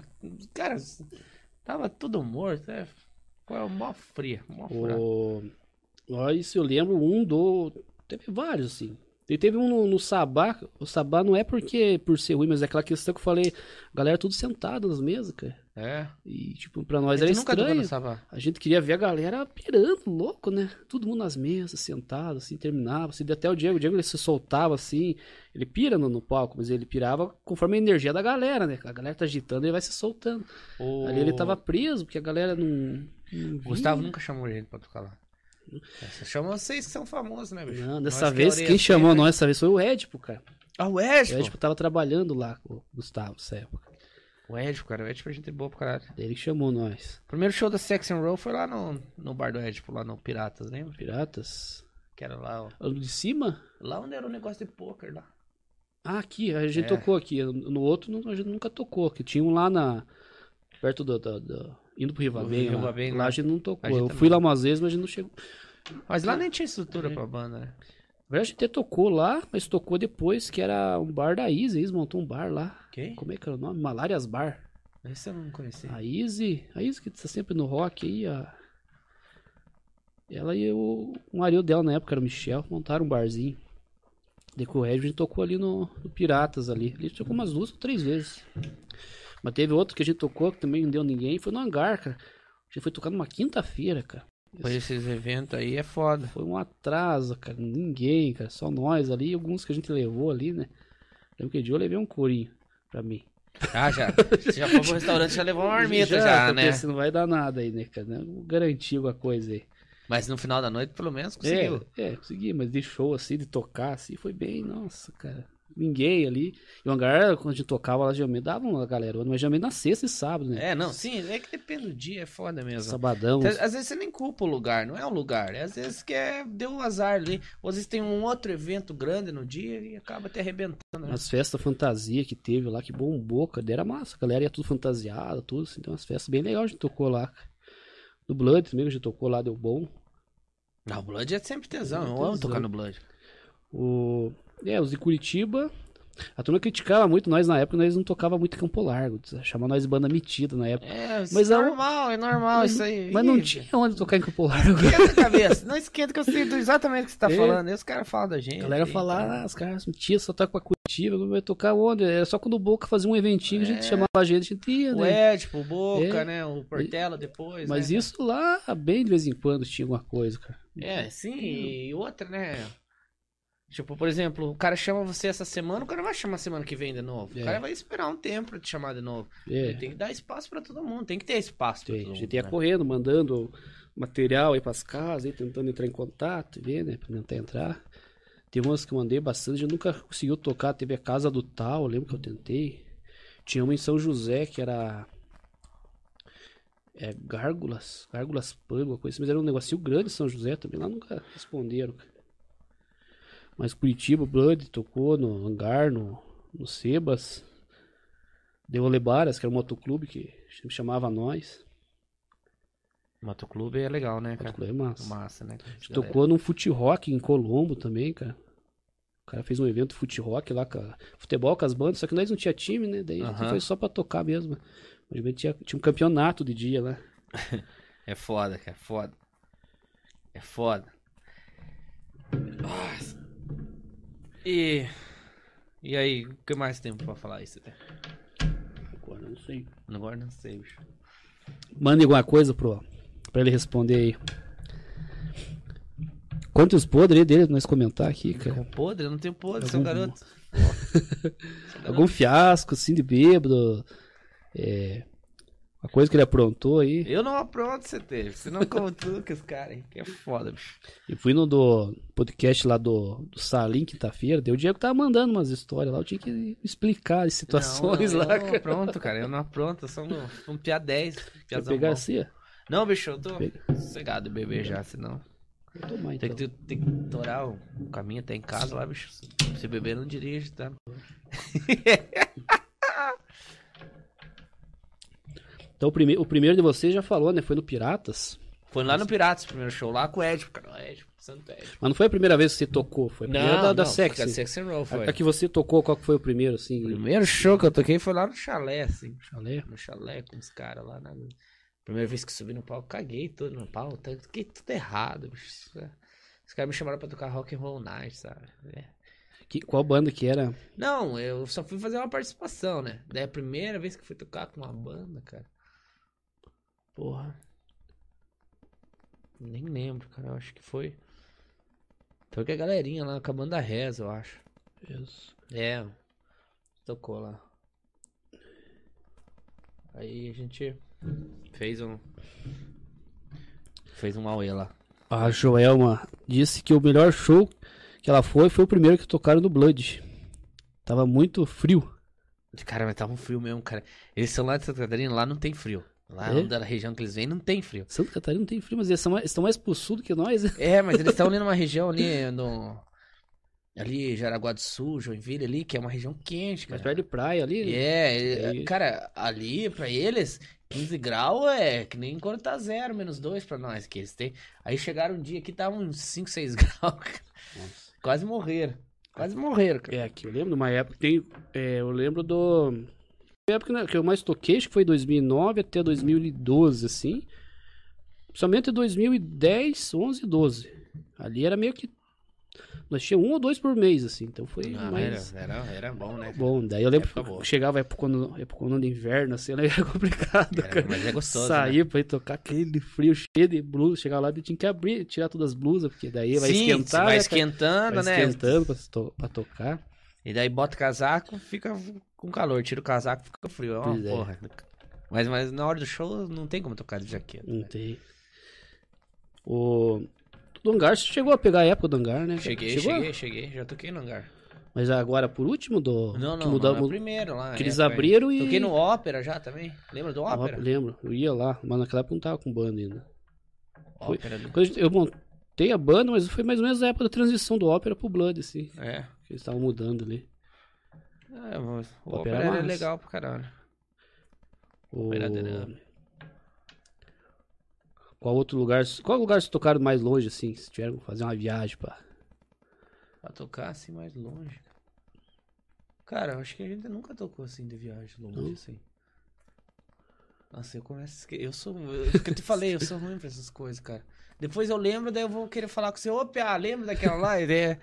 cara, tava tudo morto, é. Foi mó fria, mó furada. O... ó, Isso eu lembro, um do... Teve vários, assim. E teve um no, no Sabá, o Sabá não é porque por ser ruim, mas é aquela questão que eu falei, a galera tudo sentada nas mesas, cara. É. E, tipo, pra nós a era gente nunca tocou no estranho. Sabá. A gente queria ver a galera pirando, louco, né? Todo mundo nas mesas, sentado, assim, terminava. Assim, até o Diego, o Diego ele se soltava assim. Ele pira no, no palco, mas ele pirava conforme a energia da galera, né? A galera tá agitando, ele vai se soltando. O... Ali ele tava preso, porque a galera não. não né? O Gustavo vinha. nunca chamou a gente pra tocar lá. Você chamou vocês que são famosos, né, bicho? Não, Nós dessa que é vez, orelha quem fina, chamou né? nós dessa vez foi o Edipo, cara. Ah, o O Edpo. Edipo tava trabalhando lá com o Gustavo, nessa época. O Edpo, cara. O Edpo a gente é boa pra caralho. Daí ele que chamou nós. Primeiro show da Sex and Roll foi lá no, no bar do Edpo, lá no Piratas, lembra? Piratas? Que era lá, ó. Ah, De cima? Lá onde era o negócio de pôquer lá. Ah, aqui, a gente É. tocou aqui. No outro não- a gente nunca tocou, que tinha um lá na. Perto do. do, do- indo pro Rivabem. Do Lá. Rivabem, lá lá. a gente não tocou. né? A gente Eu também. fui lá umas vezes, mas a gente não chegou. Mas lá nem tinha estrutura pra banda, né? Na verdade, a gente até tocou lá, mas tocou depois, que era um bar da Izzy. Eles montou um bar lá. Quem? Como é que era o nome? Malarias Bar. Esse eu não conhecia. A Izzy. A Izzy que tá sempre no rock aí, a. Ela e o. Um marido dela na época era o Michel, montaram um barzinho. Decorrégio, a gente tocou ali no, no Piratas ali. A gente tocou umas duas ou três vezes. Mas teve outro que a gente tocou que também não deu ninguém. Foi no hangar, cara. A gente foi tocar numa quinta-feira, cara. Foi esses eventos aí, é foda. Foi um atraso, cara. Ninguém, cara. Só nós ali. Alguns que a gente levou ali, né? Lembro que dia eu levei um corinho pra mim. Ah, já. Você já foi pro restaurante, já levou uma marmita já, porque né? assim não vai dar nada aí, né, cara? Não Garantir alguma coisa aí. Mas no final da noite, pelo menos, conseguiu. É, é, consegui, mas de show assim, de tocar assim, foi bem, nossa, cara. ninguém ali. E o Hangar, quando a gente tocava lá, geralmente dava uma galera, mas geralmente na sexta e sábado, né? É, não, sim, é que depende do dia, é foda mesmo. Sabadão. Às às vezes você nem culpa o lugar, não é o lugar. Às vezes que é, deu um azar ali. Ou às vezes tem um outro evento grande no dia e acaba te arrebentando. né? As festas fantasia que teve lá, que bombou, cara, era massa. A galera ia tudo fantasiada, tudo. Assim, então, as festas bem legal a gente tocou lá. No Blood também, que a gente tocou lá, deu bom. Não, o Blood é sempre tesão. Eu Tesão. amo tocar no Blood. O... É, os de Curitiba. A turma criticava muito nós na época, nós não tocava muito Campo Largo. Chamava nós banda metida na época. É, isso Mas é a- normal, é normal isso aí. Mas não Ih, tinha onde tocar em Campo Largo. Esquenta a cabeça, não esquenta que eu sei do- exatamente o que você tá É. falando. E os caras falam da gente. então. A galera e- falava, ah, os caras mentiam, só toca pra Curitiba, não vai tocar onde? Era só quando o Boca fazia um eventinho, que a gente É. chamava a gente, a gente ia, O né? Ed, tipo, o Boca, É. né? O Portela depois. Mas né? isso lá, bem de vez em quando tinha alguma coisa, cara. É, sim, e outra, né? Tipo, por exemplo, o cara chama você essa semana, o cara vai chamar semana que vem de novo. É. O cara vai esperar um tempo pra te chamar de novo. É. Tem que dar espaço pra todo mundo, tem que ter espaço pra Tem, todo a mundo. gente ia né? correndo, mandando material aí pras casas, aí tentando entrar em contato, ver, né? Pra tentar entrar. Tem umas que eu mandei bastante, a gente nunca conseguiu tocar. Teve a casa do tal, eu lembro que eu tentei. Tinha uma em São José que era. É, gárgulas, gárgulas pub, alguma coisa assim, mas era um negocinho grande em São José também, lá nunca responderam. cara. Mas Curitiba, Blood tocou no Hangar, no, no Sebas, deu Olebaras, que era um motoclube que sempre chamava nós. Motoclube é legal, né, cara? Motoclube é massa. Massa, né? A gente tocou num foot rock em Colombo também, cara. O cara fez um evento foot rock lá, com a- futebol com as bandas, só que nós não tinha time, né? Daí Aham. foi só pra tocar mesmo. Mas a gente tinha, tinha um campeonato de dia lá. É foda, cara, é foda. É foda. Nossa. E. E aí, o que mais tem pra falar isso? até? Agora não sei. Agora não sei, bicho. Manda alguma coisa pro, pra ele responder aí. Quantos podres aí dele pra nós comentar aqui, cara? Podre? Eu não tenho podre, seu Algum- garoto. Seu garoto. Algum fiasco, assim, de bêbado. É. Uma coisa que ele aprontou aí. Eu não apronto você teve. Você não como tudo que os caras, hein? Que é foda, bicho. E fui no do podcast lá do, do Salim, quinta-feira. Daí o Diego tava mandando umas histórias lá. Eu tinha que explicar as situações não, eu lá, não cara. apronto, cara. Eu não apronto. Eu sou um, um piá 10. Quer piazão pegar bom. assim? ó? Não, bicho, eu tô Pega. sossegado bebê já, senão. Vou tomar, então. Tem que, ter- tem que torar o o caminho até em casa lá, bicho. Se- Se beber, não dirige, tá? Então o, prime... o primeiro de vocês já falou, né? Foi no Piratas. Foi lá no Piratas, o primeiro show lá com o Ed, cara. O Ed, santo Ed. Mas não foi a primeira vez que você tocou. Foi a primeira da, da A Sexy. Sex and Roll foi. A, a que você tocou, qual que foi o primeiro, assim? O primeiro show que eu toquei foi lá no chalé, assim. Chalé? no chalé com os caras lá. Na... Primeira vez que subi no palco, caguei tudo no palco, tá- fiquei tudo errado. bicho. Os caras me chamaram pra tocar rock and roll night, sabe? É. Que- qual banda que era? Não, eu só fui fazer uma participação, né? Daí a primeira vez que fui tocar com uma banda, cara. Porra. Nem lembro, cara. Eu acho que foi. Foi com a galerinha lá, com a banda Reza, eu acho. É, tocou lá. Aí a gente fez um. Fez um auê lá. A Joelma disse que o melhor show que ela foi foi o primeiro que tocaram no Blood. Tava muito frio. Cara, mas tava um frio mesmo, cara. Eles são lá de Santa Catarina, lá não tem frio. Lá É? da região que eles vêm, não tem frio. Santa Catarina não tem frio, mas eles são mais- estão mais pro sul do que nós, né? É, mas eles estão ali numa região ali no. Ali, Jaraguá do Sul, Joinville ali, que é uma região quente, Mais cara. perto de praia ali. né? É, ele- É. cara, ali pra eles, 15 graus é que nem quando tá zero, menos dois pra nós, que eles têm. Aí chegaram um dia que tava uns 5, 6 graus, cara. Nossa. quase morreram. Quase morreram, cara. É, que eu lembro de uma época. Tem, é, eu lembro do. da época né, que eu mais toquei, acho que foi 2009 até 2012, assim. Principalmente 2010, 11 e 12. Ali era meio que. Nós tinha um ou dois por mês, assim. Então foi Ah, mais. era, era, era bom, né? Bom, daí eu lembro Época que boa. chegava época quando, época quando de inverno, assim, era complicado, Era, cara. mas é gostoso, Sair pra ir tocar aquele frio cheio de blusa, chegar lá e tinha que abrir, tirar todas as blusas, porque daí vai Sim, esquentar, né, vai cara? esquentando, vai né? esquentando pra, se to- pra tocar. E daí bota o casaco, fica com calor. Tira o casaco, fica frio. É uma Pois é. porra. Mas, mas na hora do show não tem como tocar de jaqueta. Não tem. O. O Dangar, você chegou a pegar a época do Dangar, né? cara? Cheguei, Chegou? cheguei, cheguei. Já toquei no hangar. Mas agora, por último, do. Não, não, que muda- não, é o mu- primeiro lá. que é, eles foi. abriram e. Toquei no Ópera já também. Lembra do Ó, Ópera? Lembro, eu ia lá, mas naquela época não tava com banda ainda. foi. Ópera. do- Quando a gente- eu montei a banda, mas foi mais ou menos a época da transição do ópera pro Blood, assim. É. que Eles estavam mudando ali. É, mas o Ópera Ópera era massa. legal pra caralho. O... Era drama. Qual outro lugar. Qual lugar vocês tocaram mais longe, assim? Se tiveram que fazer uma viagem pra. Pra tocar assim mais longe. Cara, eu acho que a gente nunca tocou assim de viagem longe, Não? assim. Nossa, eu começo a esque... Eu sou. Eu, é que eu te falei, eu sou ruim pra essas coisas, cara. Depois eu lembro, daí eu vou querer falar com você. Ô, Pia, lembra daquela lá? E daí é-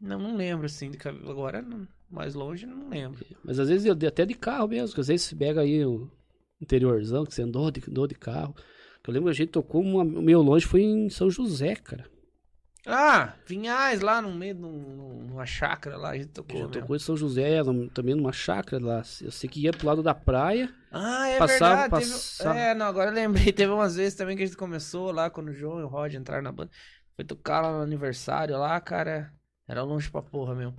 Não, não lembro assim. de cabe- Agora, não- mais longe, não lembro. Mas às vezes eu dei até de carro mesmo, que às vezes você pega aí o interiorzão, que você andou de, andou de carro. Que Eu lembro que a gente tocou uma, meio longe, foi em São José, cara. Ah, Vinhais lá no meio de um- numa chácara lá, a gente A tocou. gente né? tocou em São José, num- também numa chácara lá. Eu sei que ia pro lado da praia. Ah, é Passava- verdade. teve- passava- É, não, agora eu lembrei. Teve umas vezes também que a gente começou lá, quando o João e o Rod entraram na banda. Foi tocar lá no aniversário lá, cara. Era um longe pra porra mesmo.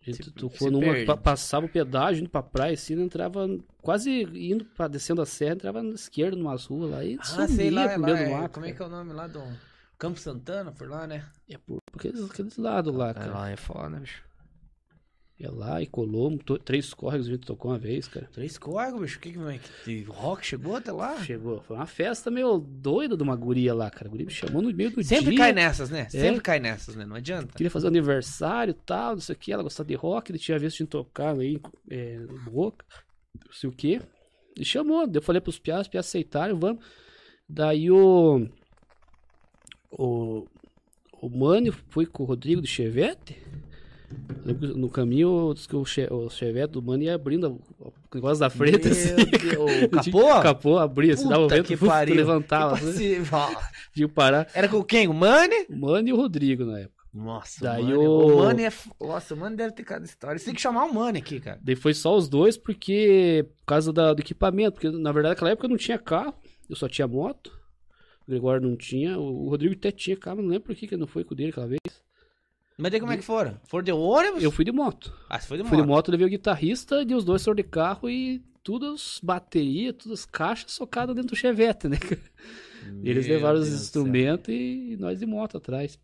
A gente Se- tocou se numa que perde. pa- passava o pedágio, indo pra praia, assim, entrava quase indo pra descendo a serra, entrava na esquerda, numa rua lá e Ah, sumia sei lá, é pro lá, meio do é- mato. Como é que é o nome lá do Campo Santana, por lá, né? É por aqueles, aqueles lados lá, É cara. lá, é foda, bicho. É lá e Colombo, to- três córregos a gente tocou uma vez, cara. Três córregos, bicho. O que que é? que- O rock chegou até lá? Chegou, foi uma festa meio doida de uma guria lá, cara. A guria me chamou no meio do Sempre dia. cai nessas, né? Sempre cai nessas, né? Não adianta. Queria fazer aniversário e tal, não sei o que. Ela gostava de rock, ele tinha visto a gente tocar aí, é, no boca, não sei o que. E chamou, daí eu falei pros piás, os piás aceitaram, vamos. Daí o. O. O Mani foi com o Rodrigo do Chevette. Eu lembro que No caminho, disse que o, che, o Chevette do Mani ia abrindo o- o negócio da Meu frente, assim. Deus, o Capô? capô? Capô, abria, se Puta dava o vento, que fuf, pariu. levantava. Que assim, passiva. Tinha que parar. Era com quem? O Mane? O Mano e o Rodrigo na época. Nossa, Daí o Mane, o- o Mane é. f- Nossa, o Mane deve ter cada história. Você tem que chamar o Mane aqui, cara. Daí foi só os dois porque. Por causa da- do equipamento. Porque na verdade naquela época eu não tinha carro, eu só tinha moto. O Gregório não tinha. O o Rodrigo até tinha carro, mas não lembro por que que não foi com o dele aquela vez. Mas daí como é que foram? Foram de ônibus? Eu fui de moto. Ah, você foi de Fui de moto. moto, levei o guitarrista, e os dois foram de carro e tudo as bateria, todas as caixas socadas dentro do Chevette, né? cara? E Eles Meu levaram os Deus do instrumentos e nós de moto atrás.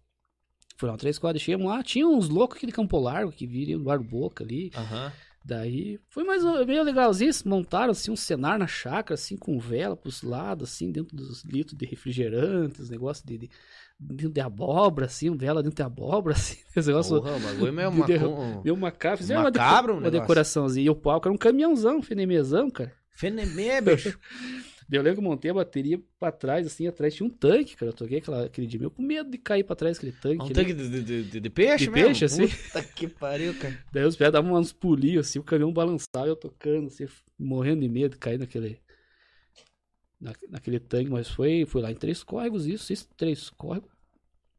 Foram três quadras, chegamos lá, tinha uns loucos aqui de Campo Largo que viriam do Arboca ali. céu. Aham. Daí foi mais ou- meio legalzinho. Eles montaram assim um cenário na chácara, assim, com vela pros lados, assim, dentro dos litros de refrigerantes, negócio de, de- dentro de abóbora, assim, vela dentro de abóbora, assim, esse negócio. Porra, o bagulho meio de macu- derru- Meu macabro, fizeram uma, deco- Macabro o uma negócio. decorações. E o palco era um caminhãozão, fenemezão, cara. Fenemê, bicho. Daí Eu lembro que eu montei a bateria pra trás, assim, atrás tinha um tanque, cara. Eu toquei aquela, aquele dia meu com medo de cair pra trás aquele tanque. Um né? tanque de, de- de- de- de peixe, De mesmo? peixe, assim. Puta que pariu, cara. Daí os pés davam uns pulinhos, assim, o caminhão balançava, eu tocando, assim, morrendo de medo, caindo naquele. na- naquele tanque, mas foi, foi lá em Três Córregos, isso, isso, Três Córregos.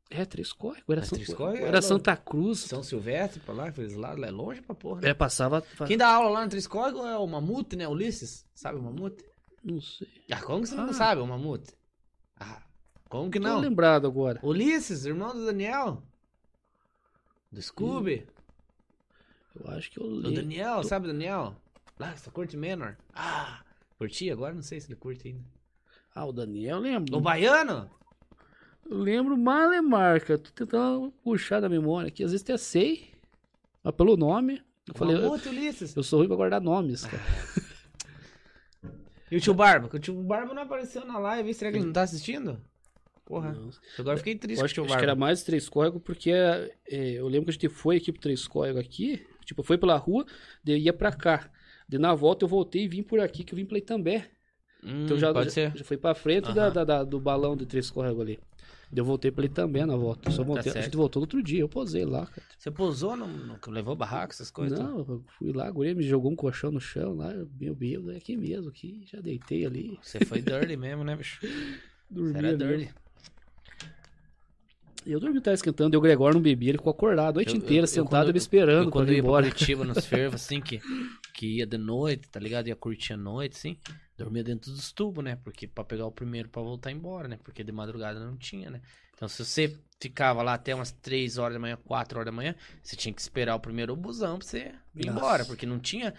É, Três Córregos, era, Mas São- Ah, Três Córregos era era- Santa Cruz. São Silvestre, pra lá, aqueles lados, lá é longe pra porra. né? É, passava. fa- Quem dá aula lá no Triscólogo é o Mamute, né? Ulisses. Sabe o Mamute? Não sei. Ah, como que você Ah. não sabe o Mamute? Ah, como que Não. não? Tô lembrado agora. Ulisses, irmão do Daniel. Do Scooby. Eu acho que eu Do lembro. Daniel, sabe o Daniel? Lá, só curte menor. Ah, curti? Agora não sei se ele curte ainda. Ah, o Daniel eu lembro. O Baiano? Eu lembro Malemar, cara. Tô tentando puxar da memória aqui. Às vezes até sei, mas pelo nome. Eu falei, eu, Mamute, Ulisses. eu sou ruim pra guardar nomes, cara. E o tio Barba? Que O tio Barba não apareceu na live, hein? será que ele não tá assistindo? Porra, Não. agora fiquei Eu triste com o acho, tio acho que Barba. era mais Três Córregos, porque é, eu lembro que a gente foi aqui pro Três Córregos aqui, tipo, foi pela rua, daí eu ia pra cá. Daí na volta eu voltei e vim por aqui, que eu vim pra Itambé. Hum, Então já, pode já, ser. já foi pra frente Aham. da, da- da- do balão de Três Córregos ali. Daí eu voltei pra Itambé na volta. Só voltei- a gente Tá certo. voltou no outro dia, eu posei lá, cara. Você pousou, no, no- levou barraco, essas coisas? tá? Não, eu fui lá, a guria me jogou um colchão no chão lá, eu- meu bêbado, é aqui mesmo, aqui, já deitei ali, Você foi dirty mesmo, né, bicho? Você dormi era ali. dirty. Eu dormi, tava esquentando, e o Gregório não bebia, ele ficou acordado a noite Eu- eu- inteira, eu sentado, quando- me esperando Eu, quando quando eu ia ir embora. pra Curitiba nos fervos, assim, que, que ia de noite, tá ligado? Ia curtir a noite, assim. Dormia dentro dos tubos, né? Porque pra pegar o primeiro pra voltar embora, né? Porque de madrugada não tinha, né? Então, se você ficava lá até umas 3 horas da manhã, 4 horas da manhã, você tinha que esperar o primeiro busão pra você ir Nossa. embora, porque não tinha.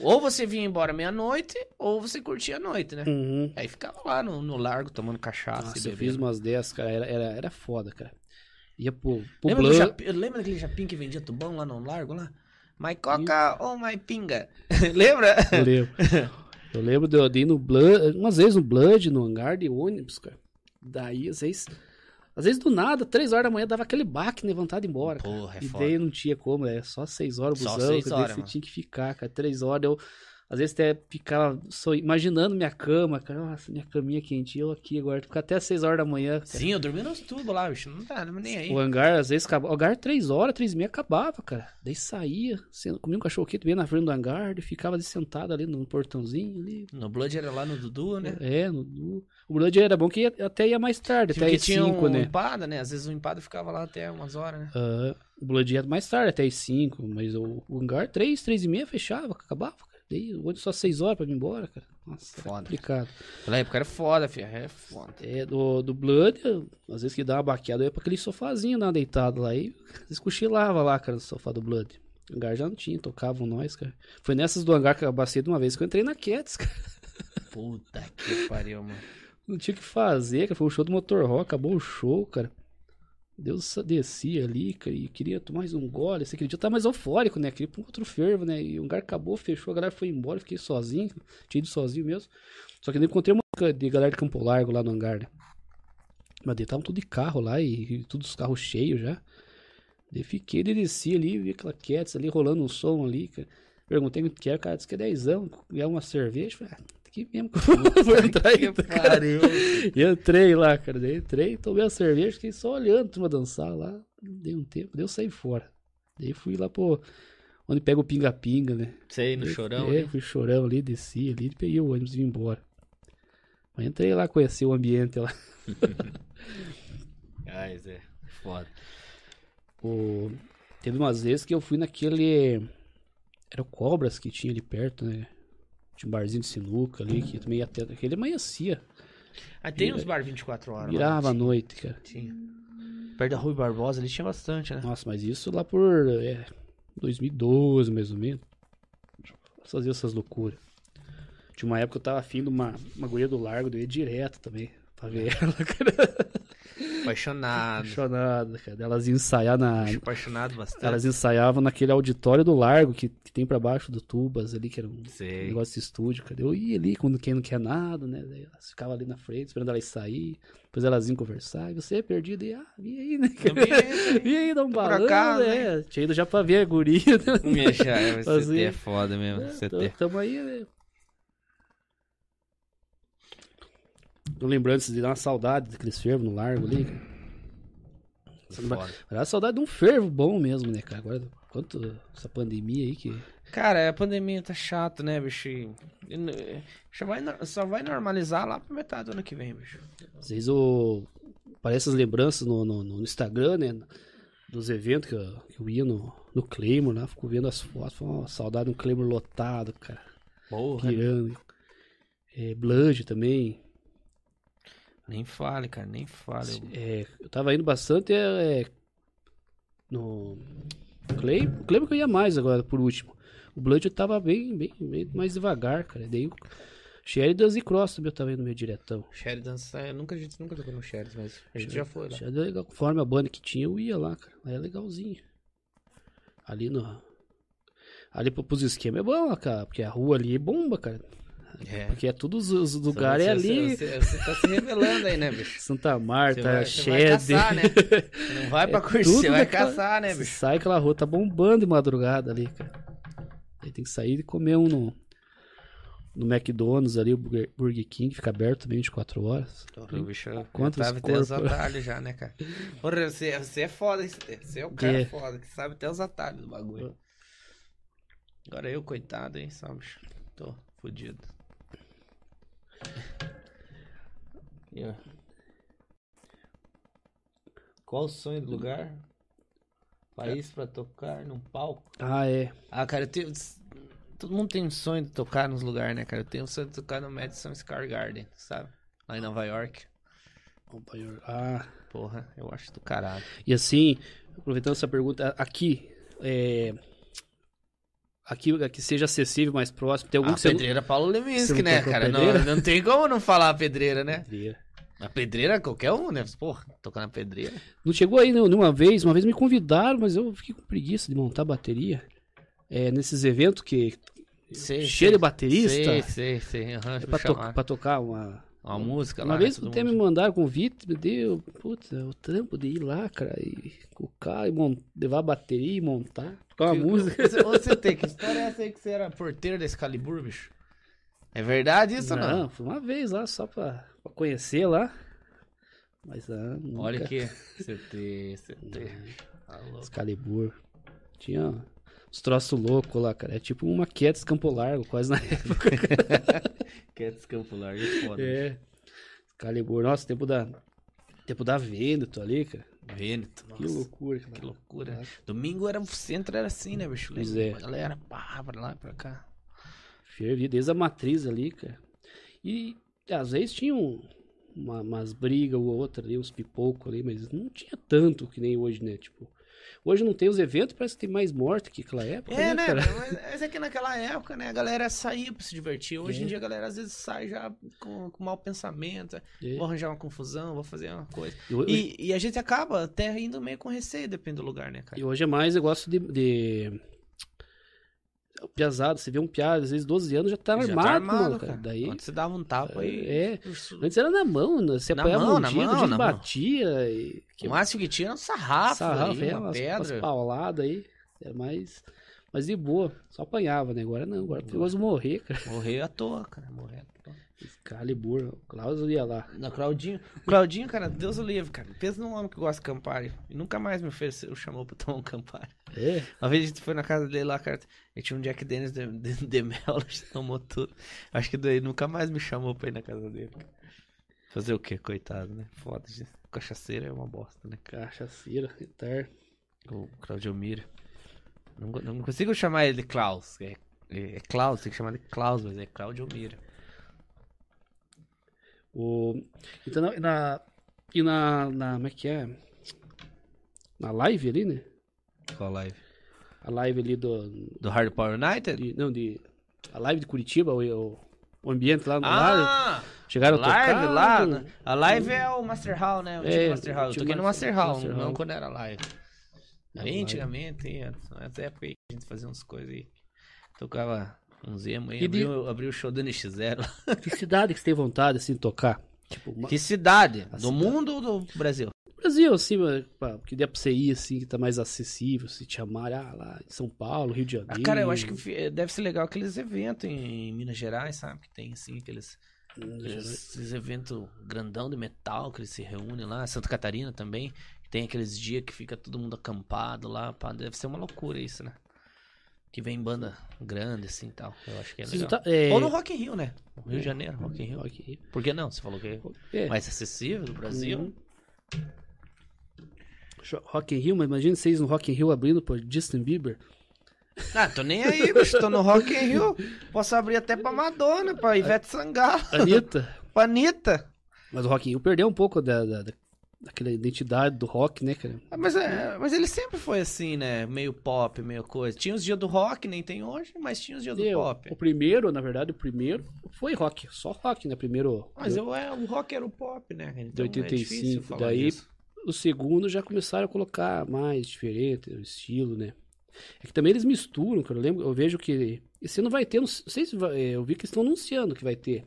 Ou você vinha embora meia-noite, ou você curtia a noite, né? Uhum. Aí ficava lá no, no largo tomando cachaça Nossa, e eu fiz bebendo. umas 10, cara. Era, era, era foda, cara. Ia pro, pro Lembra, do Blanc. Japim- lembra daquele Japim que vendia tubão lá no largo lá? My coca ou my pinga? lembra? Eu lembro. Eu lembro de eu de ir no Blood, umas vezes no Blood, no hangar de ônibus, cara. Daí, às vezes, às vezes do nada, três horas da manhã, dava aquele baque, levantar e ir embora. cara. Porra, é e foda. daí não tinha como, é só seis horas o Só busão, seis que daí horas, você mano. tinha que ficar, cara, três horas. Eu, às vezes até ficava só imaginando minha cama, cara, nossa, minha caminha quentinha, eu aqui agora, ficar até seis horas da manhã. cara. Sim, eu dormi nos tubos lá, bicho. Não tá nem aí. O hangar, às vezes, acabava. O hangar, três horas, três e meia, acabava, cara. Daí saía, sen- comia um cachorro quente bem na frente do hangar, e ficava ali sentado ali no portãozinho ali, No Blood era lá no Dudu, né? É, no, no- o Blood era bom que ia- até ia mais tarde, até Porque as tinha 5, um né? empada, né? Às vezes o empada ficava lá até umas horas, né? Ah, o Blood ia mais tarde, até as 5, mas o, o hangar 3, 3 e meia fechava, acabava, cara. Daí o ônibus só 6 horas pra ir embora, cara. Nossa, era Foda. complicado. Pela época era foda, filho. É foda. É, do, do Blood, eu- às vezes que dava uma baqueada, eu ia pra aquele sofazinho lá deitado lá e às vezes cochilava lá, cara, no sofá do Blood. O hangar já não tinha, tocavam nós, cara. Foi nessas do hangar que eu abastei de uma vez que eu entrei na Cats, cara. Puta que pariu, mano. Não tinha o que fazer, cara. Foi o show do Motor Rock, acabou o show, cara. Deus descia ali, cara, e queria tomar mais um gole. Esse aquele dia eu tava mais eufórico, né? Queria ir pra um outro fervo, né? E o lugar acabou, fechou, a galera foi embora, eu fiquei sozinho. Tinha ido sozinho mesmo. Só que eu encontrei uma ca- de galera de Campo Largo lá no hangar, né? Mas daí tava tudo de carro lá e, e todos os carros cheios já. Daí fiquei, daí desci ali, vi aquela Cats ali rolando um som ali, cara. Perguntei o que era, o cara disse que é dezão, é uma cerveja. Falei, ah, aqui mesmo que eu vou entrar aí, tá?" cara. pariu. E eu entrei lá, cara. Daí eu entrei, tomei a cerveja, fiquei só olhando a turma dançar lá. Dei um tempo, daí eu saí fora. Daí fui lá pro. Onde pega o pinga-pinga, né? Sei, no chorão. É, né? fui chorão ali, desci ali, peguei o ônibus e vim embora. Mas entrei lá, conheci o ambiente lá. Ai, Zé. Foda. O- Teve umas vezes que eu fui naquele. Era o Cobras que tinha ali perto, né? Tinha um barzinho de sinuca ali, que também ia até. Aquele amanhecia. Aí tem uns bar 24 horas. Virava à mano. noite, cara. Tinha. Perto da Rui Barbosa ali tinha bastante, né? Nossa, mas isso lá por é, 2012, mais ou menos. Fazia essas loucuras. Tinha uma época que eu tava afim de uma, uma guria do largo, eu ia direto também. Pra ver Ah. ela, cara. Apaixonado. Apaixonada, cara. Elas iam ensaiar na. Acho apaixonado bastante. Elas ensaiavam naquele auditório do largo que, que tem pra baixo do Tubas ali, que era um Sei. negócio de estúdio, cara. Eu ia ali quando quem não quer nada, né? Daí elas ficavam ali na frente, esperando elas sair. Depois elas iam conversar. E você é perdido, e ah, e aí, né? Eu vi isso aí. E aí, dá um pra balão, cá, né? Tinha ido já pra ver a guria, né? Mexa, é, CT Fazia. é foda mesmo. É, CT. tô- Tamo aí, né? Tô lembrando de dar uma saudade daqueles fervos no largo ali. cara. Foda. Era a saudade de um fervo bom mesmo, né, cara? Agora, quanto essa pandemia aí que. Cara, a pandemia tá chato, né, bicho? E- e n- é, Só vai, no- só vai normalizar lá pra metade do ano que vem, bicho. Às vezes eu... parece as lembranças no, no- no Instagram, né? Dos eventos que eu, que eu ia no, no Claymore lá, fico vendo as fotos, foi uma saudade de um Claymore lotado, cara. Porra. Pirando. É, Blood também. Nem fale, cara, nem fale. Eu- É, eu tava indo bastante é, é, no Clay, o Clay que eu ia mais agora, por último. O Blood eu tava bem, bem, bem mais devagar, cara. Daí o Sheridan e Cross também eu tava indo meio diretão. Tá. Sheridan, sai- nunca, a gente nunca tocou no Sheridan, mas a gente já foi lá. Sheridan é legal, conforme a banda que tinha, eu ia lá, cara. Lá é legalzinho. Ali no... Ali pro- pros esquemas é bom, cara, porque a rua ali é bomba, cara. É. Porque é todos os os lugares é ali. Você, você tá se revelando aí, né, bicho? Santa Você Marta, vai, você vai Shed. caçar, né? Você não vai pra curtir, É tudo você vai daquela- caçar, né, Você bicho? Sai aquela rua, tá bombando de madrugada ali, cara. Aí tem que sair e comer um no, no McDonald's ali, o Burger, Burger King, que fica aberto também 24 horas. Porra, o bicho Quantos sabe até os corpos? atalhos já, né, cara? Porra, você, você é foda, hein, CT? você é o cara É. foda, que sabe até os atalhos do bagulho. Agora eu, coitado, hein, só, bicho. Tô fudido. E, ó. Qual o sonho do lugar? País pra tocar num palco? Ah, é. Ah, cara, eu tenho. Todo mundo tem um sonho de tocar nos lugares, né, cara? Eu tenho um sonho de tocar no Madison Square Garden, sabe? Lá em Nova York. Nova York. Ah, Porra, eu acho do caralho. E assim, aproveitando essa pergunta, aqui, é... aqui que seja acessível, mais próximo, tem algum a que você não- pedreira Paulo você Leminski, não né, tocou cara? Não, pedreira? não tem como não falar a pedreira, né? Pedreira. A pedreira, qualquer um, né? Porra, tocar na pedreira. Não chegou aí não, nenhuma vez, uma vez me convidaram, mas eu fiquei com preguiça de montar bateria. É, nesses eventos que Sei, cheio de baterista, Sei, sei, sei. Aham, é deixa eu pra, to- chamar. pra tocar uma... Uma música lá. Uma né, vez todo até me mundo. mandaram convite, me deu, puta, é o trampo de ir lá, cara, e com o cara, e mon- levar a bateria e montar, tocar uma Que- música. Você, você tem, que história é essa aí que você era porteiro da Excalibur, bicho? É verdade isso ou não? né? Não, fui uma vez lá, só pra, pra conhecer lá. Mas ah, nunca. Olha aqui. CT, CT. Alô. Excalibur. Tinha uns troços loucos lá, cara. É tipo uma queda Campo Largo, quase na época. Cat Campular, que foda. é. Excalibur, nossa, tempo da. Tempo da venda, tô ali, cara. Vêneto, Que nossa. loucura, cara. Que loucura. é. Domingo era o centro, era assim, né, bicho? Pois Lembra? é. A galera, pá, pra lá, pra cá. Fervi desde a matriz ali, cara. E às vezes tinha um- uma, umas brigas ou outra ali, uns pipocos ali, mas não tinha tanto que nem hoje, né? Tipo, hoje não tem os eventos, parece que tem mais morte que aquela época, É, né? cara? Mas, mas é que naquela época, né, a galera saía pra se divertir. Hoje em É. dia a galera às vezes sai já com, com mau pensamento. É. Vou arranjar uma confusão, vou fazer uma coisa. E hoje, E, e a gente acaba até indo meio com receio, depende do lugar, né, cara? e hoje é mais negócio de... de... Piazado, você vê um piado, às vezes 12 anos já tá Já armado, tá armado, mano, cara. Daí, Quando você dava um tapa aí. é. isso- Antes era na mão, né? Você Na apanhava mão, um na dia, mão, a gente na mão. batia. E... O máximo que tinha era um sarrafo, sarrafo, aí, é, uma umas, umas pedra. pauladas aí. É mais, mas de boa, só apanhava, né? Agora não, agora o negócio de morrer, cara. Morreu à toa, cara. Morreu à toa. Excalibur, o Klaus ia lá. Na Claudinho. Claudinho, cara, Deus o livre, cara. Pensa num homem que gosta de Campari. E nunca mais me ofereceu, chamou pra tomar um Campari. É, Uma vez a gente foi na casa dele lá, cara. Ele tinha um Jack Dennis de, de, de mel, a gente tomou tudo. Acho que daí nunca mais me chamou pra ir na casa dele. cara. Fazer o quê, coitado, né? Foda, gente. Cachaceiro é uma bosta, né, cara? cachaceira, retar. O Claudio Mira. Não, go- não consigo chamar ele de Klaus. É, é, é Klaus, tem que chamar de Klaus, mas é Claudio Mira. O... Então, na, na- E na, na. Como é que é? Na live ali, né? Qual live? A live ali do. Do Hard Power United? de- não, de. A live de Curitiba, o, o- o ambiente lá no ar. Ah! Chegaram a live tocar. lá, né? né? A live é o Master Hall, né? O É, antigo Master Hall. Eu antigo toquei no Master- Master Hall, Master não Hall. quando era live. Na Aí live. antigamente, hein, nessa época aí, a gente fazia umas coisas aí. Tocava uns emo aí, E de- abriu, abriu o show do NX0. Que cidade que você tem vontade assim de tocar? Tipo, uma... Que cidade? A do cidade. mundo ou do Brasil? Brasil, assim, mas, pá, que dê pra você ir, assim, que tá mais acessível, se te amar, ah, lá em São Paulo, Rio de Ah, Janeiro. cara, eu acho que fi- eh, deve ser legal aqueles eventos em Minas Gerais, sabe? Que tem assim, aqueles, aqueles eventos grandão de metal que eles se reúnem lá. Santa Catarina também. que Tem aqueles dias que fica todo mundo acampado lá. pá, deve ser uma loucura isso, né? Que vem banda grande assim e tal. Eu acho que é Vocês não legal. tá- é, Ou no Rock in Rio, né? Rio de É. Janeiro, Rock in Rio. Rock Por que não? Você falou que é É, mais acessível do Brasil. Uhum. Cho- Rock in Rio, mas imagina vocês no Rock in Rio abrindo por Justin Bieber. Ah, tô nem aí, bicho. Tô no Rock in Rio. Posso abrir até pra Madonna, pra Ivete Sangalo, Anitta. pra Anitta. mas o Rock in Rio perdeu um pouco da, da- da- daquela identidade do rock, né, cara? Ah, Mas, é, mas ele sempre foi assim, né? Meio pop, meio coisa. Tinha os dias do rock, nem tem hoje, mas tinha os dias do Eu- pop. o primeiro, na verdade, o primeiro foi rock, só rock, né? Primeiro. Mas eu, é, o rock era o pop, né? Então é 85, difícil falar daí- disso. o segundo já começaram a colocar mais diferente o estilo, né? É que também eles misturam, cara. Eu lembro, eu vejo que esse ano vai ter, não sei se vai, é, eu vi que estão anunciando que vai ter.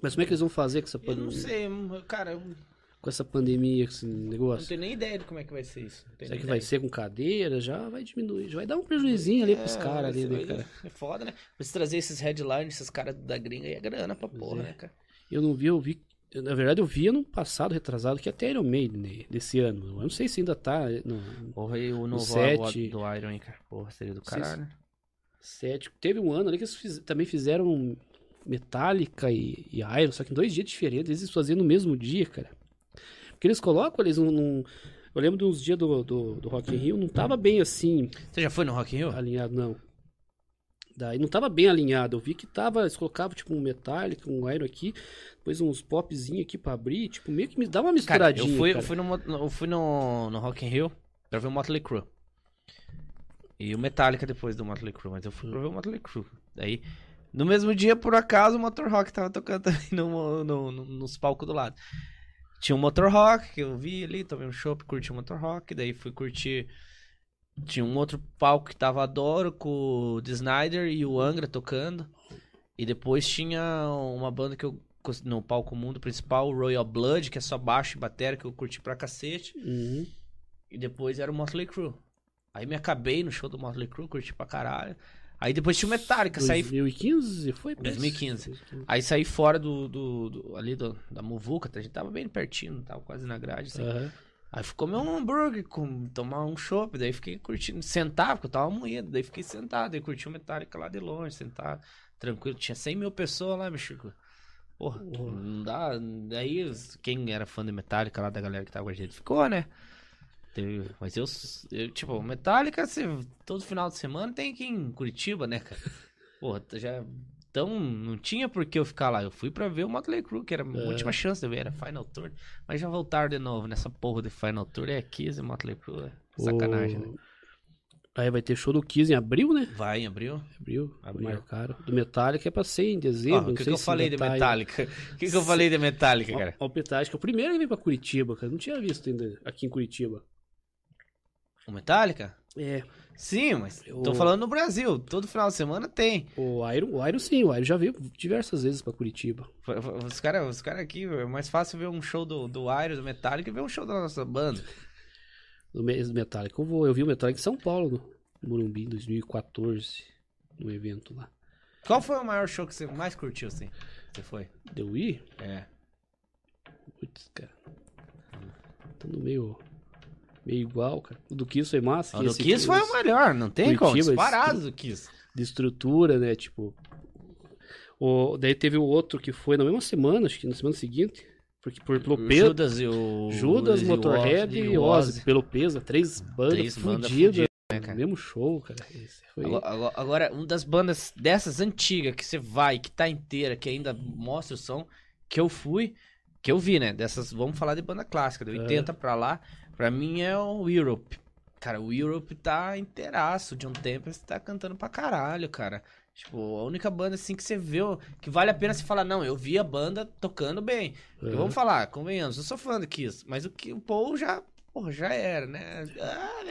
Mas como é que eles vão fazer com essa, Eu pan- não sei, hum, cara, eu não com essa pandemia, com esse negócio? tenho nem ideia de como é que vai ser isso. Não tenho Será nem que vai ideia. ser com cadeira? Já vai diminuir, já vai dar um prejuizinho ali pros É, caras ali, vai né, ser- cara? É foda, né? Mas trazer esses headlines, esses caras da gringa aí é grana pra porra, é. né, cara? Eu não vi, eu vi. eu, Na verdade, eu vi ano passado, retrasado, que até Iron Maiden né, desse ano. Eu não sei se ainda tá no Porra, e o novo álbum do Iron, hein, cara? Porra, seria do caralho, caralho. Sete. Teve um ano ali que eles fiz- também fizeram Metallica e, e Iron, só que em dois dias diferentes. Eles faziam no mesmo dia, cara. Porque eles colocam, eles não. não- Eu lembro de uns dias do, do, do Rock in Rio, não tava bem assim Você já foi no Rock in Rio? alinhado, não. Daí não tava bem alinhado. Eu vi que tava. Eles colocavam tipo um Metallica, um Iron aqui, depois uns popzinhos aqui pra abrir. Tipo, meio que me dá uma Cara, misturadinha. eu fui, cara. eu fui, no, Mot- eu fui no, no Rock in Rio pra ver o Motley Crue. E o Metallica depois do Motley Crue, mas eu fui pra ver o Motley Crue. Daí, no mesmo dia, por acaso, o Motor Rock tava tocando também no, no- no- nos palcos do lado. Tinha o Motor Rock, que eu vi ali, tomei um chopp, curti o Motor Rock. Daí fui curtir... Tinha um outro palco que tava Adoro com o D. Snyder e o Angra tocando. E depois tinha uma banda que eu cons- no palco mundo principal, o Royal Blood, que é só baixo e bateria, que eu curti pra cacete. Uhum. E depois era o Motley Crue. Aí me acabei no show do Motley Crue, curti pra caralho. Aí depois tinha o Metallica, saí, 2015 foi? parece. 2015. aí saí fora do, do, do- ali do- da Muvuca, a gente tava bem pertinho, tava quase na grade, assim. Aham. Aí fui comer um hambúrguer, com, tomar um chopp, daí fiquei curtindo, sentava, porque eu tava moído, daí fiquei sentado, daí curti o Metallica lá de longe, sentado, tranquilo. Tinha 100 mil pessoas lá, meu Chico. Porra, Porra. não dá. Daí os- quem era fã do Metallica lá, da galera que tava com a gente, ficou, né? Teve- Mas eu, eu, tipo, Metallica, você, todo final de semana tem aqui em Curitiba, né, cara? Porra, tá já. Então, não tinha por que eu ficar lá. Eu fui pra ver o Motley Crue, que era a É. última chance de eu ver, era Final Tour. Mas já voltaram de novo nessa porra de Final Tour. É Kiss e Motley Crue. é Sacanagem, né? O- Aí vai ter show do Kiss em abril, né? Vai em abril. Abril, Abril. marcaram. Do Metallica é pra ser em Ó, dezembro. o não que, que sei eu se falei de ainda tá aí. Metallica? O que, que eu Se- falei de Metallica, Ó, cara? ó, o Metallica, o primeiro que veio pra Curitiba, cara. Não tinha visto ainda aqui em Curitiba. O Metallica? É, Sim, mas tô O- falando no Brasil. Todo final de semana tem. o Iron, o Iron sim, o Iron já veio diversas vezes pra Curitiba. F- f- Os caras os cara aqui, é mais fácil ver um show do, do Iron, do Metallica, e ver um show da nossa banda. No mês do Metallica, eu vou. Eu vi o Metallica em São Paulo, no Morumbi, em 2014, no evento lá. Qual foi o maior show que você mais curtiu, assim? Você foi? Deu ir? É. Putz, cara. Tá no meio. Meio igual, cara. O Ah, do Kiss foi massa. Ah, O que do esse- Kiss foi o melhor, não tem como. Curitiba, Disparado do Kiss. de estrutura, né? Tipo. O, daí teve o outro que foi na mesma semana, acho que na semana seguinte. Porque por, pelo O peso. Judas e o. Judas, e o Motorhead e o Ozzy. Pelo peso, três bandas Três bandas fodidas. fudidas, né, cara? mesmo show, cara. Esse foi. Agora, agora- agora, uma das bandas dessas antigas que você vai, que tá inteira, que ainda mostra o som, que eu fui, que eu vi, né? Dessas, vamos falar de banda clássica, de 80 pra lá, pra mim é o Europe. Cara, o Europe tá inteiraço, o John Tempest tá cantando pra caralho, cara. Tipo, a única banda assim que você vê, que vale a pena você falar, não, eu vi a banda tocando bem. Porque Aham. Vamos falar, convenhamos, eu sou fã do Kiss, mas o, que, o Paul já, porra, já era, né? Ah,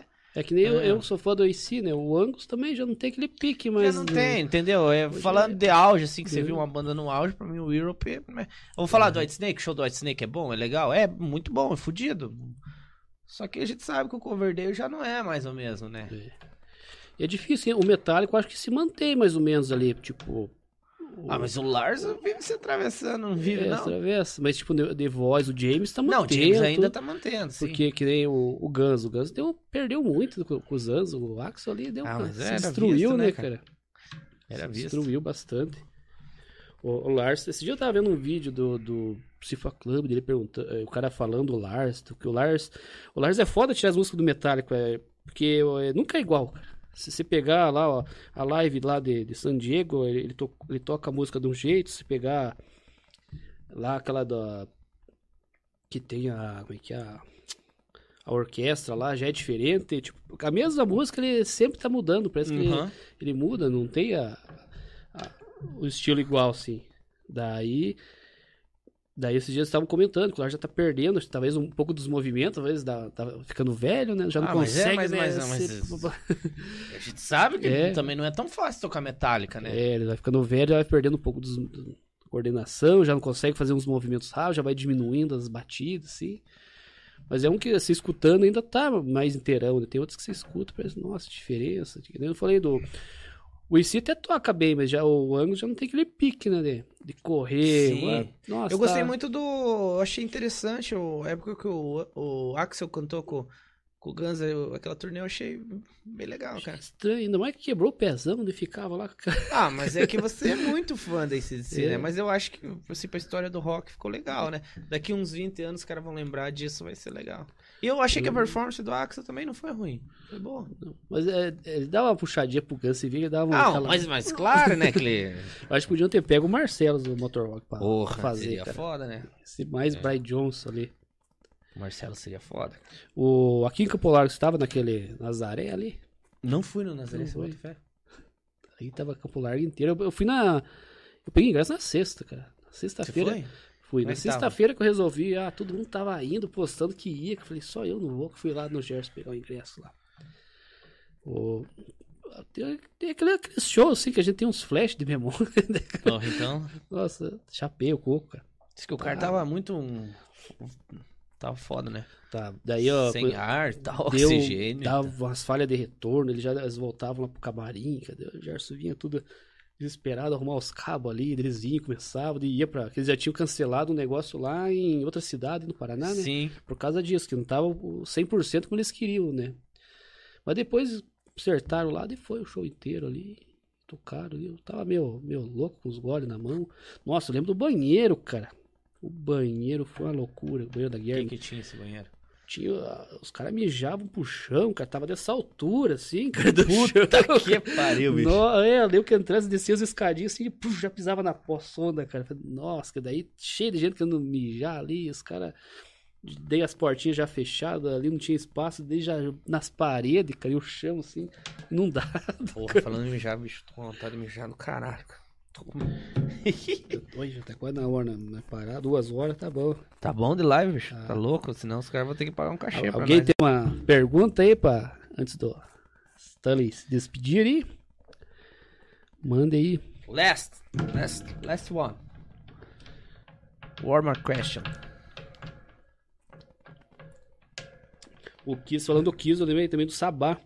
é... É que nem eu, É. eu sou fã do AC, né? O Angus também já não tem aquele pique, mas. Já não tem, entendeu? É, Hoje falando de auge, assim, que você Uhum. viu uma banda no auge, pra mim o Europe. é- né? Eu vou falar do White Snake, o show do White Snake é bom, é legal? É muito bom, é fudido. Só que a gente sabe que o Coverdale já não é mais ou mesmo, né? E é difícil, hein? O Metallica eu acho que se mantém mais ou menos ali. Tipo. Ah, mas o Lars vive se atravessando, não vive, é, não. atravessa. Mas, tipo, The The Voice, o James tá mantendo. Não, o James ainda tudo. tá mantendo, sim. Porque que nem o, o Guns, o Guns deu, perdeu muito com, com os anos, o Axel ali deu, Ah, uma- mas se era destruiu, visto, né, né, cara? Era se visto. destruiu bastante. O, o Lars, esse dia eu tava vendo um vídeo do, do Cifa Club, dele perguntando, eh, o cara falando o Lars, do que o Lars, o Lars é foda tirar as músicas do Metallica, é, porque é, nunca é igual, cara. Se você pegar lá, ó, a live lá de, de San Diego, ele, ele to- ele toca a música de um jeito, se pegar lá aquela da que tem a, como é que é, a, a orquestra lá já é diferente, tipo, a mesma música ele sempre tá mudando, parece que ele, Uhum. ele muda, não tem a, a- o estilo igual, assim. Daí. Daí esses dias estavam comentando que o Lars já tá perdendo, acho que talvez um pouco dos movimentos, talvez da- tá ficando velho, né? Já não Ah, mas é, consegue, mas- né? mas- mas- é. ser- A gente sabe que É. também não é tão fácil tocar metálica, né? É, ele vai ficando velho, já vai perdendo um pouco dos- da coordenação, já não consegue fazer uns movimentos rápidos, já vai diminuindo as batidas, assim. Mas é um que, se escutando, ainda tá mais inteirão. né? Tem outros que você escuta, parece, nossa, diferença. Que nem Eu falei do... O IC até toca bem, mas já o Angus já não tem aquele pique, né? De, de correr. Sim. ué, nossa, Eu gostei tá- muito do. Eu achei interessante o- a época que o, o Axel cantou com, com Com o Guns, eu- aquela turnê eu achei bem legal, cara. Estranho, ainda mais que quebrou o pezão e ficava lá. cara. Ah, mas é que você é muito fã da ACDC, É. né? Mas eu acho que, assim, pra história do rock ficou legal, né? Daqui uns 20 anos os caras vão lembrar disso, vai ser legal. E eu achei que a performance do Axel também não foi ruim. Foi boa. Mas é, ele dava uma puxadinha pro Guns e via, dava uma. Ah, aquela- mas, mas claro, né, que Acho que podiam ter pego o Marcelo do Motor Rock pra Porra, fazer, seria cara. foda, né? Esse mais Brian Johnson ali. O Marcelo seria foda. O, aqui em Campo Largo, você tava naquele Nazaré ali? Não fui no Nazaré, Não você foi. bota fé? Aí tava Campo Largo inteiro. Eu, eu fui na. Eu peguei ingresso na sexta, cara. Na Você Sexta-feira. foi? Fui. Como Na é que tava? sexta-feira que eu resolvi. Ah, todo mundo tava indo, postando que ia. Que eu falei, só eu não vou. Que fui lá no Gerson pegar o ingresso lá. O, tem, tem aquele, aquele show, assim, que a gente tem uns flash de memória. Porra, então. Nossa, chapei o coco, cara. Diz que o cara tava muito. um- Tava foda, né? Tá, daí, ó. Sem quando- ar, tal, Deu, oxigênio. dava umas falhas de retorno, eles já eles voltavam lá pro camarim, cadê? O Gerson vinha tudo desesperado, arrumar os cabos ali, eles vinham, começavam, e ia pra. porque Eles já tinham cancelado um negócio lá em outra cidade, no Paraná, né? Sim. Por causa disso, que não tava o 100% como eles queriam, né? Mas depois acertaram lá e foi o show inteiro ali. Tocaram ali. Eu tava meio, meio louco com os goles na mão. Nossa, eu lembro do banheiro, cara. O banheiro foi uma loucura. O banheiro da O Guerra. que, que tinha esse banheiro? Tinha, os caras mijavam pro chão, cara. Tava dessa altura, assim, cara, do Puta chão. que pariu, bicho. No, é, eu lembro que entrasse, descia as escadinhas assim, e, puf, já pisava na poçona, cara. Falei, Nossa, que daí cheio de gente querendo mijar ali, os caras. Dei as portinhas já fechadas ali, não tinha espaço, dei já nas paredes, cara, e o chão assim, não dá. Porra, falando em mijar, bicho, tô com vontade de mijar no caralho. cara. Tô com- Oi, já tá quase na hora, né? Mas parar, duas horas, tá bom. Tá bom de live, bicho? Ah. Tá louco? Senão os caras vão ter que pagar um cachê pra Alguém nós. tem uma pergunta aí pra, antes do Stanley se despedir aí? Manda aí. Last, last, last one. Warmer question. O Kiss, falando do Kiss, eu lembrei também do Sabá.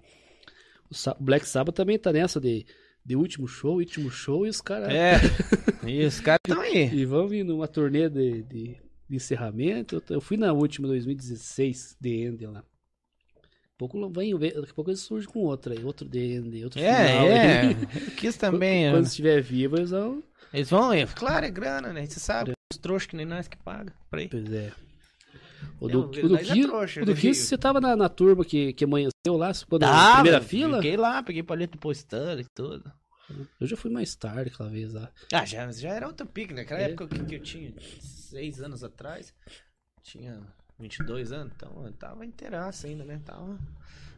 O Sa- o Black Sabbath também tá nessa de, de último show, último show, e os caras. É. E os caras estão aí. E vão vir numa turnê de, de, de encerramento. Eu, t- eu fui na última, 2016, The End lá. Daqui a pouco não vem, vem- daqui a pouco eles surgem com outra, aí, outro The End, outro É, final. é. aí. Eu quis também. Quando né? estiver vivo, eles vão. Eles vão aí. Claro, é grana, né? Você sabe. Os trouxas que nem nós que paga. Pra aí. Pois é. O É, do, o o do Nós é Kiss, trouxa, o do né, Kiss, filho? você tava na, na turma que, que amanheceu lá, quando Tava, primeira fila? Fiquei lá, peguei palito postando e tudo. Eu já fui mais tarde aquela vez lá. Ah, já, já era outro pique, né? Naquela É. época que, que eu tinha seis anos atrás, tinha 22 anos, então eu tava inteiraço ainda, né? Tava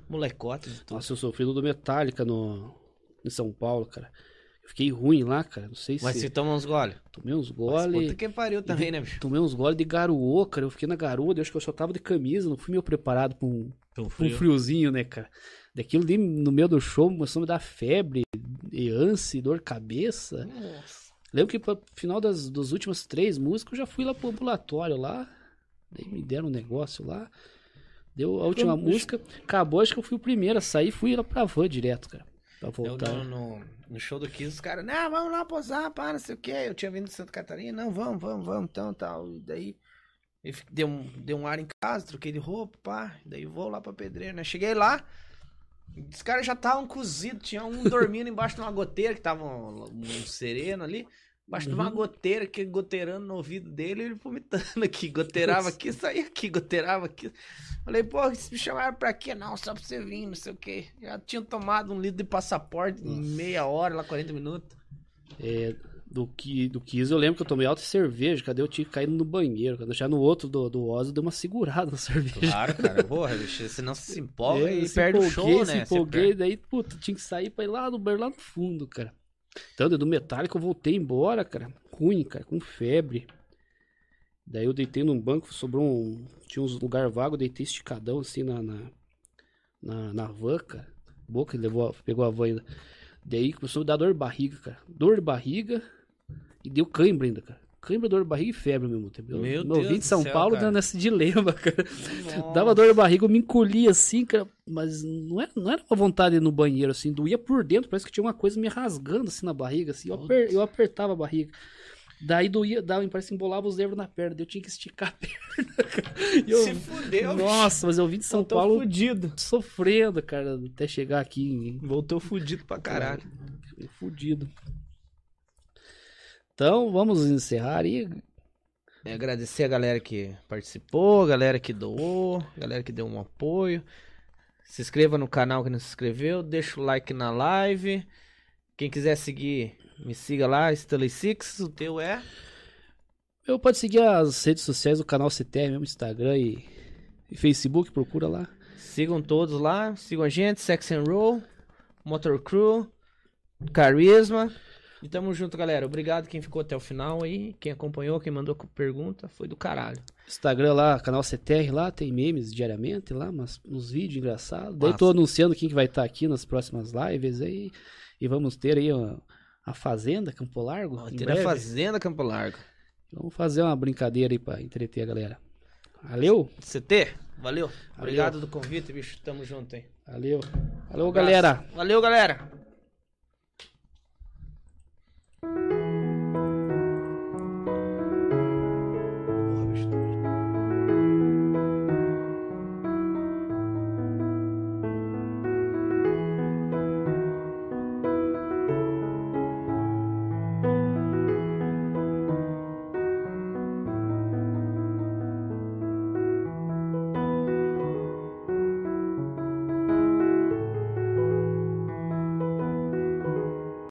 molecote de tudo. Nossa, eu sofri do Metallica no, em São Paulo, cara. Eu fiquei ruim lá, cara. Não sei Mas se se toma uns gole. tomei uns Mas goles. Puta que pariu também, né, bicho? Tomei uns goles de garoa, cara. Eu fiquei na garoa, eu acho que eu só tava de camisa, não fui meio preparado pra um, Tão pra um friozinho, né, cara? Daquilo ali no meio do show começou a me dar febre, e ânsia, dor de cabeça. Nossa. Lembro que pro final das, das últimas três músicas eu já fui lá pro ambulatório lá. Daí me deram um negócio lá. Deu a última Ficou- música. Acabou, acho que eu fui o primeiro a sair fui lá pra van direto, cara. Pra Eu, voltar. no, no, no show do Kiss, os caras, não, vamos lá posar, pá, não sei o quê. Eu tinha vindo de Santa Catarina, não, vamos, vamos, vamos, então, tal. E daí, eu fi- dei um, dei um ar em casa, troquei de roupa, pá. Daí vou lá pra pedreiro, né? Cheguei lá, os caras já estavam cozidos, tinha um dormindo embaixo de uma goteira, que tava um, um sereno ali. Embaixo de uma Uhum. goteira, que goteirando no ouvido dele, ele vomitando aqui, goteirava Nossa. aqui, saía aqui, goteirava aqui. Falei, pô, vocês me chamaram pra quê? Não, só pra você vir, não sei o quê. Já tinha tomado um litro de passaporte em Nossa. meia hora, lá 40 minutos. É, do, que, do Kiss eu lembro que eu tomei alta cerveja, cadê eu tinha caído no banheiro. Quando eu já no outro do, do Oz eu dei uma segurada na cerveja. Claro, cara, porra, bicho, você não se empolga É, e se perde o empolguei, show, se né? Você empolguei, perde. daí, puta, tinha que sair pra ir lá no banheiro, lá no fundo, cara. Tanto do metálico eu voltei embora, cara. Ruim, cara, com febre. Daí eu deitei num banco, sobrou um. Tinha uns lugar vago, eu deitei esticadão assim na. Na, na, na van, cara. Boca, ele levou, a- pegou a van ainda. Daí começou a me dar dor de barriga, cara. Dor de barriga. E deu cãibra ainda, cara. Cãibra, dor de barriga e febre ao mesmo tempo. Eu- Meu eu Deus vim do de São céu, Paulo cara. dando esse dilema, cara. Nossa. Dava dor de barriga, eu me encolhia assim, cara, mas não era, não era uma vontade de ir no banheiro, assim, doía por dentro, parece que tinha uma coisa me rasgando assim na barriga, assim, eu, aper- eu apertava a barriga. Daí doía, dava, parece que embolava os nervos na perna. daí Eu tinha que esticar a perna. cara. E eu- Se fudeu, nossa, mas eu vim de São Voltou Paulo fudido. sofrendo, cara, até chegar aqui em Voltou fudido pra caralho. fudido. Então, vamos encerrar aí. É, agradecer a galera que participou, a galera que doou, a galera que deu um apoio. Se inscreva no canal que não se inscreveu, deixa o like na live. Quem quiser seguir, me siga lá, Stanley Six, o teu é. Eu pode seguir as redes sociais do canal CTR, mesmo Instagram e, e Facebook, procura lá. Sigam todos lá, sigam a gente, Sex and Roll, Motor Crew, Carisma. E tamo junto, galera. Obrigado quem ficou até o final aí, quem acompanhou, quem mandou pergunta, foi do caralho. Instagram lá, canal CTR lá, tem memes diariamente lá, mas uns vídeos engraçados. Daí Massa. tô anunciando quem que vai estar aqui nas próximas lives aí. E vamos ter aí a, a Fazenda, Campo Largo. em Ter a breve. Fazenda Campo Largo. Vamos fazer uma brincadeira aí pra entreter a galera. Valeu? CT, valeu. Obrigado do convite, bicho. Tamo junto, hein. Valeu. Valeu, galera. Valeu, galera.